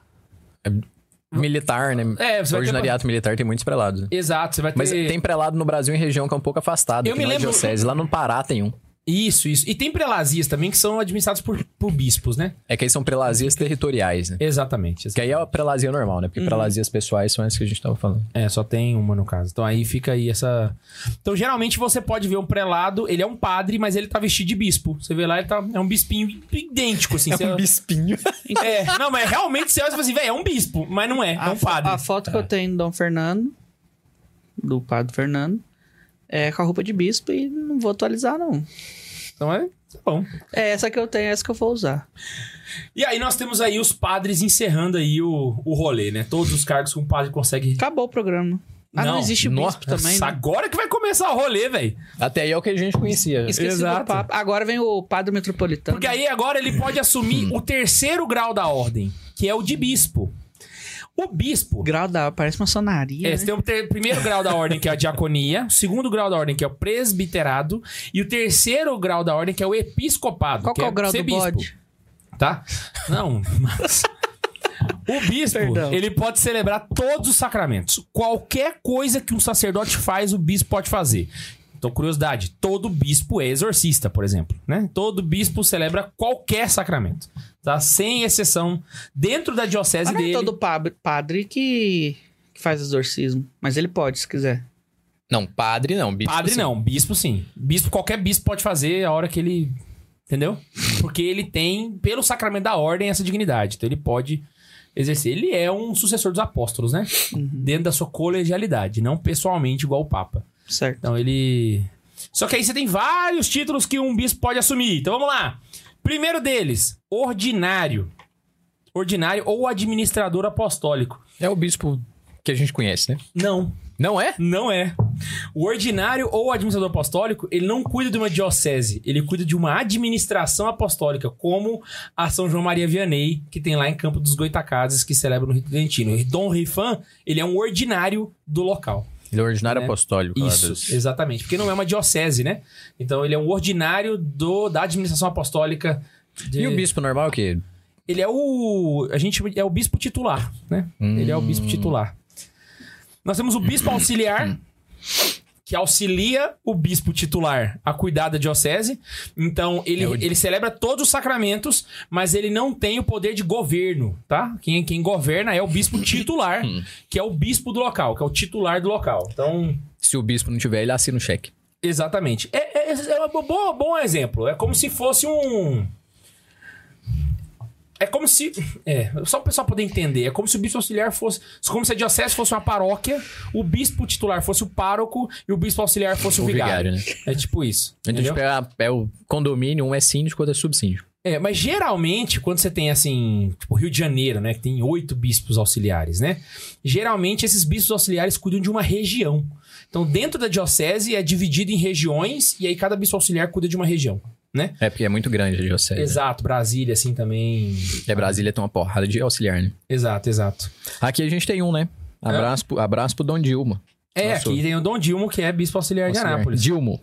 [SPEAKER 2] Militar, né?
[SPEAKER 1] É, você vai ter-
[SPEAKER 2] Ordinariato militar tem muitos prelados. né?
[SPEAKER 1] Exato, você vai ter.
[SPEAKER 2] Mas tem prelado no Brasil em região que é um pouco afastada.
[SPEAKER 1] Eu
[SPEAKER 2] que
[SPEAKER 1] me
[SPEAKER 2] não é
[SPEAKER 1] lembro-
[SPEAKER 2] diocese. Lá no Pará tem um.
[SPEAKER 1] Isso, isso. E tem prelazias também que são administrados por, por bispos, né?
[SPEAKER 2] É que aí são prelazias territoriais, né?
[SPEAKER 1] Exatamente.
[SPEAKER 2] Que aí é a prelazia normal, né? Porque prelazias pessoais são essas que a gente tava falando.
[SPEAKER 1] É, só tem uma no caso. Então aí fica aí essa. Então geralmente você pode ver um prelado, ele é um padre, mas ele tá vestido de bispo. Você vê lá, ele tá. É um bispinho idêntico,
[SPEAKER 2] um
[SPEAKER 1] assim. você-
[SPEAKER 2] É bispinho.
[SPEAKER 1] É, não, mas realmente você olha e fala assim, velho, é um bispo, mas não é, é um
[SPEAKER 3] fo-
[SPEAKER 1] padre.
[SPEAKER 3] a foto que eu tenho do Dom Fernando, do padre Fernando, é com a roupa de bispo e não vou atualizar, não.
[SPEAKER 1] Então é bom.
[SPEAKER 3] É essa que eu tenho, é essa que eu vou usar.
[SPEAKER 1] E aí nós temos aí os padres encerrando aí o, o rolê, né? Todos os cargos que um padre consegue.
[SPEAKER 3] Acabou o programa. Ah, não,
[SPEAKER 1] Não,
[SPEAKER 3] existe
[SPEAKER 2] nossa,
[SPEAKER 3] bispo também, né?
[SPEAKER 1] Agora que vai começar o rolê, velho.
[SPEAKER 2] Até aí é o que a gente conhecia.
[SPEAKER 3] Esqueci
[SPEAKER 1] Exato.
[SPEAKER 3] do papo. Agora vem o padre metropolitano.
[SPEAKER 1] Hum. Porque aí agora ele pode assumir o terceiro grau da ordem. que é o de bispo. O bispo.
[SPEAKER 3] Grau da. Parece maçonaria.
[SPEAKER 1] É,
[SPEAKER 3] né?
[SPEAKER 1] você tem o ter- primeiro grau da ordem, que é a diaconia, o segundo grau da ordem, que é o presbiterado, e o terceiro grau da ordem, que é o episcopado.
[SPEAKER 3] Qual que é o grau
[SPEAKER 1] ser
[SPEAKER 3] do
[SPEAKER 1] bispo,
[SPEAKER 3] bode?
[SPEAKER 1] Tá? Não, mas. O bispo,
[SPEAKER 3] Perdão.
[SPEAKER 1] ele pode celebrar todos os sacramentos. Qualquer coisa que um sacerdote faz, o bispo pode fazer. Então, curiosidade, todo bispo é exorcista, por exemplo, né? Todo bispo celebra qualquer sacramento, tá? Sem exceção, dentro da diocese
[SPEAKER 3] Mas não é
[SPEAKER 1] dele.
[SPEAKER 3] todo padre, padre que, que faz exorcismo. Mas ele pode, se quiser.
[SPEAKER 2] Não, padre não. bispo
[SPEAKER 1] Padre
[SPEAKER 2] sim.
[SPEAKER 1] não, bispo sim. Bispo, qualquer bispo pode fazer a hora que ele. Entendeu? Porque ele tem, pelo sacramento da ordem, essa dignidade. Então ele pode exercer. Ele é um sucessor dos apóstolos, né? Dentro da sua colegialidade, não pessoalmente igual o Papa.
[SPEAKER 3] Certo.
[SPEAKER 1] Então ele. Só que aí você tem vários títulos que um bispo pode assumir. Então vamos lá. Primeiro deles, ordinário. Ordinário ou administrador apostólico.
[SPEAKER 2] É o bispo que a gente conhece, né?
[SPEAKER 1] Não,
[SPEAKER 2] Não é?
[SPEAKER 1] não é. O ordinário ou administrador apostólico, ele não cuida de uma diocese, ele cuida de uma administração apostólica, como a São João Maria Vianney, que tem lá em Campo dos Goitacazes, que celebra no Rito Gentino. E Dom Rifan, ele é um ordinário do local.
[SPEAKER 2] Ele é ordinário
[SPEAKER 1] Né?
[SPEAKER 2] apostólico. lá
[SPEAKER 1] Isso,
[SPEAKER 2] dos-
[SPEAKER 1] exatamente. Porque não é uma diocese, né? Então ele é um ordinário do, da administração apostólica. de-
[SPEAKER 2] E o bispo normal que
[SPEAKER 1] Ele é o. A gente chama de- é o bispo titular, né?
[SPEAKER 2] Hum.
[SPEAKER 1] Ele é o bispo titular. Nós temos o bispo auxiliar, que auxilia o bispo titular a cuidar da diocese. Então, ele,
[SPEAKER 2] É o-
[SPEAKER 1] ele celebra todos os sacramentos, mas ele não tem o poder de governo, tá? Quem, quem governa é o bispo titular,
[SPEAKER 2] Hum.
[SPEAKER 1] que é o bispo do local, que é o titular do local. Então.
[SPEAKER 2] se o bispo não tiver, ele assina o cheque.
[SPEAKER 1] Exatamente. É, é, é um bom, bom exemplo. É como se fosse um. É como se. É, só o pessoal poder entender. É como se o bispo auxiliar fosse. Como se a diocese fosse uma paróquia, o bispo titular fosse o pároco e o bispo auxiliar fosse o,
[SPEAKER 2] O
[SPEAKER 1] vigário.
[SPEAKER 2] vigário, né?
[SPEAKER 1] É tipo isso.
[SPEAKER 2] Então,
[SPEAKER 1] entendeu?
[SPEAKER 2] tipo, é, a- é o condomínio, um é síndico, outro é subsíndico.
[SPEAKER 1] É, mas geralmente, quando você tem assim, tipo Rio de Janeiro, né? Que tem oito bispos auxiliares, né? Geralmente esses bispos auxiliares cuidam de uma região. Então, dentro da diocese é dividido em regiões, e aí cada bispo auxiliar cuida de uma região.
[SPEAKER 2] É porque é muito grande a diocese. né?
[SPEAKER 1] Exato, Brasília, assim também.
[SPEAKER 2] E a Brasília tem uma porrada de auxiliar, né?
[SPEAKER 1] Exato, exato.
[SPEAKER 2] Aqui a gente tem um, né? Abraço, pro, abraço pro Dom Dilma.
[SPEAKER 1] É,
[SPEAKER 2] Nossa.
[SPEAKER 1] aqui tem o Dom Dilmo, que é bispo auxiliar, de
[SPEAKER 2] Auxiliar.
[SPEAKER 1] Anápolis.
[SPEAKER 2] Dilmo.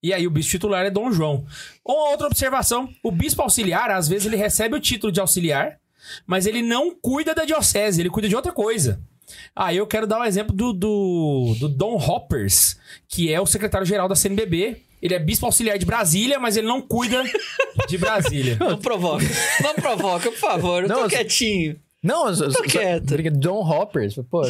[SPEAKER 1] E aí o bispo titular é Dom João. Uma outra observação: o bispo auxiliar, às vezes, ele recebe o título de auxiliar, mas ele não cuida da diocese, ele cuida de outra coisa. Aí eu quero dar um exemplo do, do, do Dom Hoppers, que é o secretário-geral da CNBB. Ele é bispo auxiliar de Brasília, mas ele não cuida de Brasília.
[SPEAKER 3] Não provoca. Não provoca, por favor. Eu
[SPEAKER 2] Não,
[SPEAKER 3] tô
[SPEAKER 2] eu-
[SPEAKER 3] quietinho.
[SPEAKER 2] Não, os, os,
[SPEAKER 3] Tô quieto.
[SPEAKER 2] briga- Dom Hoppers. Pô,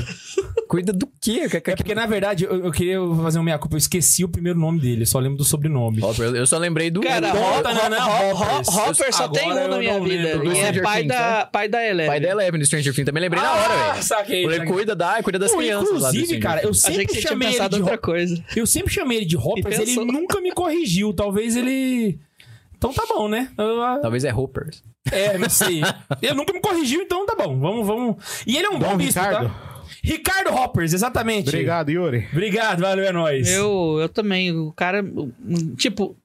[SPEAKER 2] cuida do quê? Que- que-
[SPEAKER 1] É porque, na verdade, eu, eu queria fazer uma meia culpa. Eu esqueci o primeiro nome dele, eu só lembro do sobrenome.
[SPEAKER 2] Hoppers, eu só lembrei do.
[SPEAKER 3] Cara,
[SPEAKER 2] do
[SPEAKER 1] Dom
[SPEAKER 3] Ho-
[SPEAKER 1] Tananã
[SPEAKER 3] Ho- Ho-
[SPEAKER 1] Então, Hoppers.
[SPEAKER 3] Hopper só
[SPEAKER 1] Agora
[SPEAKER 3] tem um
[SPEAKER 1] eu
[SPEAKER 3] na minha
[SPEAKER 1] não
[SPEAKER 3] vida.
[SPEAKER 1] lembro do né?
[SPEAKER 3] E é
[SPEAKER 2] Stranger
[SPEAKER 3] pai
[SPEAKER 2] Things,
[SPEAKER 3] da, pai da Eleven.
[SPEAKER 2] pai da Eleven do Stranger Things. Também lembrei na hora,
[SPEAKER 1] Ah,
[SPEAKER 2] velho.
[SPEAKER 1] saquei.
[SPEAKER 2] Ele
[SPEAKER 1] saquei.
[SPEAKER 2] cuida da, cuida das
[SPEAKER 1] Pô,
[SPEAKER 2] crianças lá do
[SPEAKER 1] Inclusive,
[SPEAKER 2] Stranger
[SPEAKER 1] cara, eu
[SPEAKER 2] Things.
[SPEAKER 1] sempre
[SPEAKER 3] Achei que você tinha
[SPEAKER 1] chamei ele
[SPEAKER 3] pensado
[SPEAKER 1] de
[SPEAKER 3] outra
[SPEAKER 1] Hopper.
[SPEAKER 3] coisa.
[SPEAKER 1] Eu sempre chamei ele de Hoppers,
[SPEAKER 3] E
[SPEAKER 1] ele
[SPEAKER 3] pensou.
[SPEAKER 1] nunca me corrigiu. Talvez ele. Então tá bom, né? Eu- eu-
[SPEAKER 2] Talvez é Hoppers.
[SPEAKER 1] É, não sei. Ele nunca me corrigiu, então tá bom. Vamos, vamos. E ele é um bom
[SPEAKER 4] Bom,
[SPEAKER 1] bispo,
[SPEAKER 4] Ricardo.
[SPEAKER 1] tá? Ricardo Hoppers, exatamente.
[SPEAKER 4] Obrigado, Yuri.
[SPEAKER 1] Obrigado, valeu, é nóis.
[SPEAKER 3] Eu, eu também. O cara. hum, Tipo,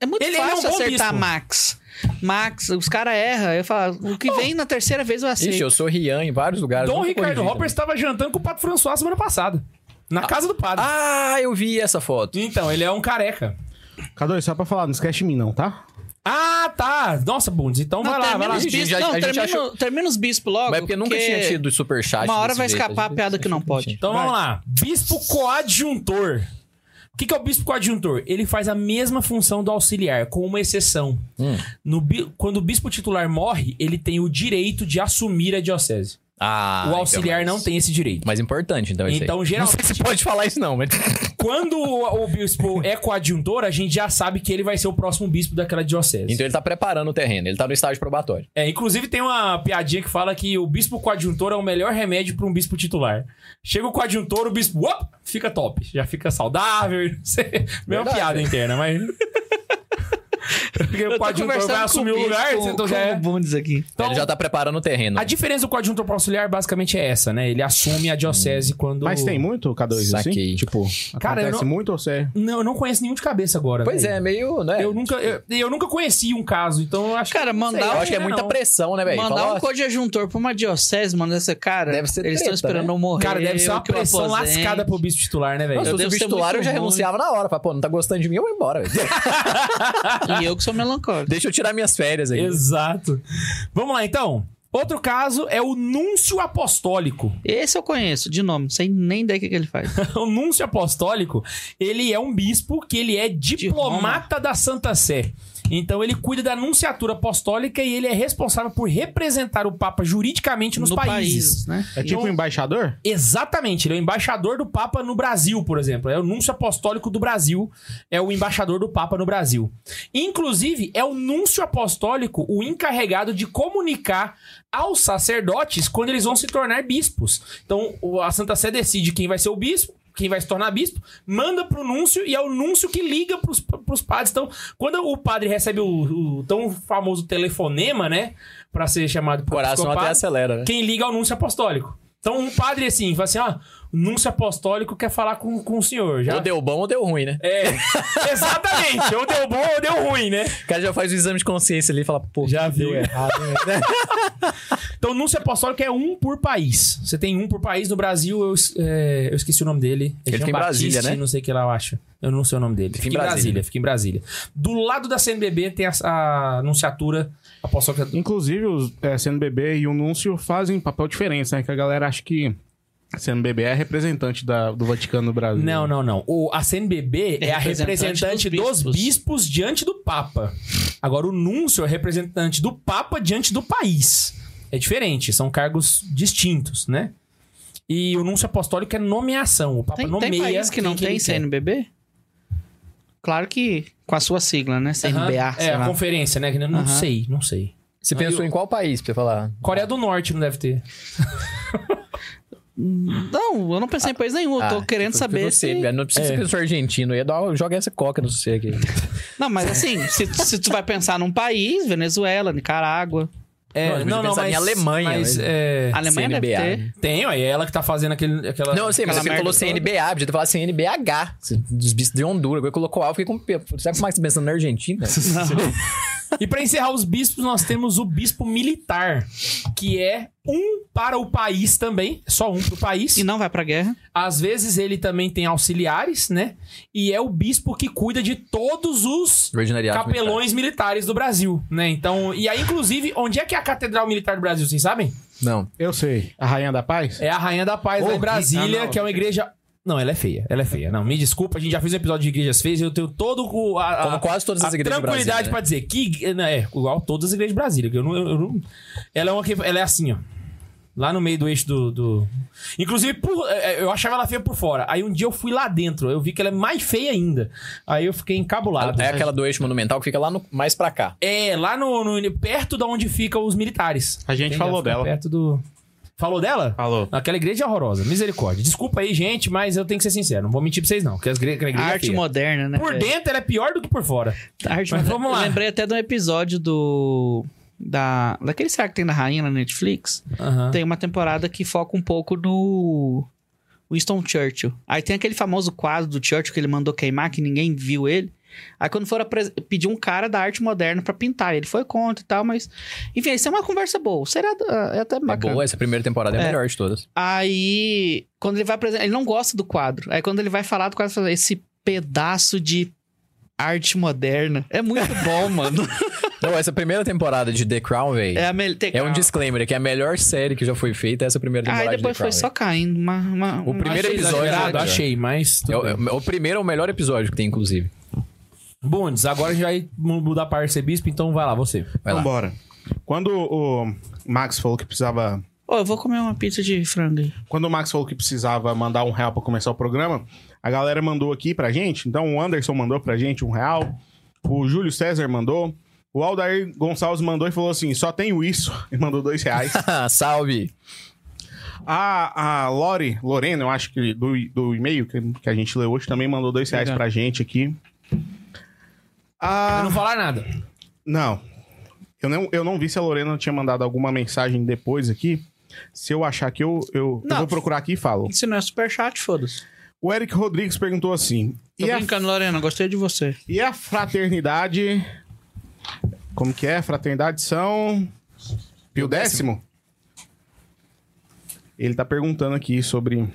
[SPEAKER 3] é muito
[SPEAKER 1] Ele- ele é um
[SPEAKER 3] fácil
[SPEAKER 1] bom
[SPEAKER 3] acertar
[SPEAKER 1] bispo.
[SPEAKER 3] Max. Max, os caras erram. Eu falo, o que vem na terceira vez eu
[SPEAKER 2] Ixi,
[SPEAKER 3] acerto.
[SPEAKER 2] eu sou Rian em vários lugares.
[SPEAKER 1] Dom
[SPEAKER 2] nunca
[SPEAKER 1] Ricardo
[SPEAKER 2] corrigi
[SPEAKER 1] Hoppers estava jantando com o Pato François semana passada. Na casa do padre.
[SPEAKER 2] também. Ah, eu vi essa foto.
[SPEAKER 1] Então, ele é um careca.
[SPEAKER 4] K2, só pra falar, não esquece de mim não, tá?
[SPEAKER 1] Ah, tá. Nossa, Bundes. Então vai lá, vai
[SPEAKER 3] termina
[SPEAKER 1] lá.
[SPEAKER 3] os
[SPEAKER 2] gente,
[SPEAKER 3] bispos-
[SPEAKER 2] já-
[SPEAKER 3] não,
[SPEAKER 2] a gente
[SPEAKER 3] termina
[SPEAKER 2] achou-
[SPEAKER 3] termina os bispos logo.
[SPEAKER 2] Mas é porque nunca tinha tido superchat.
[SPEAKER 3] Uma hora
[SPEAKER 2] desse
[SPEAKER 3] vai
[SPEAKER 2] jeito,
[SPEAKER 3] escapar a
[SPEAKER 2] gente.
[SPEAKER 3] piada que não pode.
[SPEAKER 1] Então vamos lá. Bispo coadjuntor. O que, que é o bispo coadjuntor? Ele faz a mesma função do auxiliar, com uma exceção.
[SPEAKER 2] Hum.
[SPEAKER 1] No bi- quando o bispo titular morre, ele tem o direito de assumir a diocese.
[SPEAKER 2] Ah,
[SPEAKER 1] o
[SPEAKER 2] então,
[SPEAKER 1] auxiliar
[SPEAKER 2] mas-
[SPEAKER 1] não tem esse direito.
[SPEAKER 2] Mas importante, então, isso aí.
[SPEAKER 1] Então, geralmente-
[SPEAKER 2] Não sei se pode falar isso, não, mas...
[SPEAKER 1] Quando o, o bispo é coadjuntor, a gente já sabe que ele vai ser o próximo bispo daquela diocese.
[SPEAKER 2] Então ele tá preparando o terreno, ele tá no estágio probatório.
[SPEAKER 1] É, inclusive tem uma piadinha que fala que o bispo coadjuntor é o melhor remédio para um bispo titular. Chega o coadjuntor, o bispo op, fica top, já fica saudável. Não sei. Mesma
[SPEAKER 2] Verdade.
[SPEAKER 1] piada interna, mas Porque
[SPEAKER 3] Eu
[SPEAKER 1] o
[SPEAKER 3] tô
[SPEAKER 1] coadjutor vai
[SPEAKER 3] conversando
[SPEAKER 1] assumir o
[SPEAKER 3] com
[SPEAKER 1] lugar,
[SPEAKER 3] bicho,
[SPEAKER 1] você- então
[SPEAKER 3] com
[SPEAKER 1] já
[SPEAKER 3] o
[SPEAKER 1] é.
[SPEAKER 3] Bundes aqui.
[SPEAKER 1] Então,
[SPEAKER 2] Ele já tá preparando o terreno.
[SPEAKER 1] A diferença do coadjuntor para auxiliar basicamente é essa, né? Ele assume a diocese quando.
[SPEAKER 4] Mas tem muito K2
[SPEAKER 2] Saquei.
[SPEAKER 4] assim? Tipo,
[SPEAKER 1] Cara, eu
[SPEAKER 4] acontece
[SPEAKER 1] não-
[SPEAKER 4] muito ou você...
[SPEAKER 1] Não, eu não conheço nenhum de cabeça agora.
[SPEAKER 2] Pois é, meio, né?
[SPEAKER 1] Eu nunca, eu, eu nunca conheci um caso, então eu acho
[SPEAKER 3] Cara,
[SPEAKER 1] não sei,
[SPEAKER 3] mandar
[SPEAKER 2] Eu acho que é
[SPEAKER 1] não.
[SPEAKER 2] muita pressão, né, velho?
[SPEAKER 3] Mandar
[SPEAKER 2] Falar,
[SPEAKER 3] um coadjuntor pra uma diocese, mano, essa cara.
[SPEAKER 2] Deve ser
[SPEAKER 3] eles
[SPEAKER 2] treta,
[SPEAKER 3] estão esperando
[SPEAKER 2] né?
[SPEAKER 3] eu morrer.
[SPEAKER 1] Cara, deve ser uma
[SPEAKER 3] eu que eu
[SPEAKER 1] pressão
[SPEAKER 3] aposente.
[SPEAKER 1] lascada pro bispo titular, né,
[SPEAKER 2] "Não,
[SPEAKER 1] velho?
[SPEAKER 2] se
[SPEAKER 3] Eu
[SPEAKER 2] fosse
[SPEAKER 3] devo ser
[SPEAKER 2] titular,
[SPEAKER 3] muito
[SPEAKER 2] eu já
[SPEAKER 3] ruim."
[SPEAKER 2] renunciava na hora. Falei, pô, não tá gostando de mim, eu vou embora, velho.
[SPEAKER 3] E eu que sou melancólico.
[SPEAKER 2] Deixa eu tirar minhas férias aqui.
[SPEAKER 1] Exato. Vamos lá, então. Outro caso é o núncio apostólico.
[SPEAKER 3] Esse eu conheço, de nome, não sei nem daí o que, que ele faz.
[SPEAKER 1] O núncio apostólico, ele é um bispo que ele é diplomata da Santa Sé. Então ele cuida da nunciatura apostólica e ele é responsável por representar o Papa juridicamente nos
[SPEAKER 3] no
[SPEAKER 1] países. um
[SPEAKER 3] país, né?
[SPEAKER 4] É tipo
[SPEAKER 1] Eu-
[SPEAKER 4] embaixador?
[SPEAKER 1] Exatamente, ele é o embaixador do Papa no Brasil, por exemplo. É o núncio apostólico do Brasil, é o embaixador do Papa no Brasil. Inclusive, é o núncio apostólico o encarregado de comunicar aos sacerdotes quando eles vão se tornar bispos. Então, o- a Santa Sé decide quem vai ser o bispo, quem vai se tornar bispo, manda pro núncio e é o núncio que liga pros, pros padres. Então, quando o padre recebe o, o tão famoso telefonema, né, Pra ser chamado
[SPEAKER 2] O
[SPEAKER 1] por
[SPEAKER 2] coração até acelera, né?
[SPEAKER 1] quem liga ao núncio apostólico. Então, um padre assim, fala assim: ó, o núncio apostólico quer falar com, com o senhor. Já.
[SPEAKER 2] Ou deu bom ou deu ruim, né?
[SPEAKER 1] É, exatamente. Ou deu bom ou deu ruim, né?
[SPEAKER 2] O cara já faz o exame de consciência ali e fala, pô,
[SPEAKER 1] Já
[SPEAKER 2] deu
[SPEAKER 1] viu.
[SPEAKER 2] errado, né?
[SPEAKER 1] Então, o núncio apostólico é um por país. Você tem um por país. No Brasil, eu, es- é, eu esqueci o nome dele. É
[SPEAKER 2] Ele
[SPEAKER 1] Jean
[SPEAKER 2] fica em Brasília,
[SPEAKER 1] Batiste,
[SPEAKER 2] né?
[SPEAKER 1] Não sei o que lá eu acho. Eu não sei o nome dele.
[SPEAKER 2] Fica em Brasília.
[SPEAKER 1] Fica em Brasília. Do lado da CNBB tem a, a nunciatura apostólica.
[SPEAKER 4] Inclusive, os é, CNBB e o Núncio fazem papel diferente, né? Que a galera acha que CNBB é representante da- do Vaticano no Brasil.
[SPEAKER 1] Não, não, não. O, a CNBB é,
[SPEAKER 3] É
[SPEAKER 1] a
[SPEAKER 3] representante
[SPEAKER 1] representante
[SPEAKER 3] dos
[SPEAKER 1] dos bispos.
[SPEAKER 3] bispos.
[SPEAKER 1] diante do Papa. Agora, o núncio é representante do Papa diante do país. É diferente, são cargos distintos, né? E o núncio apostólico é nomeação. O Papa
[SPEAKER 3] Tem,
[SPEAKER 1] nomeia.
[SPEAKER 3] tem país que não
[SPEAKER 1] quem
[SPEAKER 3] tem
[SPEAKER 1] ele quer.
[SPEAKER 3] CNBB? Claro que com a sua sigla, né?
[SPEAKER 1] Aham.
[SPEAKER 3] CNBA, sei
[SPEAKER 1] É, a
[SPEAKER 3] lá.
[SPEAKER 1] conferência, né? que Não não
[SPEAKER 3] Aham.
[SPEAKER 1] sei, não sei.
[SPEAKER 2] Você pensou em qual país pra você falar?
[SPEAKER 1] Coreia do Norte não deve ter.
[SPEAKER 3] Não, eu não pensei em país nenhum. eu tô
[SPEAKER 2] Ah,
[SPEAKER 3] querendo
[SPEAKER 2] foi- foi
[SPEAKER 3] saber
[SPEAKER 2] você,
[SPEAKER 3] se...
[SPEAKER 2] velho. Não precisa
[SPEAKER 1] É.
[SPEAKER 2] ser pensar argentino. Eu ia dar, jogar essa coca no você aqui.
[SPEAKER 3] Não, mas assim, se, se tu vai pensar num país, Venezuela, Nicarágua...
[SPEAKER 1] É,
[SPEAKER 2] Não, eu pensava em Alemanha, né?
[SPEAKER 1] Mas,
[SPEAKER 2] mas-
[SPEAKER 1] é,
[SPEAKER 3] A Alemanha
[SPEAKER 2] CNBA,
[SPEAKER 3] deve ter.
[SPEAKER 2] né?
[SPEAKER 1] Tem, ó, é ela que tá fazendo aquele, aquela.
[SPEAKER 2] Não, eu sei, mas
[SPEAKER 3] Aquela
[SPEAKER 2] você
[SPEAKER 3] merda
[SPEAKER 2] falou
[SPEAKER 3] toda.
[SPEAKER 2] CNBA, podia ter falado CNBH. Dos bichos de Honduras. Agora colocou A, eu fiquei com pena. Sabe como é que você tá pensando na Argentina?
[SPEAKER 1] E pra encerrar os bispos, nós temos o bispo militar, que é um para o país também, só um pro país.
[SPEAKER 3] E não vai pra guerra.
[SPEAKER 1] Às vezes ele também tem auxiliares, né? E é o bispo que cuida de todos os
[SPEAKER 2] Ordinariado.
[SPEAKER 1] capelões militares do Brasil, né? Então, e aí inclusive, onde é que é a Catedral Militar do Brasil, vocês sabem?
[SPEAKER 2] Não.
[SPEAKER 4] Eu sei. A Rainha da Paz?
[SPEAKER 1] É a Rainha da Paz lá em
[SPEAKER 4] Oh,
[SPEAKER 1] Brasília,
[SPEAKER 4] ah, não.
[SPEAKER 1] que é uma igreja não, ela é feia, ela é feia. Não, me desculpa, a gente já fez um episódio de igrejas feias, eu tenho todo o. A, a-
[SPEAKER 2] Como quase todas as
[SPEAKER 1] a
[SPEAKER 2] igrejas do Brasil,
[SPEAKER 1] tranquilidade
[SPEAKER 2] né?
[SPEAKER 1] pra dizer que. né, É, igual todas as igrejas de Brasília. que Eu não, eu não- ela, é uma, que- ela é assim, ó. Lá no meio do eixo do. do- Inclusive, por- é, é, eu achava ela feia por fora. Aí um dia eu fui lá dentro, eu vi que ela é mais feia ainda. Aí eu fiquei encabulado.
[SPEAKER 2] É aquela do eixo monumental que fica lá no- mais pra cá.
[SPEAKER 1] É, lá no, no- perto da onde ficam os militares.
[SPEAKER 4] A gente
[SPEAKER 1] Entende?
[SPEAKER 4] falou
[SPEAKER 1] Ela fica
[SPEAKER 4] dela.
[SPEAKER 1] Perto do. Falou dela?
[SPEAKER 4] Falou.
[SPEAKER 1] Aquela igreja é horrorosa, misericórdia. Desculpa aí, gente, mas eu tenho que ser sincero. Não vou mentir pra vocês, não. Que as igre- aquela igreja é
[SPEAKER 3] arte
[SPEAKER 1] feia.
[SPEAKER 3] moderna, né?
[SPEAKER 1] Por
[SPEAKER 3] velho?
[SPEAKER 1] dentro ela é pior do que por fora. Mas
[SPEAKER 3] Arte moderna.
[SPEAKER 1] vamos lá.
[SPEAKER 3] Eu lembrei até de um episódio do... Da, daquele será que tem na Rainha na Netflix?
[SPEAKER 1] Aham.
[SPEAKER 3] Tem uma temporada que foca um pouco no Winston Churchill. Aí tem aquele famoso quadro do Churchill que ele mandou queimar, que ninguém viu ele. Aí quando foram apres- pedir um cara da arte moderna pra pintar, ele foi contra e tal, mas... Enfim, isso é uma conversa boa. Será ah, é até
[SPEAKER 2] É
[SPEAKER 3] bacana.
[SPEAKER 2] boa, essa primeira temporada é a
[SPEAKER 3] É.
[SPEAKER 2] melhor de todas.
[SPEAKER 3] Aí, quando ele vai apresentar, ele não gosta do quadro. Aí, quando ele vai falar do quadro, ele fala, esse pedaço de arte moderna. É muito bom, mano.
[SPEAKER 2] Não, essa primeira temporada de The Crown, velho.
[SPEAKER 3] É,
[SPEAKER 2] É,
[SPEAKER 3] a melhor.
[SPEAKER 2] um disclaimer, que é a melhor série que já foi feita, é essa primeira temporada
[SPEAKER 3] Aí
[SPEAKER 2] de The
[SPEAKER 3] depois foi
[SPEAKER 2] Crown.
[SPEAKER 3] só caindo. Uma, uma-
[SPEAKER 2] O
[SPEAKER 3] uma-
[SPEAKER 2] primeiro
[SPEAKER 1] Achei
[SPEAKER 2] episódio,
[SPEAKER 1] exagerado,
[SPEAKER 2] né,
[SPEAKER 1] achei, mas. tudo
[SPEAKER 2] véi.
[SPEAKER 1] bem.
[SPEAKER 2] É o- é o primeiro é o melhor episódio que tem, inclusive.
[SPEAKER 1] Bundes, agora a gente vai mu- mudar para ser bispo, então vai lá, você.
[SPEAKER 2] Vai lá.
[SPEAKER 4] Vambora. Quando o Max falou que precisava.
[SPEAKER 3] Ô, eu vou comer uma pizza de frango aí.
[SPEAKER 4] Quando o Max falou que precisava mandar um real pra começar o programa, a galera mandou aqui pra gente. Então o Anderson mandou pra gente um real. O Júlio César mandou. O Aldair Gonçalves mandou e falou assim: só tenho isso. E mandou dois reais.
[SPEAKER 2] Salve!
[SPEAKER 4] A, a Lore, Lorena, eu acho que do, do e-mail que, que a gente leu hoje, também mandou dois reais
[SPEAKER 3] Legal.
[SPEAKER 4] pra gente aqui.
[SPEAKER 1] Eu
[SPEAKER 4] A,
[SPEAKER 1] não falar nada.
[SPEAKER 4] Não. Eu não, eu não vi se a Lorena tinha mandado alguma mensagem depois aqui. Se eu achar que eu, eu, eu
[SPEAKER 3] Não.
[SPEAKER 4] vou procurar aqui e falo.
[SPEAKER 3] Se não é superchat, foda-se.
[SPEAKER 4] O Eric Rodrigues perguntou assim:
[SPEAKER 3] Tô
[SPEAKER 4] e a,
[SPEAKER 3] brincando, Lorena, gostei de você.
[SPEAKER 4] e a fraternidade. Como que é? Fraternidade são. Pio décimo? Ele tá perguntando aqui sobre.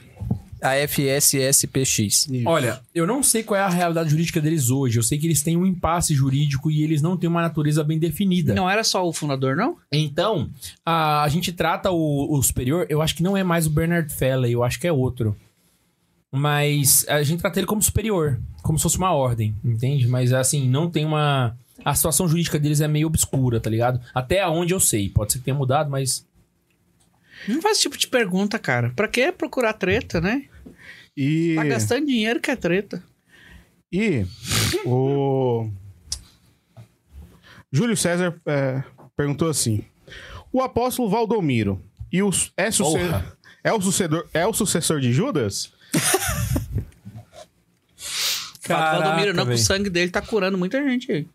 [SPEAKER 2] A FSSPX.
[SPEAKER 1] Olha, eu não sei qual é a realidade jurídica deles hoje. Eu sei que eles têm um impasse jurídico e eles não têm uma natureza bem definida.
[SPEAKER 3] Não era só o fundador, não?
[SPEAKER 1] Então, a, a gente trata o, o superior, eu acho que não é mais o Bernard Fella, eu acho que é outro. Mas a gente trata ele como superior, como se fosse uma ordem, entende? Mas assim, não tem uma. A situação jurídica deles é meio obscura, tá ligado? Até onde eu sei. Pode ser que tenha mudado, mas.
[SPEAKER 3] Não faz esse tipo de pergunta, cara. Pra que procurar treta, né?
[SPEAKER 4] E.
[SPEAKER 3] Tá gastando dinheiro que é treta.
[SPEAKER 4] E o Júlio César é, perguntou assim: O apóstolo Valdomiro e os é, suce-
[SPEAKER 1] Porra.
[SPEAKER 4] é o sucedor é o sucessor de Judas?
[SPEAKER 3] Caraca, Valdomiro, não, que
[SPEAKER 1] véi.
[SPEAKER 3] o sangue dele tá curando muita gente aí.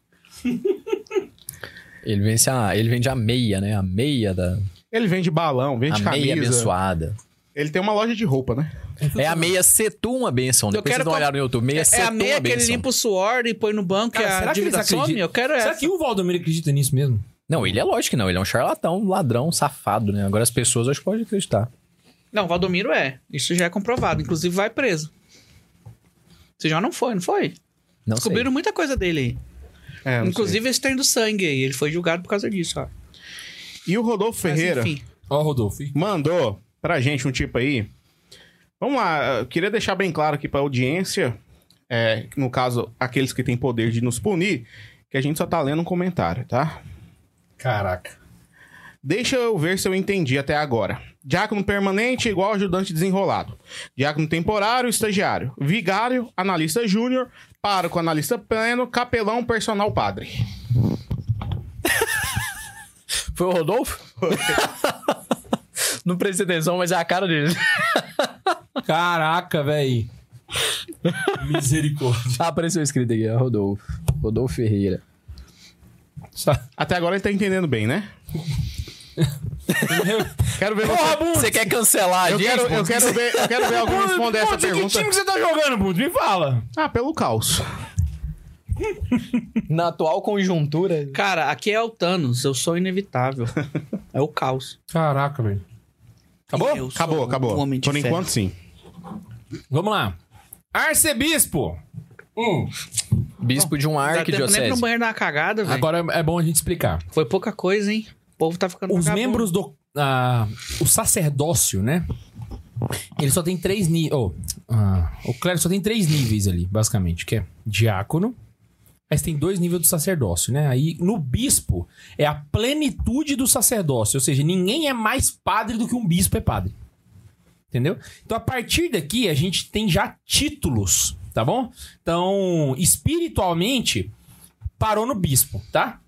[SPEAKER 2] Ele, vence a, ele vende a meia, né? A meia da.
[SPEAKER 4] Ele vende balão,
[SPEAKER 2] A
[SPEAKER 4] vende
[SPEAKER 2] meia
[SPEAKER 4] camisa.
[SPEAKER 2] abençoada.
[SPEAKER 4] Ele tem uma loja de roupa, né?
[SPEAKER 2] É a meia Setum a benção. Depois vocês
[SPEAKER 3] quero
[SPEAKER 2] dão uma
[SPEAKER 3] com-
[SPEAKER 2] olhada no YouTube. Meia
[SPEAKER 3] É
[SPEAKER 2] Setum
[SPEAKER 3] a meia que ele
[SPEAKER 2] benção.
[SPEAKER 3] limpa o suor e põe no banco
[SPEAKER 1] Cara,
[SPEAKER 3] e a
[SPEAKER 1] será que eles
[SPEAKER 3] dívida
[SPEAKER 1] acreditam?
[SPEAKER 3] some? Eu quero
[SPEAKER 1] Será
[SPEAKER 3] essa.
[SPEAKER 1] que o Valdomiro acredita nisso mesmo?
[SPEAKER 2] Não, ele é lógico que não. Ele é um charlatão, um ladrão, safado, né? Agora as pessoas acho que podem acreditar.
[SPEAKER 3] Não, o Valdomiro é. Isso já é comprovado. Inclusive vai preso. Você já não foi, não foi?
[SPEAKER 2] Não
[SPEAKER 3] Descobriram muita coisa dele
[SPEAKER 4] É, não
[SPEAKER 3] aí.
[SPEAKER 4] sei.
[SPEAKER 3] Inclusive esse trem do sangue aí. Ele foi julgado por causa disso, ó.
[SPEAKER 4] E o Rodolfo
[SPEAKER 3] Mas,
[SPEAKER 4] Ferreira
[SPEAKER 3] enfim.
[SPEAKER 1] Ó, Rodolfo. ih.
[SPEAKER 4] mandou pra gente um tipo aí. Vamos lá, eu queria deixar bem claro aqui pra audiência, é, no caso, aqueles que têm poder de nos punir, que a gente só tá lendo um comentário, tá?
[SPEAKER 1] Caraca.
[SPEAKER 4] Deixa eu ver se eu entendi até agora. Diácono permanente igual ajudante desenrolado. Diácono temporário, estagiário. Vigário, analista júnior. Pároco, analista pleno. Capelão, personal padre.
[SPEAKER 2] sei. Foi o Rodolfo? não prestei atenção, mas é a cara dele.
[SPEAKER 1] Caraca, véi. Misericórdia.
[SPEAKER 2] Ah, apareceu escrito aqui, ó, Rodolfo. Rodolfo Ferreira.
[SPEAKER 4] Até agora ele tá entendendo bem, né? Quero ver você...
[SPEAKER 2] Você quer cancelar a
[SPEAKER 4] Eu
[SPEAKER 2] gente?
[SPEAKER 4] quero, eu
[SPEAKER 2] mano?
[SPEAKER 4] quero ver, eu quero ver alguém responder essa pergunta.
[SPEAKER 1] que você tá jogando, Bundes? Me fala.
[SPEAKER 4] Ah, pelo caos.
[SPEAKER 2] Na atual conjuntura.
[SPEAKER 3] Cara, aqui é o Thanos. Eu sou inevitável. é o caos. um
[SPEAKER 1] Caraca, velho.
[SPEAKER 3] Acabou?
[SPEAKER 4] Acabou, acabou.
[SPEAKER 1] um
[SPEAKER 4] Por enquanto, sim.
[SPEAKER 1] Vamos lá. Arcebispo. Hum.
[SPEAKER 2] Bispo de um
[SPEAKER 3] Dá tempo nem pro
[SPEAKER 2] arquidiocese.
[SPEAKER 3] banheiro dar uma cagada, velho.
[SPEAKER 1] Agora é bom a gente explicar.
[SPEAKER 3] Foi pouca coisa, hein? O povo tá ficando
[SPEAKER 1] Os
[SPEAKER 3] vagabundo.
[SPEAKER 1] membros do. ah, o sacerdócio, né? Ele só tem três níveis. o clero só tem três níveis ali, basicamente, que é diácono. Mas tem dois níveis do sacerdócio, né? Aí no bispo é a plenitude do sacerdócio, ou seja, ninguém é mais padre do que um bispo é padre. Entendeu? Então, a partir daqui, a gente tem já títulos, tá bom? Então, espiritualmente, parou no bispo, tá?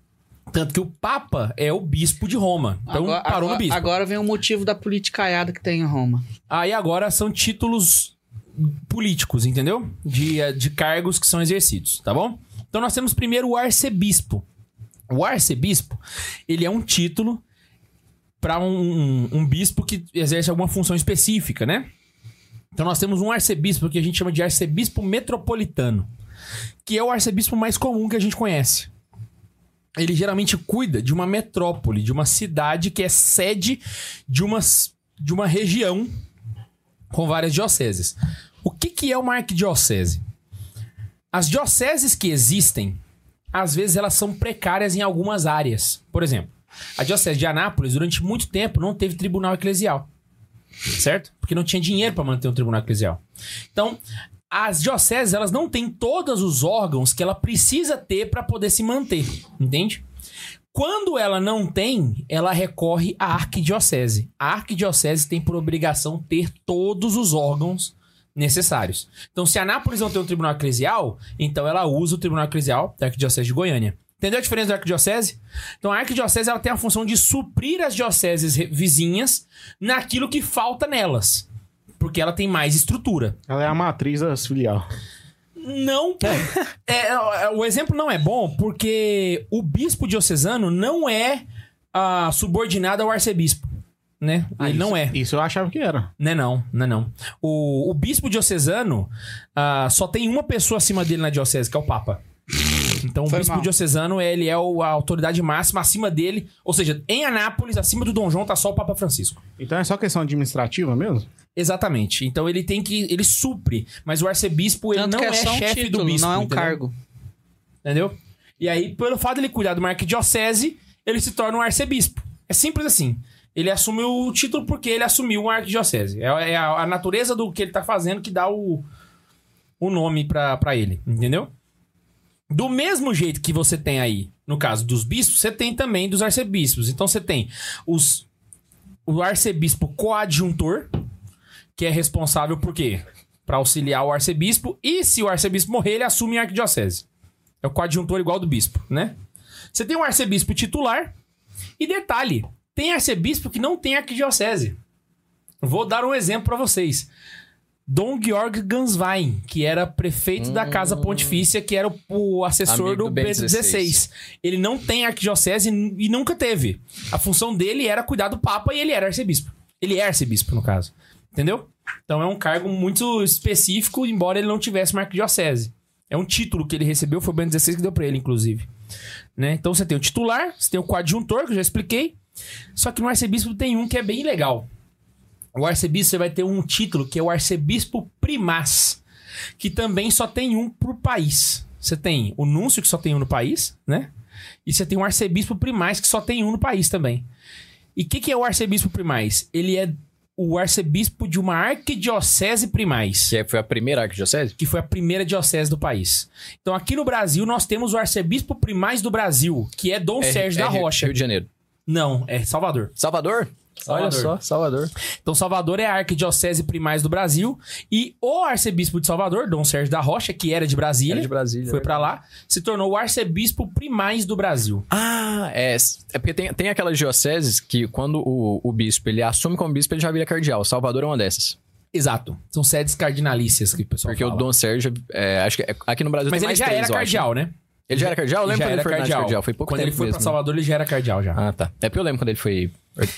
[SPEAKER 1] Tanto que o Papa é o bispo de Roma. Então,
[SPEAKER 3] agora,
[SPEAKER 1] parou
[SPEAKER 3] agora-
[SPEAKER 1] no bispo.
[SPEAKER 3] agora vem o motivo da politicaiada que tem em Roma.
[SPEAKER 1] Aí agora são títulos políticos, entendeu? De, eh, de cargos que são exercidos, tá bom? Então nós temos primeiro o arcebispo. O arcebispo, ele é um título para um, um- um bispo que exerce alguma função específica, né? Então nós temos um arcebispo que a gente chama de arcebispo metropolitano, que é o arcebispo mais comum que a gente conhece. Ele geralmente cuida de uma metrópole, de uma cidade que é sede de uma, de uma região com várias dioceses. O que, que é uma arquidiocese? As dioceses que existem, às vezes elas são precárias em algumas áreas. Por exemplo, a diocese de Anápolis, durante muito tempo, não teve tribunal eclesial. Certo? Porque não tinha dinheiro para manter um tribunal eclesial. Então, as dioceses, elas não têm todos os órgãos que ela precisa ter para poder se manter. Entende? Quando ela não tem, ela recorre à arquidiocese. A arquidiocese tem por obrigação ter todos os órgãos necessários. Então, se Anápolis não tem um tribunal eclesial, então ela usa o tribunal eclesial da arquidiocese de Goiânia. Entendeu a diferença da arquidiocese? Então, a arquidiocese ela tem a função de suprir as dioceses re- vizinhas naquilo que falta nelas. Porque ela tem mais estrutura.
[SPEAKER 4] Ela é a matriz das filial.
[SPEAKER 1] não. É, é, o exemplo não é bom porque o bispo diocesano não é ah, subordinado ao arcebispo. Né?
[SPEAKER 3] Ah,
[SPEAKER 1] Ele não é.
[SPEAKER 4] Isso eu achava que era.
[SPEAKER 1] Né não, né não. O, o bispo diocesano ah, só tem uma pessoa acima dele na diocese, que é o Papa. Então o
[SPEAKER 3] Foi
[SPEAKER 1] bispo
[SPEAKER 3] mal.
[SPEAKER 1] diocesano, ele é o- a autoridade máxima acima dele. Ou seja, em Anápolis, acima do Dom João, tá só o Papa Francisco.
[SPEAKER 4] Então é só questão administrativa mesmo?
[SPEAKER 1] Exatamente. Então ele tem que... Ele supre. Mas o arcebispo, ele
[SPEAKER 3] Tanto
[SPEAKER 1] não
[SPEAKER 3] que
[SPEAKER 1] é,
[SPEAKER 3] é só um
[SPEAKER 1] chefe
[SPEAKER 3] título,
[SPEAKER 1] do bispo.
[SPEAKER 3] não é um
[SPEAKER 1] entendeu?
[SPEAKER 3] cargo.
[SPEAKER 1] Entendeu? E aí, pelo fato dele cuidar de uma arquidiocese, ele se torna um arcebispo. É simples assim. Ele assumiu o título porque ele assumiu uma arquidiocese. É, é a, a natureza do que ele tá fazendo que dá o, o nome pra pra ele, entendeu? Do mesmo jeito que você tem aí, no caso dos bispos, você tem também dos arcebispos. Então você tem os, o arcebispo coadjuntor, que é responsável por quê? Pra auxiliar o arcebispo. E se o arcebispo morrer, ele assume a arquidiocese. É o coadjuntor igual do bispo, né? Você tem um arcebispo titular. E detalhe, tem arcebispo que não tem arquidiocese. Vou dar um exemplo pra vocês. Dom Georg Ganswein, que era prefeito da Casa Pontifícia, que era o, o assessor
[SPEAKER 2] Amigo
[SPEAKER 1] do,
[SPEAKER 2] do Bento
[SPEAKER 1] Bento XVI. Ele não tem arquidiocese e e nunca teve. A função dele era cuidar do Papa e ele era arcebispo. Ele é arcebispo, no caso. Entendeu? Então é um cargo muito específico, embora ele não tivesse uma arquidiocese. É um título que ele recebeu, foi o Bento XVI que deu pra ele, inclusive. Né? Então você tem o titular, você tem o coadjuntor, que eu já expliquei. Só que no arcebispo tem um que é bem legal. O arcebispo você vai ter um título que é o arcebispo primaz, que também só tem um pro país. Você tem o núncio que só tem um no país, né? E você tem um arcebispo primaz que só tem um no país também. E o que, que é o arcebispo primaz? Ele é o arcebispo de uma arquidiocese primaz
[SPEAKER 2] Que é- foi a primeira arquidiocese?
[SPEAKER 1] que foi a primeira diocese do país. Então, aqui no Brasil, nós temos o arcebispo primaz do Brasil, que é Dom
[SPEAKER 2] É-
[SPEAKER 1] Sérgio
[SPEAKER 2] é
[SPEAKER 1] da
[SPEAKER 2] Rio-
[SPEAKER 1] Rocha.
[SPEAKER 2] Rio de Janeiro.
[SPEAKER 1] Não, é Salvador.
[SPEAKER 2] Salvador?
[SPEAKER 1] Salvador.
[SPEAKER 2] Olha só, Salvador.
[SPEAKER 1] Então, Salvador é a arquidiocese primaz do Brasil. E o arcebispo de Salvador, Dom Sérgio da Rocha, que era de Brasília,
[SPEAKER 2] Era de Brasília. né?
[SPEAKER 1] foi pra lá, se tornou o arcebispo primaz do Brasil.
[SPEAKER 2] Ah, é. É porque tem, tem aquelas dioceses que quando o, o bispo ele assume como bispo, ele já vira cardeal. Salvador é uma dessas.
[SPEAKER 1] Exato. São sedes cardinalícias que o pessoal
[SPEAKER 2] Porque
[SPEAKER 1] fala.
[SPEAKER 2] o Dom Sérgio, é, acho que é- aqui no Brasil
[SPEAKER 1] Mas
[SPEAKER 2] tem
[SPEAKER 1] ele
[SPEAKER 2] mais
[SPEAKER 1] já
[SPEAKER 2] três,
[SPEAKER 1] era
[SPEAKER 2] eu acho.
[SPEAKER 1] cardeal, né?
[SPEAKER 2] Ele já era cardeal? Eu lembro
[SPEAKER 1] já
[SPEAKER 2] quando
[SPEAKER 1] era
[SPEAKER 2] ele foi cardeal. cardeal. Foi pouco
[SPEAKER 1] Quando
[SPEAKER 2] tempo
[SPEAKER 1] ele foi
[SPEAKER 2] mesmo. né?
[SPEAKER 1] pra Salvador, ele já era cardeal já.
[SPEAKER 2] Ah, tá. É porque eu lembro quando ele foi.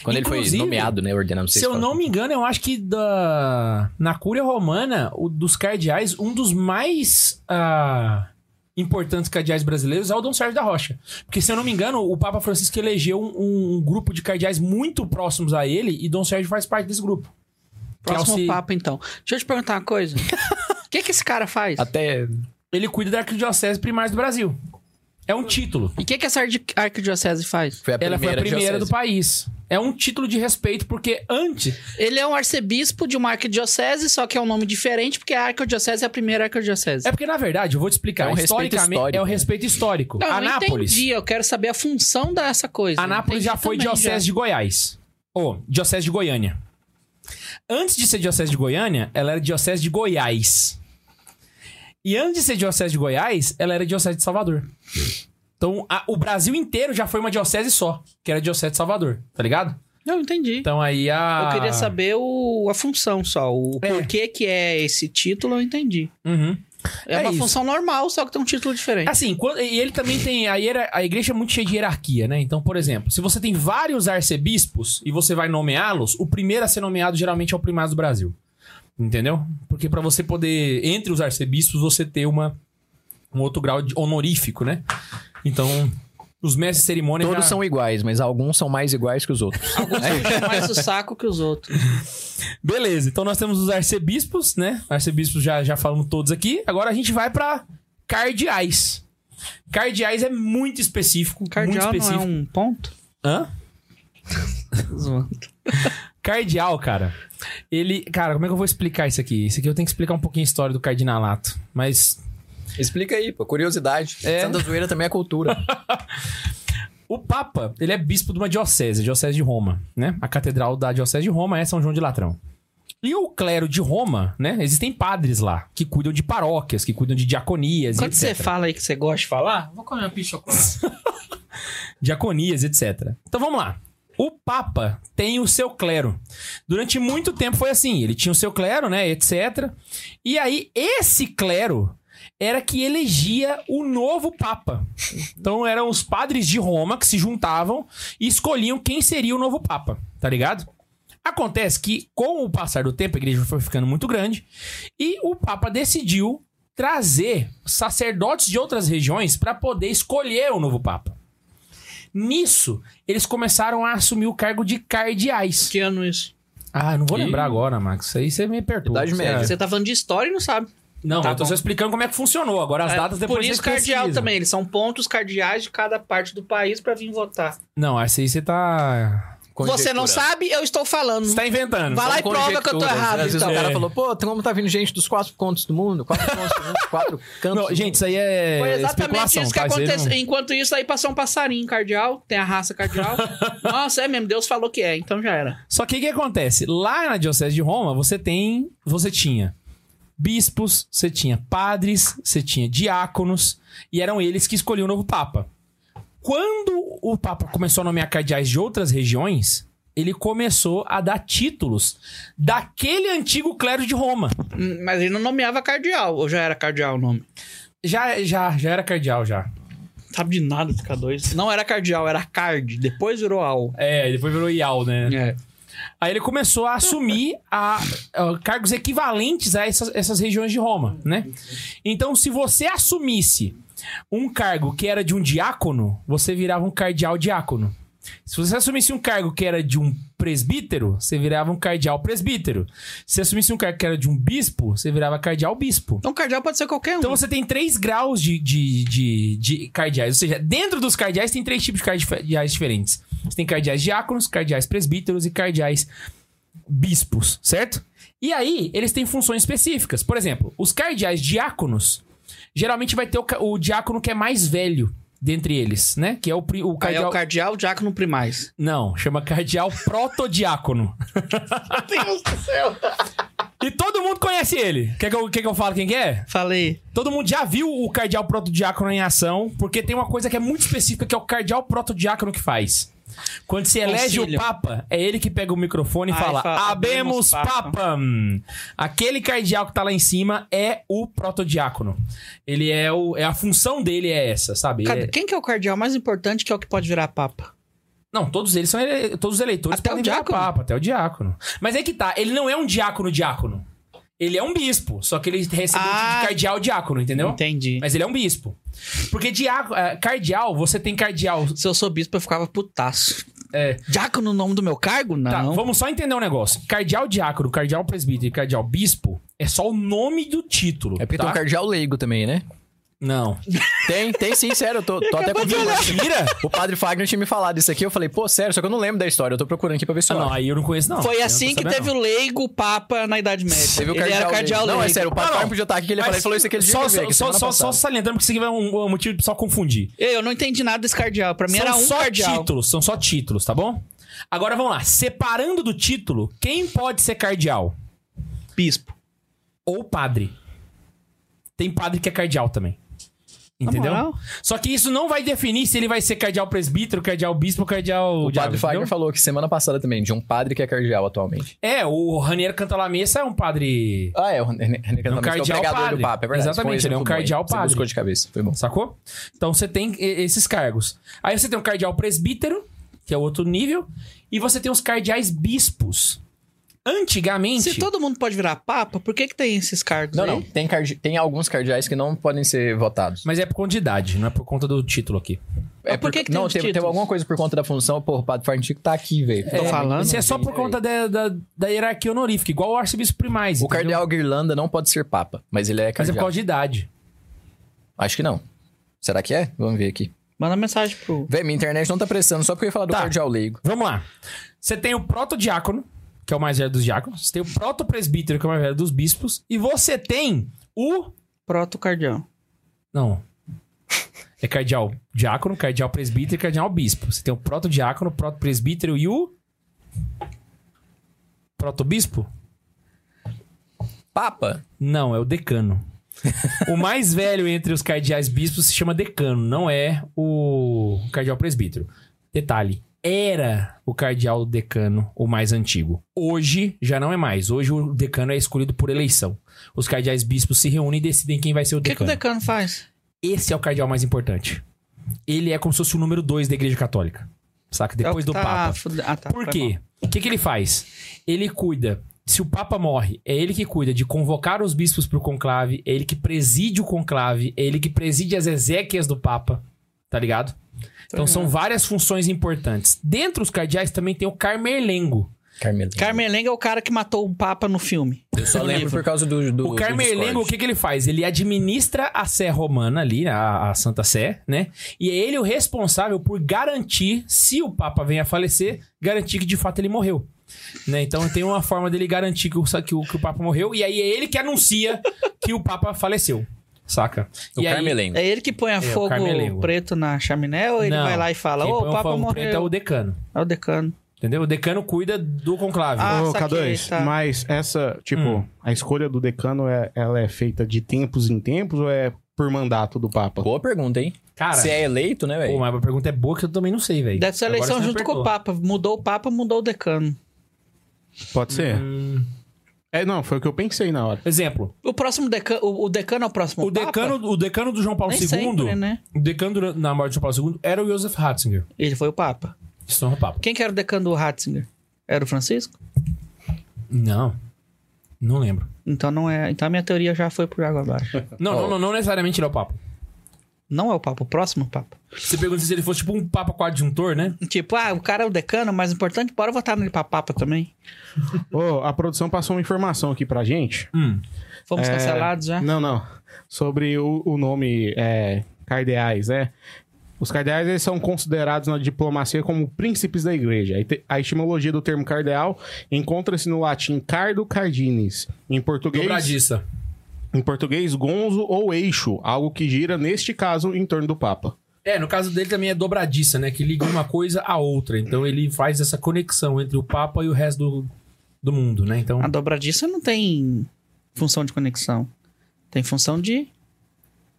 [SPEAKER 2] Quando ele foi
[SPEAKER 1] Inclusive,
[SPEAKER 2] nomeado, né? Ordenado, não sei
[SPEAKER 1] Se eu
[SPEAKER 2] fala.
[SPEAKER 1] não me engano, eu acho que da... na Cúria Romana, o dos cardeais, um dos mais ah, importantes cardeais brasileiros é o Dom Sérgio da Rocha. Porque, se eu não me engano, o Papa Francisco elegeu um, um grupo de cardeais muito próximos a ele e Dom Sérgio faz parte desse grupo. é
[SPEAKER 3] Próximo
[SPEAKER 1] Kelsey-
[SPEAKER 3] papo, então. Deixa eu te perguntar uma coisa. O que, que esse cara faz?
[SPEAKER 2] Até.
[SPEAKER 1] Ele cuida da Arquidiocese Primária do Brasil. É um título.
[SPEAKER 3] E o que, que essa arqui- arquidiocese faz?
[SPEAKER 2] Foi a primeira
[SPEAKER 1] Ela foi a primeira do
[SPEAKER 2] diocese.
[SPEAKER 1] país. É um título de respeito, porque antes
[SPEAKER 3] Ele é um arcebispo de uma arquidiocese, só que é um nome diferente, porque a arquidiocese é a primeira arquidiocese.
[SPEAKER 1] É porque, na verdade, eu vou te explicar.
[SPEAKER 2] É um respeito
[SPEAKER 1] Historicamente,
[SPEAKER 2] histórico,
[SPEAKER 1] é o
[SPEAKER 2] né?
[SPEAKER 1] respeito histórico.
[SPEAKER 3] Não, eu não
[SPEAKER 1] Anápolis.
[SPEAKER 3] entendi, eu quero saber a função dessa coisa.
[SPEAKER 1] Anápolis
[SPEAKER 3] Entendi
[SPEAKER 1] já foi
[SPEAKER 3] também, né?
[SPEAKER 1] diocese de Goiás. Ou, diocese de Goiânia. Antes de ser diocese de Goiânia, ela era diocese de Goiás. E antes de ser diocese de Goiás, ela era diocese de Salvador. Então, a- o Brasil inteiro já foi uma diocese só, que era a diocese de Salvador, tá ligado?
[SPEAKER 3] Não, entendi.
[SPEAKER 1] Então aí a...
[SPEAKER 3] Eu queria saber o- a função só, o
[SPEAKER 1] É.
[SPEAKER 3] porquê que é esse título, eu entendi.
[SPEAKER 1] Uhum.
[SPEAKER 3] É,
[SPEAKER 1] É
[SPEAKER 3] uma
[SPEAKER 1] isso.
[SPEAKER 3] função normal, só que tem um título diferente.
[SPEAKER 1] Assim, quando- e ele também tem. A, hiera- a igreja é muito cheia de hierarquia, né? Então, por exemplo, se você tem vários arcebispos e você vai nomeá-los, o primeiro a ser nomeado geralmente é o primaz do Brasil. Entendeu? Porque pra você poder, entre os arcebispos, você ter uma, um outro grau de honorífico, né? Então, os mestres de cerimônia.
[SPEAKER 2] Todos
[SPEAKER 1] já-
[SPEAKER 2] são iguais, mas alguns são mais iguais que os outros.
[SPEAKER 1] É.
[SPEAKER 3] Puxa mais o saco que os outros.
[SPEAKER 1] Beleza, então nós temos os arcebispos, né? Arcebispos já, já falamos todos aqui. Agora a gente vai pra cardeais. Cardeais é muito específico.
[SPEAKER 3] O
[SPEAKER 1] muito
[SPEAKER 3] cardeal não é
[SPEAKER 1] específico.
[SPEAKER 3] um ponto?
[SPEAKER 1] Hã?
[SPEAKER 3] Zoando.
[SPEAKER 1] Cardeal, cara. Ele. Cara, como é que eu vou explicar isso aqui? Isso aqui eu tenho que explicar um pouquinho a história do cardinalato. Mas.
[SPEAKER 2] Explica aí, pô. Curiosidade.
[SPEAKER 1] É.
[SPEAKER 2] Santa Zoeira também é cultura.
[SPEAKER 1] O Papa, ele é bispo de uma diocese, a diocese de Roma, né? A catedral da diocese de Roma é São João de Latrão. E o clero de Roma, né? Existem padres lá que cuidam de paróquias, que cuidam de diaconias,
[SPEAKER 3] Quando
[SPEAKER 1] etc.
[SPEAKER 3] você fala aí que você gosta de falar, vou comer um uma picha
[SPEAKER 1] diaconias, etc. Então vamos lá. O Papa tem o seu clero. Durante muito tempo foi assim, ele tinha o seu clero, né, etc. E aí esse clero era que elegia o novo Papa. Então eram os padres de Roma que se juntavam e escolhiam quem seria o novo Papa, tá ligado? Acontece que, com o passar do tempo, a igreja foi ficando muito grande e o Papa decidiu trazer sacerdotes de outras regiões para poder escolher o novo Papa. Nisso, eles começaram a assumir o cargo de cardeais.
[SPEAKER 3] Que ano isso?
[SPEAKER 1] Ah, eu não vou
[SPEAKER 2] Ih.
[SPEAKER 1] lembrar agora, Max. Isso aí você me apertou.
[SPEAKER 2] Idade média. É.
[SPEAKER 3] Você tá falando de história e não sabe.
[SPEAKER 1] Não,
[SPEAKER 3] Tá
[SPEAKER 1] eu tô
[SPEAKER 3] bom.
[SPEAKER 1] só explicando como é que funcionou. Agora as
[SPEAKER 3] É,
[SPEAKER 1] datas depois
[SPEAKER 3] Por isso,
[SPEAKER 1] vocês
[SPEAKER 3] cardeal
[SPEAKER 1] pesquisam.
[SPEAKER 3] também. Eles são pontos cardeais de cada parte do país pra vir votar.
[SPEAKER 1] Não, essa aí você tá...
[SPEAKER 3] Você não
[SPEAKER 2] Conjectura.
[SPEAKER 3] sabe, eu estou falando.
[SPEAKER 1] Você tá inventando.
[SPEAKER 3] Vai lá e
[SPEAKER 2] São
[SPEAKER 3] prova que eu tô
[SPEAKER 2] conjecturas,
[SPEAKER 3] errado,
[SPEAKER 2] né? Às vezes
[SPEAKER 3] então.
[SPEAKER 2] o cara
[SPEAKER 1] É.
[SPEAKER 2] falou, pô, como tá vindo gente dos quatro pontos do mundo? Quatro pontos do mundo, quatro cantos.
[SPEAKER 1] Não,
[SPEAKER 2] do
[SPEAKER 1] gente,
[SPEAKER 2] mundo.
[SPEAKER 1] isso aí é
[SPEAKER 3] Foi exatamente
[SPEAKER 1] especulação,
[SPEAKER 3] isso que
[SPEAKER 1] tá? Isso aí não-
[SPEAKER 3] aconteceu. Enquanto isso, aí passou um passarinho cardeal, tem a raça cardeal. Nossa, é mesmo, Deus falou que é, então já era.
[SPEAKER 1] Só que o que acontece? Lá na Diocese de Roma, você tem. Você tinha bispos, você tinha padres, você tinha diáconos, e eram eles que escolhiam o novo Papa. Quando o Papa começou a nomear cardeais de outras regiões, ele começou a dar títulos daquele antigo clero de Roma.
[SPEAKER 3] Hum, Mas ele não nomeava cardeal, ou já era cardeal o nome?
[SPEAKER 1] Já, já, já era cardeal, já.
[SPEAKER 3] Sabe de nada do K2. Não era cardeal, era card, depois virou al.
[SPEAKER 1] É, depois virou Ial, né?
[SPEAKER 3] É.
[SPEAKER 1] Aí ele começou a assumir a, a cargos equivalentes a essas, essas regiões de Roma, né? Então, se você assumisse um cargo que era de um diácono, você virava um cardeal diácono. Se você assumisse um cargo que era de um presbítero, você virava um cardeal presbítero. Se assumisse um cargo que era de um bispo, você virava cardeal bispo.
[SPEAKER 3] Então cardeal pode ser qualquer um.
[SPEAKER 1] Então você tem três graus de, de, de, de cardeais. Ou seja, dentro dos cardeais tem três tipos de cardeais diferentes. Você tem cardeais diáconos, cardeais presbíteros e cardeais bispos, certo? E aí, eles têm funções específicas. Por exemplo, os cardeais diáconos, geralmente vai ter o, ca- o diácono que é mais velho dentre eles, né? Que é o, pri- o
[SPEAKER 3] Aí é
[SPEAKER 1] cardeal...
[SPEAKER 3] o cardeal, diácono primais.
[SPEAKER 1] Não, chama cardeal protodiácono.
[SPEAKER 3] Deus do céu.
[SPEAKER 1] E todo mundo conhece ele. Quer que eu, quer que eu fale quem que é?
[SPEAKER 3] Falei.
[SPEAKER 1] Todo mundo já viu o cardeal protodiácono em ação, porque tem uma coisa que é muito específica, que é o cardeal protodiácono que faz. Quando se elege
[SPEAKER 3] Concílio.
[SPEAKER 1] o Papa, é ele que pega o microfone e
[SPEAKER 3] Ai,
[SPEAKER 1] fala,
[SPEAKER 3] fala,
[SPEAKER 1] Abemos
[SPEAKER 3] "Habemus
[SPEAKER 1] Papam. Aquele cardeal que tá lá em cima é o protodiácono. Ele é o... É a função dele é essa, sabe?
[SPEAKER 3] Cara,
[SPEAKER 1] É-
[SPEAKER 3] Quem que é o cardeal mais importante que é o que pode virar papa?
[SPEAKER 1] é, não, todos eles são... ele- Todos os eleitores
[SPEAKER 3] Até o
[SPEAKER 1] podem virar
[SPEAKER 3] diácono?
[SPEAKER 1] Papa, até o diácono. Mas é que tá, ele não é um diácono-diácono. Ele é um bispo, só que ele recebe o título
[SPEAKER 3] Ah.
[SPEAKER 1] de cardeal-diácono, entendeu?
[SPEAKER 3] Entendi.
[SPEAKER 1] Mas ele é um bispo. Porque diaco, eh, cardeal, você tem cardeal.
[SPEAKER 3] Se eu sou bispo, eu ficava putaço.
[SPEAKER 1] É.
[SPEAKER 3] Diácono no nome do meu cargo? Não.
[SPEAKER 1] Tá, vamos só entender um negócio. Cardeal diácono, cardeal presbítero e cardeal bispo é só o nome do título.
[SPEAKER 2] É porque
[SPEAKER 1] tá?
[SPEAKER 2] tem um cardeal leigo também, né?
[SPEAKER 1] Não.
[SPEAKER 2] Tem, tem sim, sério. Eu tô, tô até com
[SPEAKER 1] Mentira?
[SPEAKER 2] O padre Fagner tinha me falado isso aqui. Eu falei, pô, sério, só que eu não lembro da história. Eu tô procurando aqui pra ver se
[SPEAKER 1] Ah,
[SPEAKER 2] eu
[SPEAKER 1] não,
[SPEAKER 2] acho.
[SPEAKER 1] aí eu não conheço, não.
[SPEAKER 3] Foi
[SPEAKER 1] Eu
[SPEAKER 3] assim
[SPEAKER 1] não tô
[SPEAKER 3] que
[SPEAKER 1] sabendo,
[SPEAKER 3] teve
[SPEAKER 1] não.
[SPEAKER 3] o leigo, o papa na Idade Média.
[SPEAKER 1] é,
[SPEAKER 2] Você viu o
[SPEAKER 3] ele
[SPEAKER 2] cardeal,
[SPEAKER 3] era cardeal leigo.
[SPEAKER 2] Não, é sério. O padre
[SPEAKER 1] Não, não.
[SPEAKER 2] Fagner podia estar aqui, que ele
[SPEAKER 1] Mas
[SPEAKER 2] falou, ele falou isso aqui. Ele
[SPEAKER 1] só,
[SPEAKER 2] tinha que ver
[SPEAKER 1] só,
[SPEAKER 2] aqui,
[SPEAKER 1] só,
[SPEAKER 2] semana
[SPEAKER 1] só, só
[SPEAKER 2] passada.
[SPEAKER 1] salientando, porque isso aqui é um, um motivo de só confundir.
[SPEAKER 3] Ei, Eu não entendi nada desse cardeal. Pra mim
[SPEAKER 1] são
[SPEAKER 3] era um
[SPEAKER 1] só
[SPEAKER 3] cardeal.
[SPEAKER 1] títulos, são só títulos, tá bom? Agora vamos lá. Separando do título, quem pode ser cardeal?
[SPEAKER 3] Bispo.
[SPEAKER 1] Ou padre. Tem padre que é cardeal também. Entendeu? Só que isso não vai definir se ele vai ser cardeal presbítero, cardeal bispo ou cardeal.
[SPEAKER 2] O padre
[SPEAKER 1] diabo,
[SPEAKER 2] Fagner
[SPEAKER 1] entendeu?
[SPEAKER 2] falou que semana passada também, de um padre que é cardeal atualmente.
[SPEAKER 1] É, o Raniero Cantalamessa é um padre.
[SPEAKER 2] Ah, é, o René René Cantalamessa, que é o
[SPEAKER 1] um cardeal
[SPEAKER 2] pregador
[SPEAKER 1] padre.
[SPEAKER 2] do Papa, é verdade.
[SPEAKER 1] Exatamente,
[SPEAKER 2] Foi um
[SPEAKER 1] ele é um
[SPEAKER 2] exemplo bom aí.
[SPEAKER 1] cardeal
[SPEAKER 2] Você
[SPEAKER 1] padre.
[SPEAKER 2] buscou de cabeça, foi bom.
[SPEAKER 1] Sacou? Então você tem e- esses cargos. Aí você tem o cardeal presbítero, que é outro nível, e você tem os cardeais bispos. Antigamente.
[SPEAKER 3] Se todo mundo pode virar papa, por que que tem esses cargos
[SPEAKER 2] Não,
[SPEAKER 3] aí?
[SPEAKER 2] não, tem, carde- tem alguns cardeais que não podem ser votados. É
[SPEAKER 1] Mas é por conta de idade, não é por conta do título aqui.
[SPEAKER 3] Mas por que que tem
[SPEAKER 2] Não,
[SPEAKER 3] os
[SPEAKER 2] teve, teve
[SPEAKER 3] títulos?
[SPEAKER 2] alguma coisa por conta da função, pô, o padre Fagner tinha que estar aqui, velho.
[SPEAKER 3] Tô falando.
[SPEAKER 1] Isso é só por conta da, da, da hierarquia honorífica, igual o arcebispo primaz.
[SPEAKER 2] O
[SPEAKER 1] entendeu?
[SPEAKER 2] cardeal Guirlanda não pode ser papa, mas ele é
[SPEAKER 1] Mas é por
[SPEAKER 2] cardeal.
[SPEAKER 1] causa de idade.
[SPEAKER 2] Acho que não. Será que é? Vamos ver aqui.
[SPEAKER 3] Manda mensagem pro...
[SPEAKER 2] Véi, minha internet não tá prestando, só porque eu ia falar do
[SPEAKER 1] Tá.
[SPEAKER 2] cardeal leigo.
[SPEAKER 1] Vamos lá. Você tem o protodiácono, que é o mais velho dos diáconos. Você tem o protopresbítero, que é o mais velho dos bispos. E você tem o.
[SPEAKER 3] Proto-cardeal.
[SPEAKER 1] Não. É cardeal diácono, cardeal presbítero e cardeal bispo. Você tem o protodiácono, protopresbítero e o. Protobispo?
[SPEAKER 2] Papa?
[SPEAKER 1] Não, é o decano. o mais velho entre os cardeais bispos se chama decano, não é o cardeal presbítero. Detalhe: era o cardeal decano o mais antigo. Hoje já não é mais. Hoje o decano é escolhido por eleição. Os cardeais bispos se reúnem e decidem quem vai ser o
[SPEAKER 3] O que, que o
[SPEAKER 1] decano.
[SPEAKER 3] decano faz?
[SPEAKER 1] Esse é o cardeal mais importante. Ele é como se fosse o número dois da Igreja Católica. Saca?
[SPEAKER 3] É o
[SPEAKER 1] Depois
[SPEAKER 3] que
[SPEAKER 1] do
[SPEAKER 3] tá
[SPEAKER 1] Papa.
[SPEAKER 3] fude- Ah, tá,
[SPEAKER 1] Por
[SPEAKER 3] foi
[SPEAKER 1] quê? O que, que ele faz? Ele cuida. Se o Papa morre, é ele que cuida de convocar os bispos para o conclave, é ele que preside o conclave, é ele que preside as exéquias do Papa, tá ligado? Então são várias funções importantes. Dentro dos cardeais também tem o Carmerlengo.
[SPEAKER 2] Carmelo.
[SPEAKER 3] Carmelenga é o cara que matou o Papa no filme.
[SPEAKER 2] Eu só lembro por causa do. do
[SPEAKER 1] o
[SPEAKER 2] do
[SPEAKER 1] Carmerlengo, o
[SPEAKER 2] Discord.
[SPEAKER 1] que, que ele faz? Ele administra a Sé Romana ali, a, a Santa Sé, né? E é ele o responsável por garantir, se o Papa vem a falecer, garantir que de fato ele morreu. Né? Então tem uma forma dele garantir que o, que, o, que o Papa morreu, e aí é ele que anuncia que o Papa faleceu. Saca?
[SPEAKER 2] O
[SPEAKER 1] e aí,
[SPEAKER 2] Carmelengo.
[SPEAKER 3] É ele que põe a
[SPEAKER 1] o
[SPEAKER 3] fogo
[SPEAKER 1] Carmelengo.
[SPEAKER 3] preto na chaminé ou ele
[SPEAKER 1] Não.
[SPEAKER 3] vai lá e fala,
[SPEAKER 1] quem
[SPEAKER 3] ô,
[SPEAKER 1] põe
[SPEAKER 3] o Papa
[SPEAKER 1] fogo preto
[SPEAKER 3] morreu.
[SPEAKER 1] é o decano.
[SPEAKER 3] É o decano.
[SPEAKER 1] Entendeu? O decano cuida do conclave.
[SPEAKER 3] Ah,
[SPEAKER 4] Ô,
[SPEAKER 3] saquei,
[SPEAKER 4] K2,
[SPEAKER 3] tá.
[SPEAKER 4] mas essa, tipo,
[SPEAKER 1] Hum.
[SPEAKER 4] a escolha do decano, é, ela é feita de tempos em tempos ou é por mandato do Papa?
[SPEAKER 2] Boa pergunta, hein?
[SPEAKER 1] Cara,
[SPEAKER 2] Você é eleito, né,
[SPEAKER 1] pô,
[SPEAKER 2] velho?
[SPEAKER 1] mas a pergunta é boa que eu também não sei, velho.
[SPEAKER 3] Deve ser a
[SPEAKER 1] Agora
[SPEAKER 3] eleição
[SPEAKER 1] você me
[SPEAKER 3] junto com o
[SPEAKER 1] apertou.
[SPEAKER 3] Papa. Mudou o Papa, mudou o decano.
[SPEAKER 4] Pode ser?
[SPEAKER 1] Hum,
[SPEAKER 4] É, não, foi o que eu pensei na hora.
[SPEAKER 1] exemplo.
[SPEAKER 3] O próximo decano... O, o decano é o próximo
[SPEAKER 1] O
[SPEAKER 3] Papa?
[SPEAKER 1] decano, o decano do João Paulo
[SPEAKER 3] Nem
[SPEAKER 1] II,
[SPEAKER 3] sempre, né?
[SPEAKER 1] o decano do- na morte do João Paulo II era o Joseph Ratzinger.
[SPEAKER 3] Ele foi o Papa.
[SPEAKER 1] Isso não é um papo.
[SPEAKER 3] Quem que era o decano do Ratzinger? Era o Francisco?
[SPEAKER 1] Não. Não lembro.
[SPEAKER 3] Então não é... Então a minha teoria já foi por água abaixo.
[SPEAKER 1] Não,
[SPEAKER 2] Ó.
[SPEAKER 1] não, não, não necessariamente ele é o Papa.
[SPEAKER 3] não é o Papa, o próximo Papa.
[SPEAKER 1] Você pergunta se ele fosse tipo um Papa com adjuntor, né?
[SPEAKER 3] Tipo, ah, o cara é o decano, mas o importante, bora votar nele pra Papa também.
[SPEAKER 4] Ô, a produção passou uma informação aqui pra gente.
[SPEAKER 1] Hum.
[SPEAKER 3] Fomos
[SPEAKER 4] É,
[SPEAKER 3] cancelados já.
[SPEAKER 4] Não, não. Sobre o, o nome é, cardeais, né? Os cardeais eles são considerados na diplomacia como príncipes da igreja. A te- A etimologia do termo cardeal encontra-se no latim cardo cardinis, em português,
[SPEAKER 1] Dobradiça.
[SPEAKER 4] em português gonzo ou eixo, algo que gira neste caso em torno do papa.
[SPEAKER 1] É, no caso dele também é dobradiça, né? Que liga uma coisa à outra. Então ele faz essa conexão entre o Papa e o resto do, do mundo, né? Então.
[SPEAKER 3] A dobradiça não tem função de conexão. Tem função de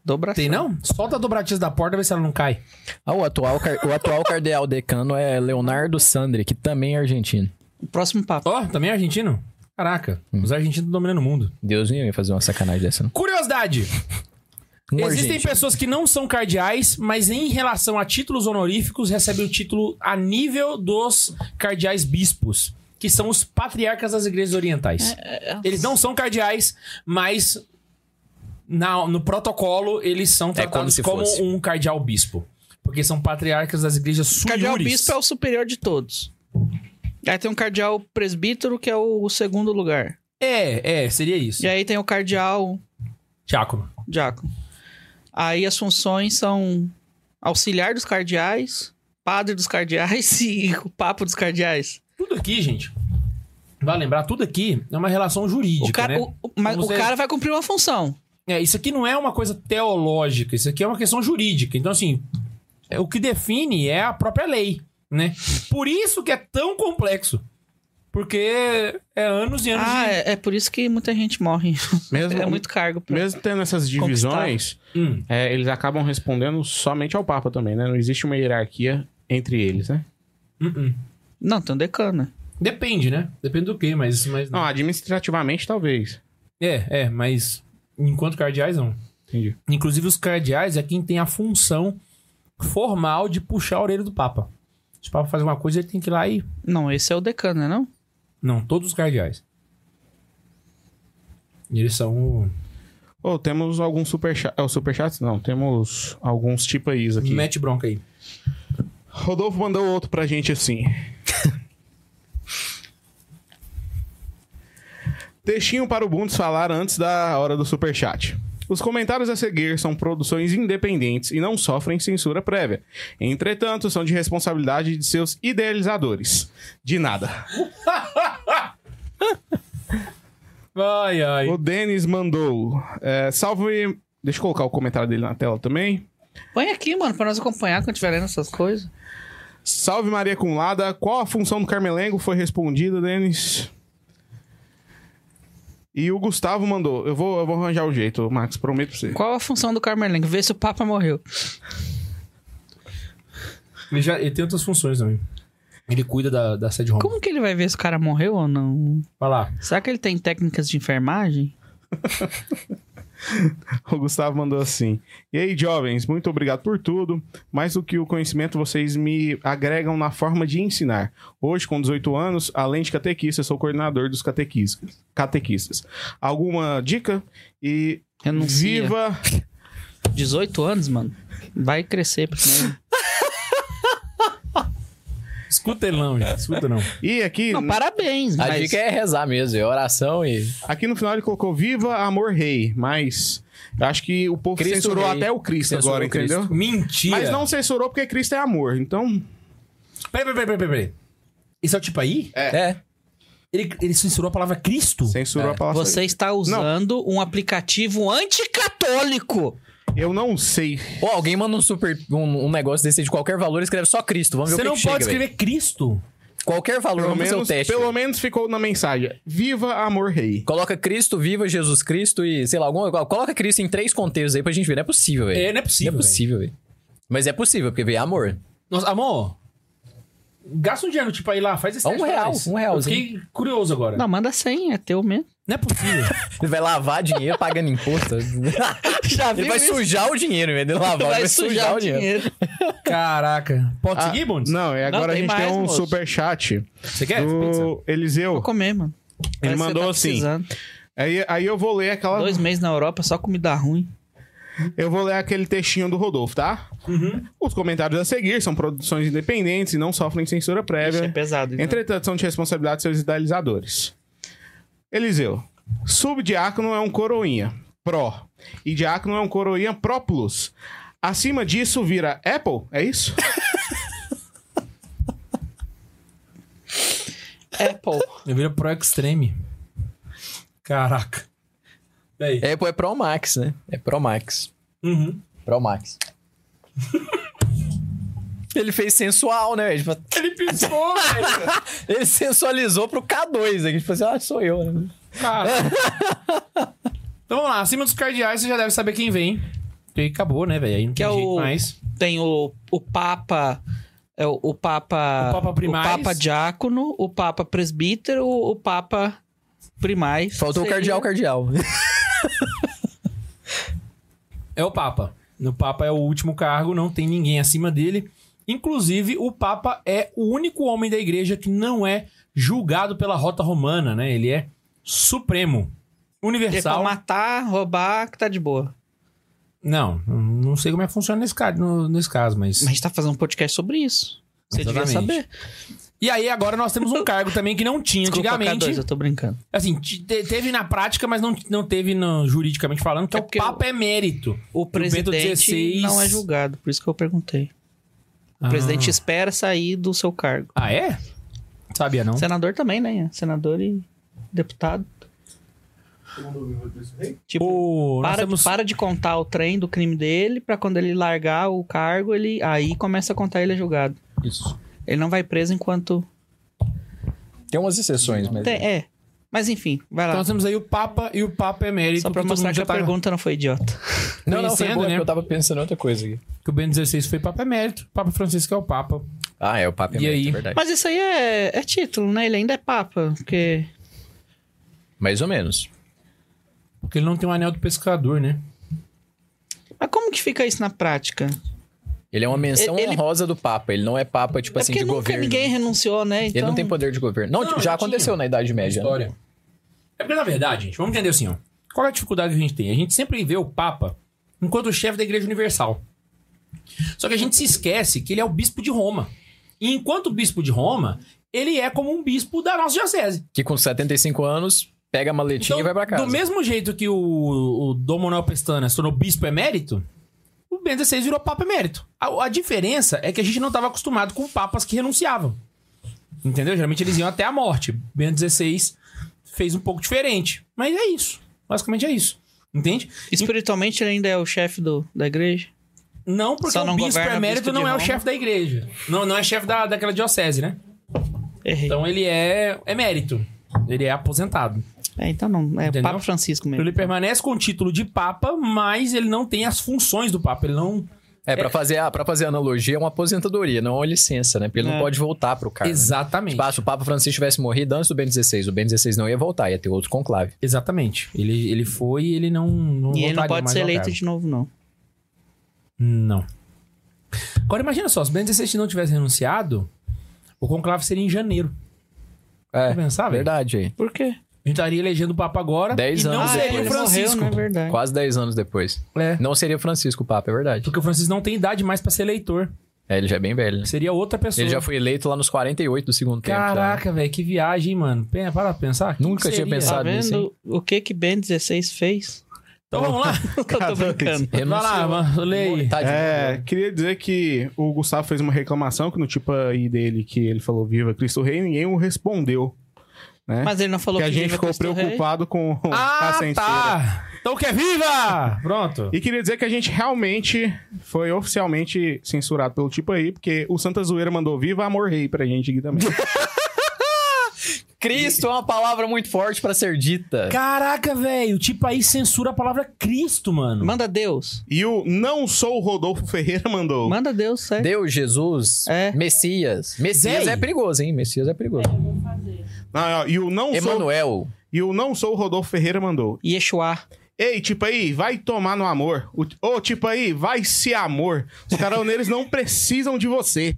[SPEAKER 3] dobração.
[SPEAKER 1] Tem não? Solta a dobradiça da porta, vê se ela não cai.
[SPEAKER 2] Ah, o atual, car- o atual cardeal decano é Leonardo Sandri, que também é argentino.
[SPEAKER 3] O próximo papo.
[SPEAKER 1] Ó, também é argentino? Caraca, os argentinos dominando o mundo.
[SPEAKER 2] Deus me ia fazer uma sacanagem dessa, não.
[SPEAKER 1] Curiosidade!
[SPEAKER 2] Um
[SPEAKER 1] Existem
[SPEAKER 2] argentino.
[SPEAKER 1] pessoas que não são cardeais, mas em relação a títulos honoríficos, recebem o título a nível dos cardeais bispos, que são os patriarcas das igrejas orientais. Eles não são cardeais, mas na- no protocolo eles são
[SPEAKER 2] como
[SPEAKER 3] É
[SPEAKER 1] tratados
[SPEAKER 2] se
[SPEAKER 1] como,
[SPEAKER 2] fosse.
[SPEAKER 1] um cardeal bispo. Porque são patriarcas das igrejas
[SPEAKER 3] O cardeal
[SPEAKER 1] suriures.
[SPEAKER 3] bispo é o superior de todos. Aí tem o cardeal presbítero, que é o, o segundo lugar.
[SPEAKER 1] É, é, seria isso.
[SPEAKER 3] E aí tem o cardeal
[SPEAKER 1] Diácono.
[SPEAKER 3] diácono. Aí as funções são auxiliar dos cardeais, padre dos cardeais e o papo dos cardeais.
[SPEAKER 1] Tudo aqui, gente. Vai lembrar, tudo aqui é uma relação jurídica,
[SPEAKER 3] O cara,
[SPEAKER 1] né?
[SPEAKER 3] o- o- mas
[SPEAKER 1] Como
[SPEAKER 3] o
[SPEAKER 1] você-
[SPEAKER 3] cara vai cumprir uma função.
[SPEAKER 1] É, isso aqui não é uma coisa teológica, isso aqui é uma questão jurídica. Então, assim, é, o que define é a própria lei, né? Por isso que é tão complexo. Porque é anos e anos
[SPEAKER 3] Ah,
[SPEAKER 1] de...
[SPEAKER 3] é, é por isso que muita gente morre.
[SPEAKER 4] Mesmo,
[SPEAKER 3] É muito cargo. pra-
[SPEAKER 4] mesmo tendo essas divisões,
[SPEAKER 1] Hum.
[SPEAKER 4] é, eles acabam respondendo somente ao papa também, né? Não existe uma hierarquia entre eles, né?
[SPEAKER 1] Uh-uh.
[SPEAKER 3] Não, tem um decano. né?
[SPEAKER 1] Depende, né? Depende do que, mas, mas não.
[SPEAKER 4] Não, administrativamente talvez.
[SPEAKER 1] É, é, mas enquanto cardeais, não.
[SPEAKER 4] Entendi.
[SPEAKER 1] Inclusive, os cardeais é quem tem a função formal de puxar a orelha do Papa. Se o Papa faz alguma coisa, ele tem que ir lá e...
[SPEAKER 3] Não, esse é o decano, né? Não?
[SPEAKER 1] Não, todos os cardeais. E Eles são... o-
[SPEAKER 4] Ô, temos alguns superchats. É o superchats? Não, temos alguns tipaís aqui.
[SPEAKER 1] Mete bronca aí.
[SPEAKER 4] Rodolfo mandou outro pra gente assim. Textinho para o Bundes falar antes da hora do superchat. Os comentários a seguir são produções independentes e não sofrem censura prévia. Entretanto, são de responsabilidade de seus idealizadores. De nada.
[SPEAKER 1] Ai, ai.
[SPEAKER 4] O Denis mandou. é, salve. Deixa eu colocar o comentário dele na tela também.
[SPEAKER 3] Põe aqui, mano, pra nós acompanhar quando estiver lendo essas coisas.
[SPEAKER 4] Salve Maria Cumulada. Qual a função do Carmelengo? Foi respondida, Denis. E o Gustavo mandou. Eu vou, eu vou arranjar o jeito, Max, prometo pra você.
[SPEAKER 3] Qual a função do Carmelengo? Ver se o Papa morreu.
[SPEAKER 1] Ele, já, ele tem outras funções também. Ele cuida da, da sede romana.
[SPEAKER 3] Como que ele vai ver se o cara morreu ou não?
[SPEAKER 1] Vai lá.
[SPEAKER 3] Será que ele tem técnicas de enfermagem?
[SPEAKER 4] O Gustavo mandou assim. E aí, jovens, muito obrigado por tudo. Mais do que o conhecimento, vocês me agregam na forma de ensinar. Hoje, com 18 anos, além de catequista, sou coordenador dos catequistas. catequistas. Alguma dica? E
[SPEAKER 3] Renuncia.
[SPEAKER 4] viva
[SPEAKER 3] 18 anos, mano. Vai crescer primeiro.
[SPEAKER 1] Escuta ele não, gente. Escuta não.
[SPEAKER 4] e aqui
[SPEAKER 3] Não, parabéns,
[SPEAKER 2] A
[SPEAKER 3] mas...
[SPEAKER 2] dica é rezar mesmo, é oração e.
[SPEAKER 4] aqui no final ele colocou viva amor rei, mas eu acho que o povo
[SPEAKER 2] Cristo
[SPEAKER 4] censurou
[SPEAKER 2] rei.
[SPEAKER 4] até o Cristo
[SPEAKER 2] Censurou
[SPEAKER 4] agora,
[SPEAKER 2] o Cristo.
[SPEAKER 4] entendeu?
[SPEAKER 1] Mentira.
[SPEAKER 4] Mas não censurou porque Cristo é amor. Então,
[SPEAKER 1] Peraí, peraí, peraí, peraí, peraí. Esse é o tipo aí?
[SPEAKER 2] É.
[SPEAKER 1] Ele, ele censurou a palavra Cristo? É.
[SPEAKER 4] censurou a palavra.
[SPEAKER 3] Você está usando um aplicativo anticatólico.
[SPEAKER 4] Eu não sei.
[SPEAKER 2] Ou alguém manda um super. Um, um negócio desse de qualquer valor e escreve só Cristo. Vamos ver
[SPEAKER 1] Você
[SPEAKER 2] o que
[SPEAKER 1] não
[SPEAKER 2] que
[SPEAKER 1] pode
[SPEAKER 2] chega, velho.
[SPEAKER 1] escrever Cristo?
[SPEAKER 2] Qualquer valor,
[SPEAKER 4] Pelo,
[SPEAKER 2] vamos fazer o
[SPEAKER 4] menos,
[SPEAKER 2] teste.
[SPEAKER 4] pelo
[SPEAKER 2] velho.
[SPEAKER 4] menos ficou na mensagem. Viva amor rei.
[SPEAKER 2] Coloca Cristo, viva Jesus Cristo e, sei lá, alguma. Coloca Cristo em três contextos aí pra gente ver. Não é possível, velho.
[SPEAKER 1] É, não é possível,
[SPEAKER 2] Não é possível, velho. Mas é possível, porque veio amor.
[SPEAKER 1] Nossa, amor, gasta um dinheiro no tipo aí lá, faz esse
[SPEAKER 2] Um
[SPEAKER 1] teste pra
[SPEAKER 2] real,
[SPEAKER 1] nós.
[SPEAKER 2] um real,
[SPEAKER 1] Eu Fiquei curioso agora.
[SPEAKER 3] Não, manda 100, é teu mesmo.
[SPEAKER 1] Não é possível.
[SPEAKER 2] Ele vai lavar dinheiro pagando imposto.
[SPEAKER 3] Já
[SPEAKER 2] ele vai sujar o dinheiro, velho. Ele lavar, ele vai sujar o dinheiro.
[SPEAKER 1] Caraca. Pode
[SPEAKER 4] Ah,
[SPEAKER 1] seguir, Bundes?
[SPEAKER 4] Não, é agora
[SPEAKER 3] Não,
[SPEAKER 4] a
[SPEAKER 3] tem
[SPEAKER 4] gente tem
[SPEAKER 3] mais,
[SPEAKER 4] um
[SPEAKER 3] moço.
[SPEAKER 4] superchat
[SPEAKER 1] Você quer?
[SPEAKER 4] do Eliseu.
[SPEAKER 3] Vou comer, mano.
[SPEAKER 4] Ele
[SPEAKER 3] Parece que você
[SPEAKER 4] mandou
[SPEAKER 3] tá
[SPEAKER 4] assim.
[SPEAKER 3] precisando.
[SPEAKER 4] Aí, aí eu vou ler aquela.
[SPEAKER 3] Dois meses na Europa, só comida ruim.
[SPEAKER 4] Eu vou ler aquele textinho do Rodolfo, tá?
[SPEAKER 2] Uhum.
[SPEAKER 4] Os comentários a seguir são produções independentes e não sofrem censura
[SPEAKER 3] Isso é
[SPEAKER 4] prévia.
[SPEAKER 3] pesado. então.
[SPEAKER 4] Entretanto, são de responsabilidade de seus idealizadores. Eliseu. Subdiácono é um coroinha. Pró. E diácono é um coroinha pró plus. Acima disso vira Apple, é isso?
[SPEAKER 3] Apple.
[SPEAKER 1] Eu viro Pro Extreme. Caraca. E aí?
[SPEAKER 2] É, pô, é Pro Max, né? É Pro Max.
[SPEAKER 1] Uhum.
[SPEAKER 2] Pro Max. Ele fez sensual, né? velho? Tipo,
[SPEAKER 1] Ele pisou, velho.
[SPEAKER 2] Ele sensualizou pro K2 aqui. Tipo assim, ah, sou eu, né?
[SPEAKER 1] Cara. Então vamos lá, acima dos cardeais você já deve saber quem vem. Porque acabou, né, velho? Aí não
[SPEAKER 3] Que
[SPEAKER 1] tem
[SPEAKER 3] é
[SPEAKER 1] jeito
[SPEAKER 3] o-
[SPEAKER 1] mais.
[SPEAKER 3] Tem o, o Papa. É o, o Papa.
[SPEAKER 1] O Papa Primaz.
[SPEAKER 3] O Papa Diácono, o Papa Presbítero, o o Papa Primaz.
[SPEAKER 2] Faltou o
[SPEAKER 3] Seria-
[SPEAKER 2] cardeal, cardeal.
[SPEAKER 1] É o Papa. O Papa é o último cargo, não tem ninguém acima dele. Inclusive, o Papa é o único homem da igreja que não é julgado pela rota romana, né? Ele é supremo,
[SPEAKER 3] É pra
[SPEAKER 1] universal.
[SPEAKER 3] matar, roubar, que tá de boa.
[SPEAKER 1] Não, não sei como é que funciona nesse caso, no- nesse caso mas...
[SPEAKER 3] Mas a gente tá fazendo um podcast sobre isso. Você devia
[SPEAKER 1] Exatamente.
[SPEAKER 3] saber.
[SPEAKER 1] E aí, agora nós temos um cargo também que não tinha
[SPEAKER 3] Desculpa,
[SPEAKER 1] antigamente.
[SPEAKER 3] K2, eu tô brincando.
[SPEAKER 1] Assim, te- te- teve na prática, mas não, não teve no- juridicamente falando, que é
[SPEAKER 3] É
[SPEAKER 1] o
[SPEAKER 3] porque
[SPEAKER 1] Papa emérito.
[SPEAKER 3] O
[SPEAKER 1] Bento
[SPEAKER 3] presidente
[SPEAKER 1] XVI.
[SPEAKER 3] não é julgado, por isso que eu perguntei. O presidente espera sair do seu cargo.
[SPEAKER 1] Ah, é? Sabia não.
[SPEAKER 3] Senador também, né? Senador e deputado. Tipo,
[SPEAKER 1] Ô, nós
[SPEAKER 3] para,
[SPEAKER 1] temos-
[SPEAKER 3] para de contar o trem do crime dele pra quando ele largar o cargo, ele aí começa a contar ele é julgado.
[SPEAKER 1] Isso.
[SPEAKER 3] Ele não vai preso enquanto
[SPEAKER 2] Tem umas exceções, mas.
[SPEAKER 3] tem, é. Mas enfim, vai
[SPEAKER 1] Então
[SPEAKER 3] lá.
[SPEAKER 1] nós temos aí o Papa e o Papa Emérito.
[SPEAKER 3] Só pra
[SPEAKER 1] todo
[SPEAKER 3] mostrar
[SPEAKER 1] mundo
[SPEAKER 3] que
[SPEAKER 1] já
[SPEAKER 3] a
[SPEAKER 1] tá-
[SPEAKER 3] pergunta não foi idiota.
[SPEAKER 2] Não, não, foi
[SPEAKER 1] Conhecendo, né?
[SPEAKER 2] bom, é porque eu tava pensando em outra coisa aqui.
[SPEAKER 1] Que o Bento XVI foi Papa Emérito, o Papa Francisco é o Papa.
[SPEAKER 2] Ah, é o Papa
[SPEAKER 1] E
[SPEAKER 2] Emérito,
[SPEAKER 1] aí?
[SPEAKER 2] é verdade.
[SPEAKER 3] Mas isso aí é, é título, né? Ele ainda é papa, porque
[SPEAKER 2] Mais ou menos.
[SPEAKER 1] Porque ele não tem o anel do pescador, né?
[SPEAKER 3] Mas como que fica isso na prática?
[SPEAKER 1] Tipo
[SPEAKER 2] Ele é uma menção
[SPEAKER 3] Ele- ele-
[SPEAKER 2] honrosa do Papa. Ele não é Papa, tipo
[SPEAKER 3] é
[SPEAKER 2] assim,
[SPEAKER 3] porque
[SPEAKER 2] de
[SPEAKER 3] nunca
[SPEAKER 2] governo.
[SPEAKER 3] ninguém renunciou, né? Então,
[SPEAKER 2] Ele não tem poder de governo. Não, tipo,
[SPEAKER 1] Não,
[SPEAKER 2] já
[SPEAKER 1] não
[SPEAKER 2] aconteceu
[SPEAKER 1] tinha.
[SPEAKER 2] na Idade Média. né?
[SPEAKER 1] História. É porque, na verdade, gente, vamos entender assim, ó. Qual é a dificuldade que a gente tem? A gente sempre vê o Papa enquanto o chefe da Igreja Universal. Só que a gente se esquece que ele é o bispo de Roma. E enquanto bispo de Roma, ele é como um bispo da nossa diocese.
[SPEAKER 2] Que com 75 anos, pega a maletinha
[SPEAKER 1] Então,
[SPEAKER 2] e vai pra casa.
[SPEAKER 1] Do mesmo jeito que o, o Dom Manuel Pestana se tornou bispo emérito, o Ben XVI virou papa emérito. A, a diferença é que a gente não estava acostumado com papas que renunciavam. Entendeu? Geralmente eles iam até a morte. Ben XVI fez um pouco diferente. Mas é isso. Basicamente é isso. Entende?
[SPEAKER 3] Espiritualmente ele ainda é o chefe do, da igreja?
[SPEAKER 1] Não porque
[SPEAKER 3] Só não
[SPEAKER 1] o bispo
[SPEAKER 3] governa o
[SPEAKER 1] emérito
[SPEAKER 3] bispo de
[SPEAKER 1] não é o
[SPEAKER 3] Roma.
[SPEAKER 1] chefe da igreja. Não, não é chefe da, daquela diocese, né?
[SPEAKER 3] Errei.
[SPEAKER 1] Então ele é emérito. Ele é aposentado.
[SPEAKER 3] é, então não, é
[SPEAKER 1] Entendeu?
[SPEAKER 3] Papa Francisco mesmo.
[SPEAKER 1] Ele permanece com o título de Papa, mas ele não tem as funções do Papa. Ele não
[SPEAKER 2] É, pra fazer, a, pra fazer a analogia, é uma aposentadoria, não é uma licença, né? Porque ele
[SPEAKER 3] É.
[SPEAKER 2] não pode voltar pro cargo. Exatamente.
[SPEAKER 1] Exatamente.
[SPEAKER 2] se o Papa Francisco tivesse morrido antes do Ben 16, o Ben 16 não ia voltar, ia ter outro conclave.
[SPEAKER 1] Exatamente. Ele, ele foi e ele não. não
[SPEAKER 3] E ele não
[SPEAKER 1] voltaria
[SPEAKER 3] pode
[SPEAKER 1] mais
[SPEAKER 3] ser
[SPEAKER 1] ao
[SPEAKER 3] eleito
[SPEAKER 1] cargo.
[SPEAKER 3] de novo, não.
[SPEAKER 1] Não. Agora imagina só, se o Ben 16 não tivesse renunciado, o conclave seria em janeiro.
[SPEAKER 2] É,
[SPEAKER 1] Pra pensar, velho?
[SPEAKER 2] verdade aí.
[SPEAKER 3] Por quê? Ah,
[SPEAKER 1] A gente estaria elegendo o Papa agora
[SPEAKER 2] Dez
[SPEAKER 1] e não
[SPEAKER 2] anos
[SPEAKER 1] seria
[SPEAKER 2] depois.
[SPEAKER 1] o Francisco.
[SPEAKER 3] morreu, não é verdade.
[SPEAKER 2] Quase 10 anos depois.
[SPEAKER 1] É.
[SPEAKER 2] Não seria Francisco o Papa, é verdade.
[SPEAKER 1] Porque o Francisco não tem idade mais pra ser eleitor.
[SPEAKER 2] É, ele já é bem velho, né?
[SPEAKER 1] Seria outra pessoa.
[SPEAKER 2] Ele já foi eleito lá nos 48 do segundo tempo. já, né?
[SPEAKER 1] Caraca, velho, que viagem, hein, mano. Pensa, para pra pensar.
[SPEAKER 2] Nunca
[SPEAKER 1] Quem
[SPEAKER 2] tinha
[SPEAKER 1] seria?
[SPEAKER 2] pensado.
[SPEAKER 3] Tá
[SPEAKER 2] sabe disso,
[SPEAKER 3] vendo o que que Ben 16 fez?
[SPEAKER 1] Então vamos lá.
[SPEAKER 3] Eu tô brincando.
[SPEAKER 1] Vai lá, mano. Lê aí.
[SPEAKER 2] Tadinho.
[SPEAKER 4] É, queria dizer que o Gustavo fez uma reclamação que no tipo aí dele, que ele falou Viva Cristo Rei, ninguém o respondeu. Né?
[SPEAKER 3] Mas ele não falou
[SPEAKER 4] que
[SPEAKER 3] que,
[SPEAKER 4] a gente
[SPEAKER 3] viva
[SPEAKER 4] ficou
[SPEAKER 3] Cristo Rei.
[SPEAKER 4] preocupado com a
[SPEAKER 1] Ah,
[SPEAKER 4] censura.
[SPEAKER 1] tá. Então que é viva! Pronto.
[SPEAKER 4] E queria dizer que a gente realmente foi oficialmente censurado pelo tipo aí, porque o Santa Zoeira mandou Viva Amor Rei pra gente aqui também.
[SPEAKER 2] Cristo é uma palavra muito forte pra ser dita.
[SPEAKER 1] Caraca, velho. Tipo aí censura a palavra Cristo, mano.
[SPEAKER 3] Manda Deus.
[SPEAKER 4] e o Não Sou Rodolfo Ferreira mandou.
[SPEAKER 3] Manda Deus, sério.
[SPEAKER 2] Deus, Jesus,
[SPEAKER 3] É.
[SPEAKER 2] Messias. Messias
[SPEAKER 1] Véi.
[SPEAKER 2] é perigoso, hein? Messias é perigoso.
[SPEAKER 4] Não, não, Ah, e, o não sou,
[SPEAKER 2] Emanuel.
[SPEAKER 4] e o Não Sou Rodolfo Ferreira mandou.
[SPEAKER 3] Yeshua.
[SPEAKER 4] Ei, tipo aí, vai tomar no amor. O- Ô, tipo aí, vai se amor. Os caroneiros não precisam de você.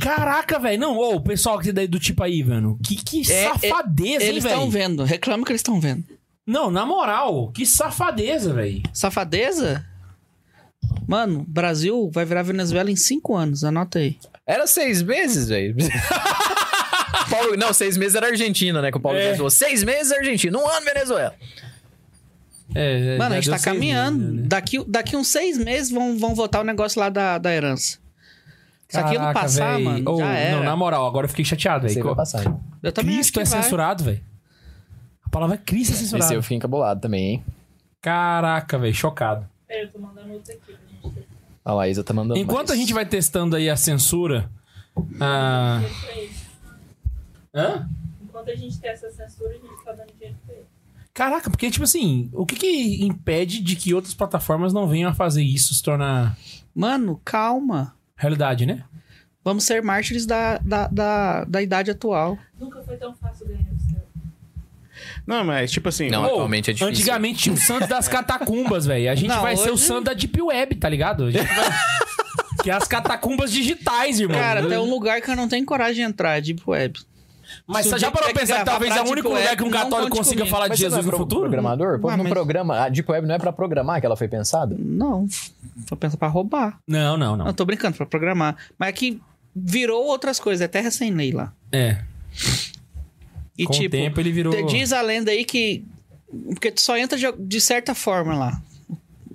[SPEAKER 1] Caraca, velho. Não, ô, o pessoal que daí do tipo aí, mano. Que, que
[SPEAKER 3] É,
[SPEAKER 1] safadeza, hein,
[SPEAKER 3] Eles estão
[SPEAKER 1] velho.
[SPEAKER 3] vendo. Reclama que eles estão vendo.
[SPEAKER 1] Não, na moral, que safadeza, velho.
[SPEAKER 3] Safadeza? Mano, Brasil vai virar Venezuela em cinco anos. Anota aí.
[SPEAKER 2] Era seis meses, velho. Paulo- não, seis meses era Argentina, né? Com o Paulo
[SPEAKER 1] É.
[SPEAKER 2] Jesus. Seis meses Argentina, um ano Venezuela.
[SPEAKER 1] É,
[SPEAKER 3] Mano, a gente tá
[SPEAKER 2] né?
[SPEAKER 3] caminhando.
[SPEAKER 1] né?
[SPEAKER 3] Daqui, daqui uns seis meses vão, vão votar o negócio lá da, da herança. Se aquilo passar, mano,
[SPEAKER 1] Ô,
[SPEAKER 3] já era.
[SPEAKER 1] Não, na moral, agora eu fiquei chateado,
[SPEAKER 2] Você vai
[SPEAKER 1] velho.
[SPEAKER 2] passar, hein?
[SPEAKER 3] Eu também acho
[SPEAKER 1] Cristo
[SPEAKER 3] que
[SPEAKER 1] é
[SPEAKER 3] vai.
[SPEAKER 1] censurado, velho. A palavra Cristo é
[SPEAKER 2] Esse
[SPEAKER 1] censurada.
[SPEAKER 2] eu fiquei encabulado também, hein?
[SPEAKER 1] Caraca, velho, chocado.
[SPEAKER 5] Peraí, eu tô mandando outro aqui. pra gente ver.
[SPEAKER 2] A Laísa tá mandando
[SPEAKER 1] Enquanto
[SPEAKER 2] mais.
[SPEAKER 1] a gente vai testando aí a censura. Ah.
[SPEAKER 5] Dinheiro pra eles.
[SPEAKER 1] Hã?
[SPEAKER 5] Enquanto a gente tem essa censura, a gente tá dando dinheiro pra ele.
[SPEAKER 1] Caraca, porque, tipo assim, o que, que impede de que outras plataformas não venham a fazer isso se tornar
[SPEAKER 3] Mano, calma.
[SPEAKER 1] realidade, né?
[SPEAKER 3] Vamos ser mártires da, da, da, da idade atual.
[SPEAKER 5] Nunca foi tão fácil ganhar o céu.
[SPEAKER 4] Não, mas tipo assim.
[SPEAKER 2] Não,
[SPEAKER 4] ô,
[SPEAKER 2] atualmente é difícil.
[SPEAKER 1] Antigamente tinha o Santos das catacumbas, velho. A gente
[SPEAKER 3] Não,
[SPEAKER 1] vai ser o
[SPEAKER 3] hoje-
[SPEAKER 1] Santos da Deep Web, tá ligado? A gente vai... que é as catacumbas digitais, irmão. né?
[SPEAKER 3] Cara, tem um lugar que eu não tenho coragem de entrar, é Deep Web.
[SPEAKER 1] Mas
[SPEAKER 3] se
[SPEAKER 1] você
[SPEAKER 3] um
[SPEAKER 1] já
[SPEAKER 3] dia
[SPEAKER 1] parou pra
[SPEAKER 3] tiver que
[SPEAKER 1] pensar que
[SPEAKER 3] gravar
[SPEAKER 1] talvez
[SPEAKER 3] pra
[SPEAKER 1] é o único
[SPEAKER 3] Deep
[SPEAKER 1] lugar
[SPEAKER 3] Web,
[SPEAKER 1] que um
[SPEAKER 3] não
[SPEAKER 1] católico
[SPEAKER 3] conte
[SPEAKER 1] consiga
[SPEAKER 3] comigo.
[SPEAKER 1] falar de
[SPEAKER 2] Mas você não é
[SPEAKER 1] Jesus no
[SPEAKER 2] pro-
[SPEAKER 1] futuro?
[SPEAKER 2] Programador? O povo
[SPEAKER 3] Ah,
[SPEAKER 2] não
[SPEAKER 3] mas-
[SPEAKER 2] programa. A Deep Web não é pra programar que ela foi pensada?
[SPEAKER 3] Não, foi pensar pra roubar.
[SPEAKER 1] Não, não,
[SPEAKER 3] Não,
[SPEAKER 1] não.
[SPEAKER 3] tô brincando, pra programar. Mas é que virou outras coisas, é terra sem lei lá.
[SPEAKER 1] É.
[SPEAKER 3] E
[SPEAKER 1] com o
[SPEAKER 3] tipo,
[SPEAKER 1] tempo ele virou.
[SPEAKER 3] te- diz a lenda aí que. Porque tu só entra de, de certa forma lá.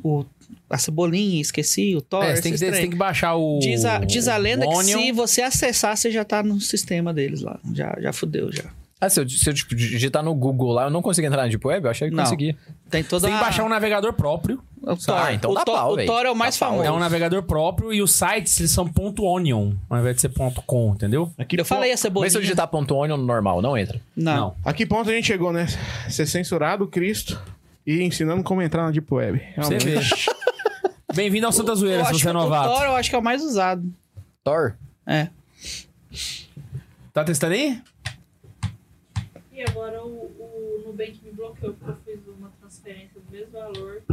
[SPEAKER 3] O, a cebolinha, esqueci, o Thor.
[SPEAKER 1] É, você tem, que,
[SPEAKER 3] esses
[SPEAKER 1] você
[SPEAKER 3] trem.
[SPEAKER 1] tem que baixar o.
[SPEAKER 3] Diz a, diz a lenda
[SPEAKER 1] o
[SPEAKER 3] que
[SPEAKER 1] Onion.
[SPEAKER 3] se você acessar, você já tá no sistema deles lá. Já, já fudeu, já.
[SPEAKER 2] Ah, se eu, se eu tipo, digitar no Google lá, eu não consigo entrar na Deep Web? Eu achei que
[SPEAKER 3] Não.
[SPEAKER 2] consegui.
[SPEAKER 3] Tem toda
[SPEAKER 1] Tem que
[SPEAKER 3] a-
[SPEAKER 1] baixar um navegador próprio.
[SPEAKER 3] o Thor.
[SPEAKER 2] Ah, então
[SPEAKER 3] o,
[SPEAKER 2] dá
[SPEAKER 3] Thor
[SPEAKER 2] pau,
[SPEAKER 3] o
[SPEAKER 2] véi.
[SPEAKER 3] Thor é o mais
[SPEAKER 2] Dá pau.
[SPEAKER 3] famoso.
[SPEAKER 1] É um navegador próprio e os sites eles são ponto .onion, ao invés de ser ponto .com, entendeu?
[SPEAKER 4] a que
[SPEAKER 3] Eu
[SPEAKER 4] po-
[SPEAKER 3] falei a
[SPEAKER 2] Mas
[SPEAKER 3] cebolinha.
[SPEAKER 2] se eu digitar ponto .onion normal, não entra.
[SPEAKER 3] Não.
[SPEAKER 4] A que ponto a gente chegou, né? Ser censurado, Cristo, e ensinando como entrar na Deep Web.
[SPEAKER 1] Você
[SPEAKER 4] Realmente.
[SPEAKER 1] vê. Bem-vindo ao Santa Zoeira,
[SPEAKER 3] Eu
[SPEAKER 1] se
[SPEAKER 3] acho
[SPEAKER 1] você é
[SPEAKER 3] que O Thor
[SPEAKER 1] novato.
[SPEAKER 3] eu acho que é o mais usado.
[SPEAKER 2] Thor?
[SPEAKER 3] É.
[SPEAKER 1] Tá testando aí?
[SPEAKER 5] E agora o, o Nubank me bloqueou porque eu fiz uma transferência do mesmo valor.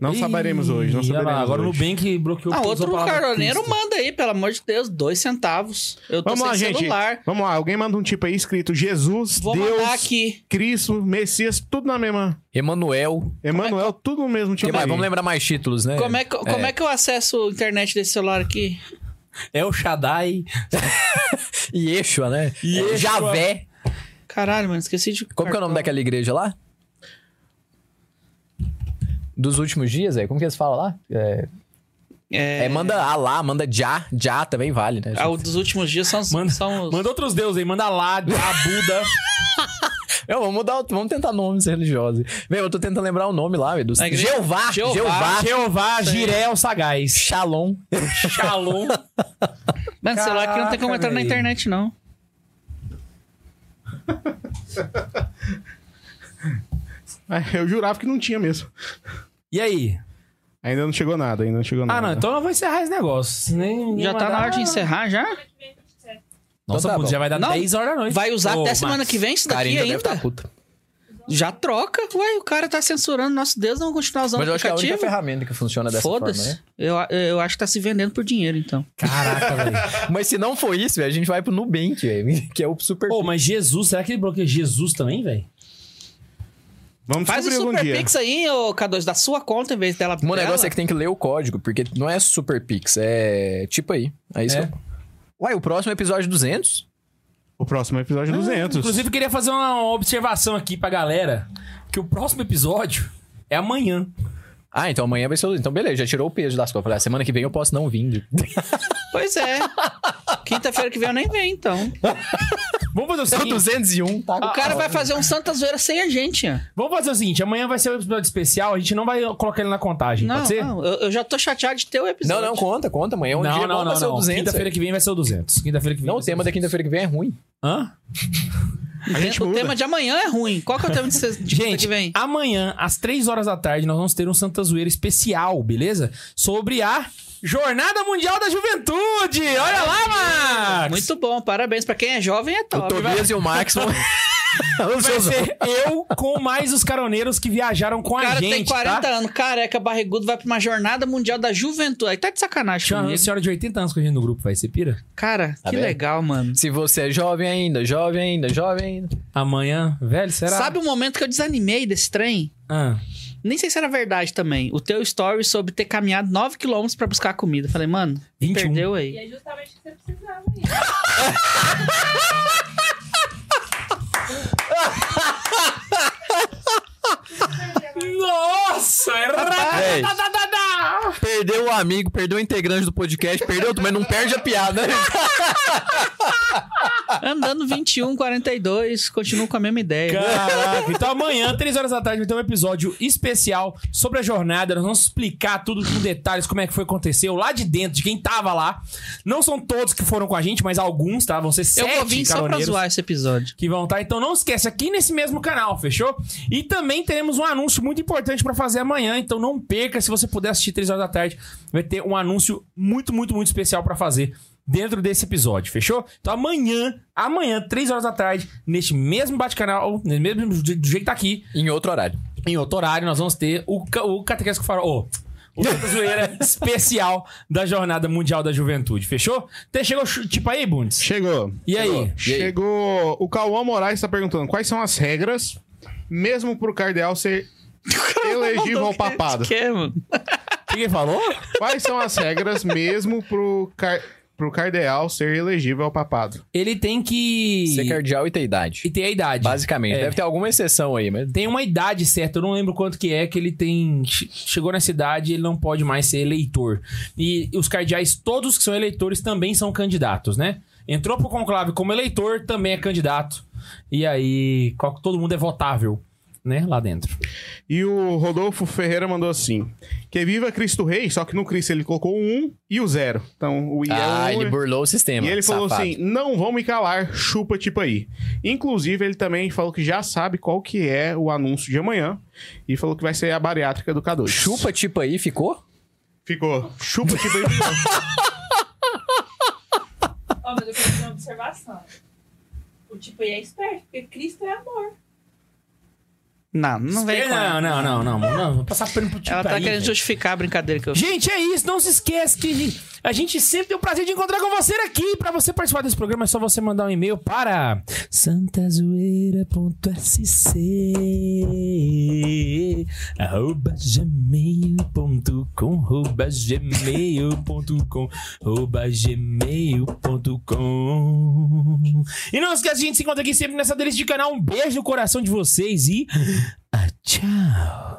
[SPEAKER 4] Não
[SPEAKER 1] Ih,
[SPEAKER 4] saberemos hoje, não
[SPEAKER 1] olha lá,
[SPEAKER 4] saberemos
[SPEAKER 1] Agora o
[SPEAKER 4] hoje.
[SPEAKER 1] Nubank bloqueou
[SPEAKER 3] Ah,
[SPEAKER 1] porque usou
[SPEAKER 3] outro
[SPEAKER 1] a palavra
[SPEAKER 3] caroneiro
[SPEAKER 1] Cristo.
[SPEAKER 3] manda aí, pelo amor de Deus, dois centavos. Eu tô
[SPEAKER 4] Vamos
[SPEAKER 3] sem
[SPEAKER 4] lá, gente.
[SPEAKER 3] celular.
[SPEAKER 4] Vamos lá, alguém manda um tipo aí escrito Jesus,
[SPEAKER 3] Vou
[SPEAKER 4] Deus,
[SPEAKER 3] mandar aqui.
[SPEAKER 4] Cristo, Messias, tudo na mesma.
[SPEAKER 2] Emanuel.
[SPEAKER 4] Emanuel, tudo no mesmo
[SPEAKER 2] Que
[SPEAKER 4] tipo
[SPEAKER 2] mais?
[SPEAKER 4] aí.
[SPEAKER 2] Vamos lembrar mais títulos, né?
[SPEAKER 3] Como é, que, como
[SPEAKER 2] É.
[SPEAKER 3] é que eu acesso a internet desse celular aqui?
[SPEAKER 1] É o Shaddai.
[SPEAKER 2] Yeshua, né?
[SPEAKER 1] Yeshua.
[SPEAKER 2] Javé.
[SPEAKER 3] Caralho, mano, esqueci de.
[SPEAKER 2] Como que é o nome daquela igreja lá? Dos últimos dias, é? Como que eles falam lá? É,
[SPEAKER 3] É,
[SPEAKER 2] é, manda Alá, manda Já. Já também vale, né?
[SPEAKER 3] ah, o dos últimos dias são, os-
[SPEAKER 1] Manda-
[SPEAKER 3] são os.
[SPEAKER 1] Manda outros deuses aí, manda lá, a Buda.
[SPEAKER 2] Eu, vamos mudar, o- vamos tentar nomes religiosos. Meu, eu tô tentando lembrar o nome lá, velho. dos-
[SPEAKER 3] Na igreja-
[SPEAKER 2] Jeová,
[SPEAKER 3] Jeová.
[SPEAKER 2] Jeová,
[SPEAKER 1] Jeová, Jirel, Sagaz.
[SPEAKER 2] Shalom.
[SPEAKER 1] Shalom.
[SPEAKER 3] Mano, celular aqui não tem como
[SPEAKER 1] Caraca,
[SPEAKER 3] entrar na
[SPEAKER 1] velho.
[SPEAKER 3] internet, não.
[SPEAKER 4] É, Eu jurava que não tinha mesmo.
[SPEAKER 1] E aí?
[SPEAKER 4] Ainda não chegou nada, ainda não chegou nada.
[SPEAKER 1] Ah, não, então eu vou encerrar esse negócio. Se Nem, nem
[SPEAKER 3] Já tá
[SPEAKER 1] mandar-
[SPEAKER 3] na hora de encerrar já?
[SPEAKER 5] Semana que vem tá certo.
[SPEAKER 1] Nossa,
[SPEAKER 2] Então tá
[SPEAKER 1] puto,
[SPEAKER 2] bom.
[SPEAKER 1] já vai dar
[SPEAKER 3] Não,
[SPEAKER 1] 10 horas da noite.
[SPEAKER 3] Vai usar
[SPEAKER 1] Ô,
[SPEAKER 3] até semana
[SPEAKER 1] Max,
[SPEAKER 3] que vem isso
[SPEAKER 2] Cara,
[SPEAKER 3] daqui
[SPEAKER 2] ainda
[SPEAKER 3] ainda?
[SPEAKER 2] deve tá puta.
[SPEAKER 3] Já troca? Ué, o cara tá censurando, nosso Deus, não continuar usando
[SPEAKER 2] Mas
[SPEAKER 3] o
[SPEAKER 2] eu acho que é a única
[SPEAKER 3] aplicativo?
[SPEAKER 2] ferramenta que funciona dessa forma,
[SPEAKER 3] Foda-se.
[SPEAKER 2] né?
[SPEAKER 3] Eu, eu acho que tá se vendendo por dinheiro, então.
[SPEAKER 1] Caraca, velho.
[SPEAKER 2] Mas se não for isso, velho, a gente vai pro Nubank, velho, que é o super...
[SPEAKER 1] Pô, mas Jesus, será que ele bloqueia Jesus também, velho?
[SPEAKER 4] Vamos
[SPEAKER 3] Faz o
[SPEAKER 4] descobrir algum
[SPEAKER 3] Super
[SPEAKER 4] dia.
[SPEAKER 3] Pix aí, ô K2, da sua conta em vez dela.
[SPEAKER 2] o
[SPEAKER 3] dela.
[SPEAKER 2] negócio é que tem que ler o código, porque não é super pix, é tipo aí. É isso
[SPEAKER 1] É.
[SPEAKER 2] que eu- Uai, o próximo é episódio 200?
[SPEAKER 4] O próximo episódio é 200.
[SPEAKER 1] Inclusive, eu queria fazer uma observação aqui pra galera: que o próximo episódio é amanhã.
[SPEAKER 2] Ah, então amanhã vai ser... o- Então beleza, já tirou o peso das costas. Falei, ah, semana que vem eu posso não vir.
[SPEAKER 3] Pois é. Quinta-feira que vem eu nem venho, então.
[SPEAKER 1] Vamos fazer o
[SPEAKER 2] Então
[SPEAKER 1] seguinte.
[SPEAKER 2] 201, tá?
[SPEAKER 3] O cara vai fazer um Santa Zoeira sem a gente, ó.
[SPEAKER 1] Vamos fazer o seguinte: amanhã vai ser um episódio especial, a gente não vai colocar ele na contagem,
[SPEAKER 3] Não,
[SPEAKER 1] pode ser?
[SPEAKER 3] não, eu, eu já tô chateado de ter o
[SPEAKER 2] Não,
[SPEAKER 3] episódio.
[SPEAKER 2] não, conta, conta. Amanhã é um dia bom pra ser o 200.
[SPEAKER 1] Quinta-feira
[SPEAKER 2] velho.
[SPEAKER 1] que vem vai ser o 200. Quinta-feira que vem. um.
[SPEAKER 2] Não, o
[SPEAKER 1] vai ser
[SPEAKER 2] tema da
[SPEAKER 1] 200.
[SPEAKER 2] quinta-feira que vem é ruim.
[SPEAKER 1] Hã?
[SPEAKER 4] A gente
[SPEAKER 3] o
[SPEAKER 4] muda.
[SPEAKER 3] tema de amanhã é ruim. Qual que é o tema de, se- de quinta
[SPEAKER 1] Gente,
[SPEAKER 3] que vem?
[SPEAKER 1] amanhã, às 3 horas da tarde, nós vamos ter um Santa Zoeira especial, beleza? Sobre a Jornada Mundial da Juventude. Olha lá, Max!
[SPEAKER 3] Muito bom, parabéns. Pra quem é jovem é
[SPEAKER 2] O
[SPEAKER 3] top.
[SPEAKER 2] Tobias e o Max vão...
[SPEAKER 1] Vai
[SPEAKER 2] Os seus-
[SPEAKER 1] ser eu com mais os caroneiros que viajaram com
[SPEAKER 3] O
[SPEAKER 1] a
[SPEAKER 3] cara
[SPEAKER 1] gente,
[SPEAKER 3] tem 40
[SPEAKER 1] tá?
[SPEAKER 3] anos, careca, barrigudo, vai pra uma jornada mundial da juventude. Aí tá de sacanagem
[SPEAKER 1] Tinha uma
[SPEAKER 3] comigo.
[SPEAKER 1] senhora de 80 anos com a gente no grupo, vai ser pira?
[SPEAKER 3] Cara, que
[SPEAKER 2] vendo?
[SPEAKER 3] legal, mano.
[SPEAKER 2] Se você é jovem ainda, jovem ainda, jovem ainda.
[SPEAKER 1] Amanhã, velho, será?
[SPEAKER 3] Sabe o momento que eu desanimei desse trem?
[SPEAKER 1] Ah,
[SPEAKER 3] Nem sei se era verdade também. O teu story sobre ter caminhado 9km pra buscar comida. Falei, mano,
[SPEAKER 1] 21.
[SPEAKER 3] perdeu
[SPEAKER 5] E
[SPEAKER 3] aí.
[SPEAKER 5] é justamente o que você precisava aí.
[SPEAKER 1] Nossa! é
[SPEAKER 2] Véi.
[SPEAKER 1] radadadadá!
[SPEAKER 2] Perdeu o amigo, perdeu o integrante do podcast, perdeu, mas não perde a piada. né?
[SPEAKER 1] Ah.
[SPEAKER 3] Andando 21, 42, continuo com a mesma ideia.
[SPEAKER 1] Caraca, então amanhã, 3 horas da tarde, vai ter um episódio especial sobre a jornada. Nós vamos explicar tudo com detalhes, como é que foi que aconteceu lá de dentro, de quem tava lá. Não são todos que foram com a gente, mas alguns, tá? Vão ser
[SPEAKER 3] eu
[SPEAKER 1] sete
[SPEAKER 3] vou vir só pra
[SPEAKER 1] caroneiros.
[SPEAKER 3] zoar esse episódio.
[SPEAKER 1] que vão estar. Então não esquece, aqui nesse mesmo canal, fechou? E também teremos um anúncio muito importante pra fazer amanhã, então não perca, se você puder assistir 3 horas da tarde, vai ter um anúncio muito, muito, muito especial pra fazer dentro desse episódio, fechou? Então amanhã, amanhã, 3 horas da tarde, neste mesmo bate-canal, nesse mesmo do jeito que tá aqui,
[SPEAKER 2] Em outro horário.
[SPEAKER 1] em outro horário, nós vamos ter o, ca- o Catequese Farol. ô, o Santa Zoeira especial da Jornada Mundial da Juventude, fechou? Até chegou chu- tipo aí, Bundes?
[SPEAKER 4] Chegou.
[SPEAKER 1] E aí?
[SPEAKER 2] E aí?
[SPEAKER 4] Chegou. O Cauã Moraes tá perguntando quais são as regras, mesmo pro cardeal ser elegível ao papado.
[SPEAKER 3] Que, mano?
[SPEAKER 1] O que ele falou?
[SPEAKER 4] Quais são as regras, mesmo pro, car... pro cardeal ser elegível ao papado?
[SPEAKER 1] Ele tem que...
[SPEAKER 2] Ser cardeal e ter
[SPEAKER 1] E
[SPEAKER 2] idade.
[SPEAKER 1] tem a idade.
[SPEAKER 2] Basicamente.
[SPEAKER 1] É.
[SPEAKER 2] Deve ter alguma exceção aí, mas.
[SPEAKER 1] Tem uma idade certa, eu não lembro quanto que é, que ele tem. che- Chegou nessa idade, ele não pode mais ser eleitor. E os cardeais, todos que são eleitores, também são candidatos, né? Entrou pro conclave como eleitor, também é candidato. E aí, qual- todo mundo é votável, né? Lá dentro.
[SPEAKER 4] E o Rodolfo Ferreira mandou assim: Que viva Cristo Rei, só que no Cristo ele colocou o 1 e o 0. Então o I é o
[SPEAKER 2] Ah,
[SPEAKER 4] 1,
[SPEAKER 2] ele burlou o sistema.
[SPEAKER 4] E ele falou
[SPEAKER 2] safado.
[SPEAKER 4] assim: não vão me calar, chupa tipo aí. Inclusive, ele também falou que já sabe qual que é o anúncio de amanhã. E falou que vai ser a bariátrica do K2.
[SPEAKER 2] Chupa tipo aí, ficou?
[SPEAKER 4] Ficou. Chupa tipo aí. ficou.
[SPEAKER 5] Ó, mas eu quero fazer uma observação. O tipo, ele é esperto, porque Cristo é amor.
[SPEAKER 3] Não, não vem com ela.
[SPEAKER 1] não, não, não, não, não, não. Vou passar pano pro tipo
[SPEAKER 3] Ela tá
[SPEAKER 1] aí,
[SPEAKER 3] querendo
[SPEAKER 1] velho.
[SPEAKER 3] justificar a brincadeira que eu fiz.
[SPEAKER 1] Gente, é isso. Não se esquece que a gente sempre tem o prazer de encontrar com você aqui. Pra você participar desse programa, é só você mandar um e-mail para santazoeira.sc arroba gmail.com arroba gmail.com arroba gmail.com E não esquece, a gente se encontra aqui sempre nessa delícia de canal. Um beijo no coração de vocês e ah, tchau.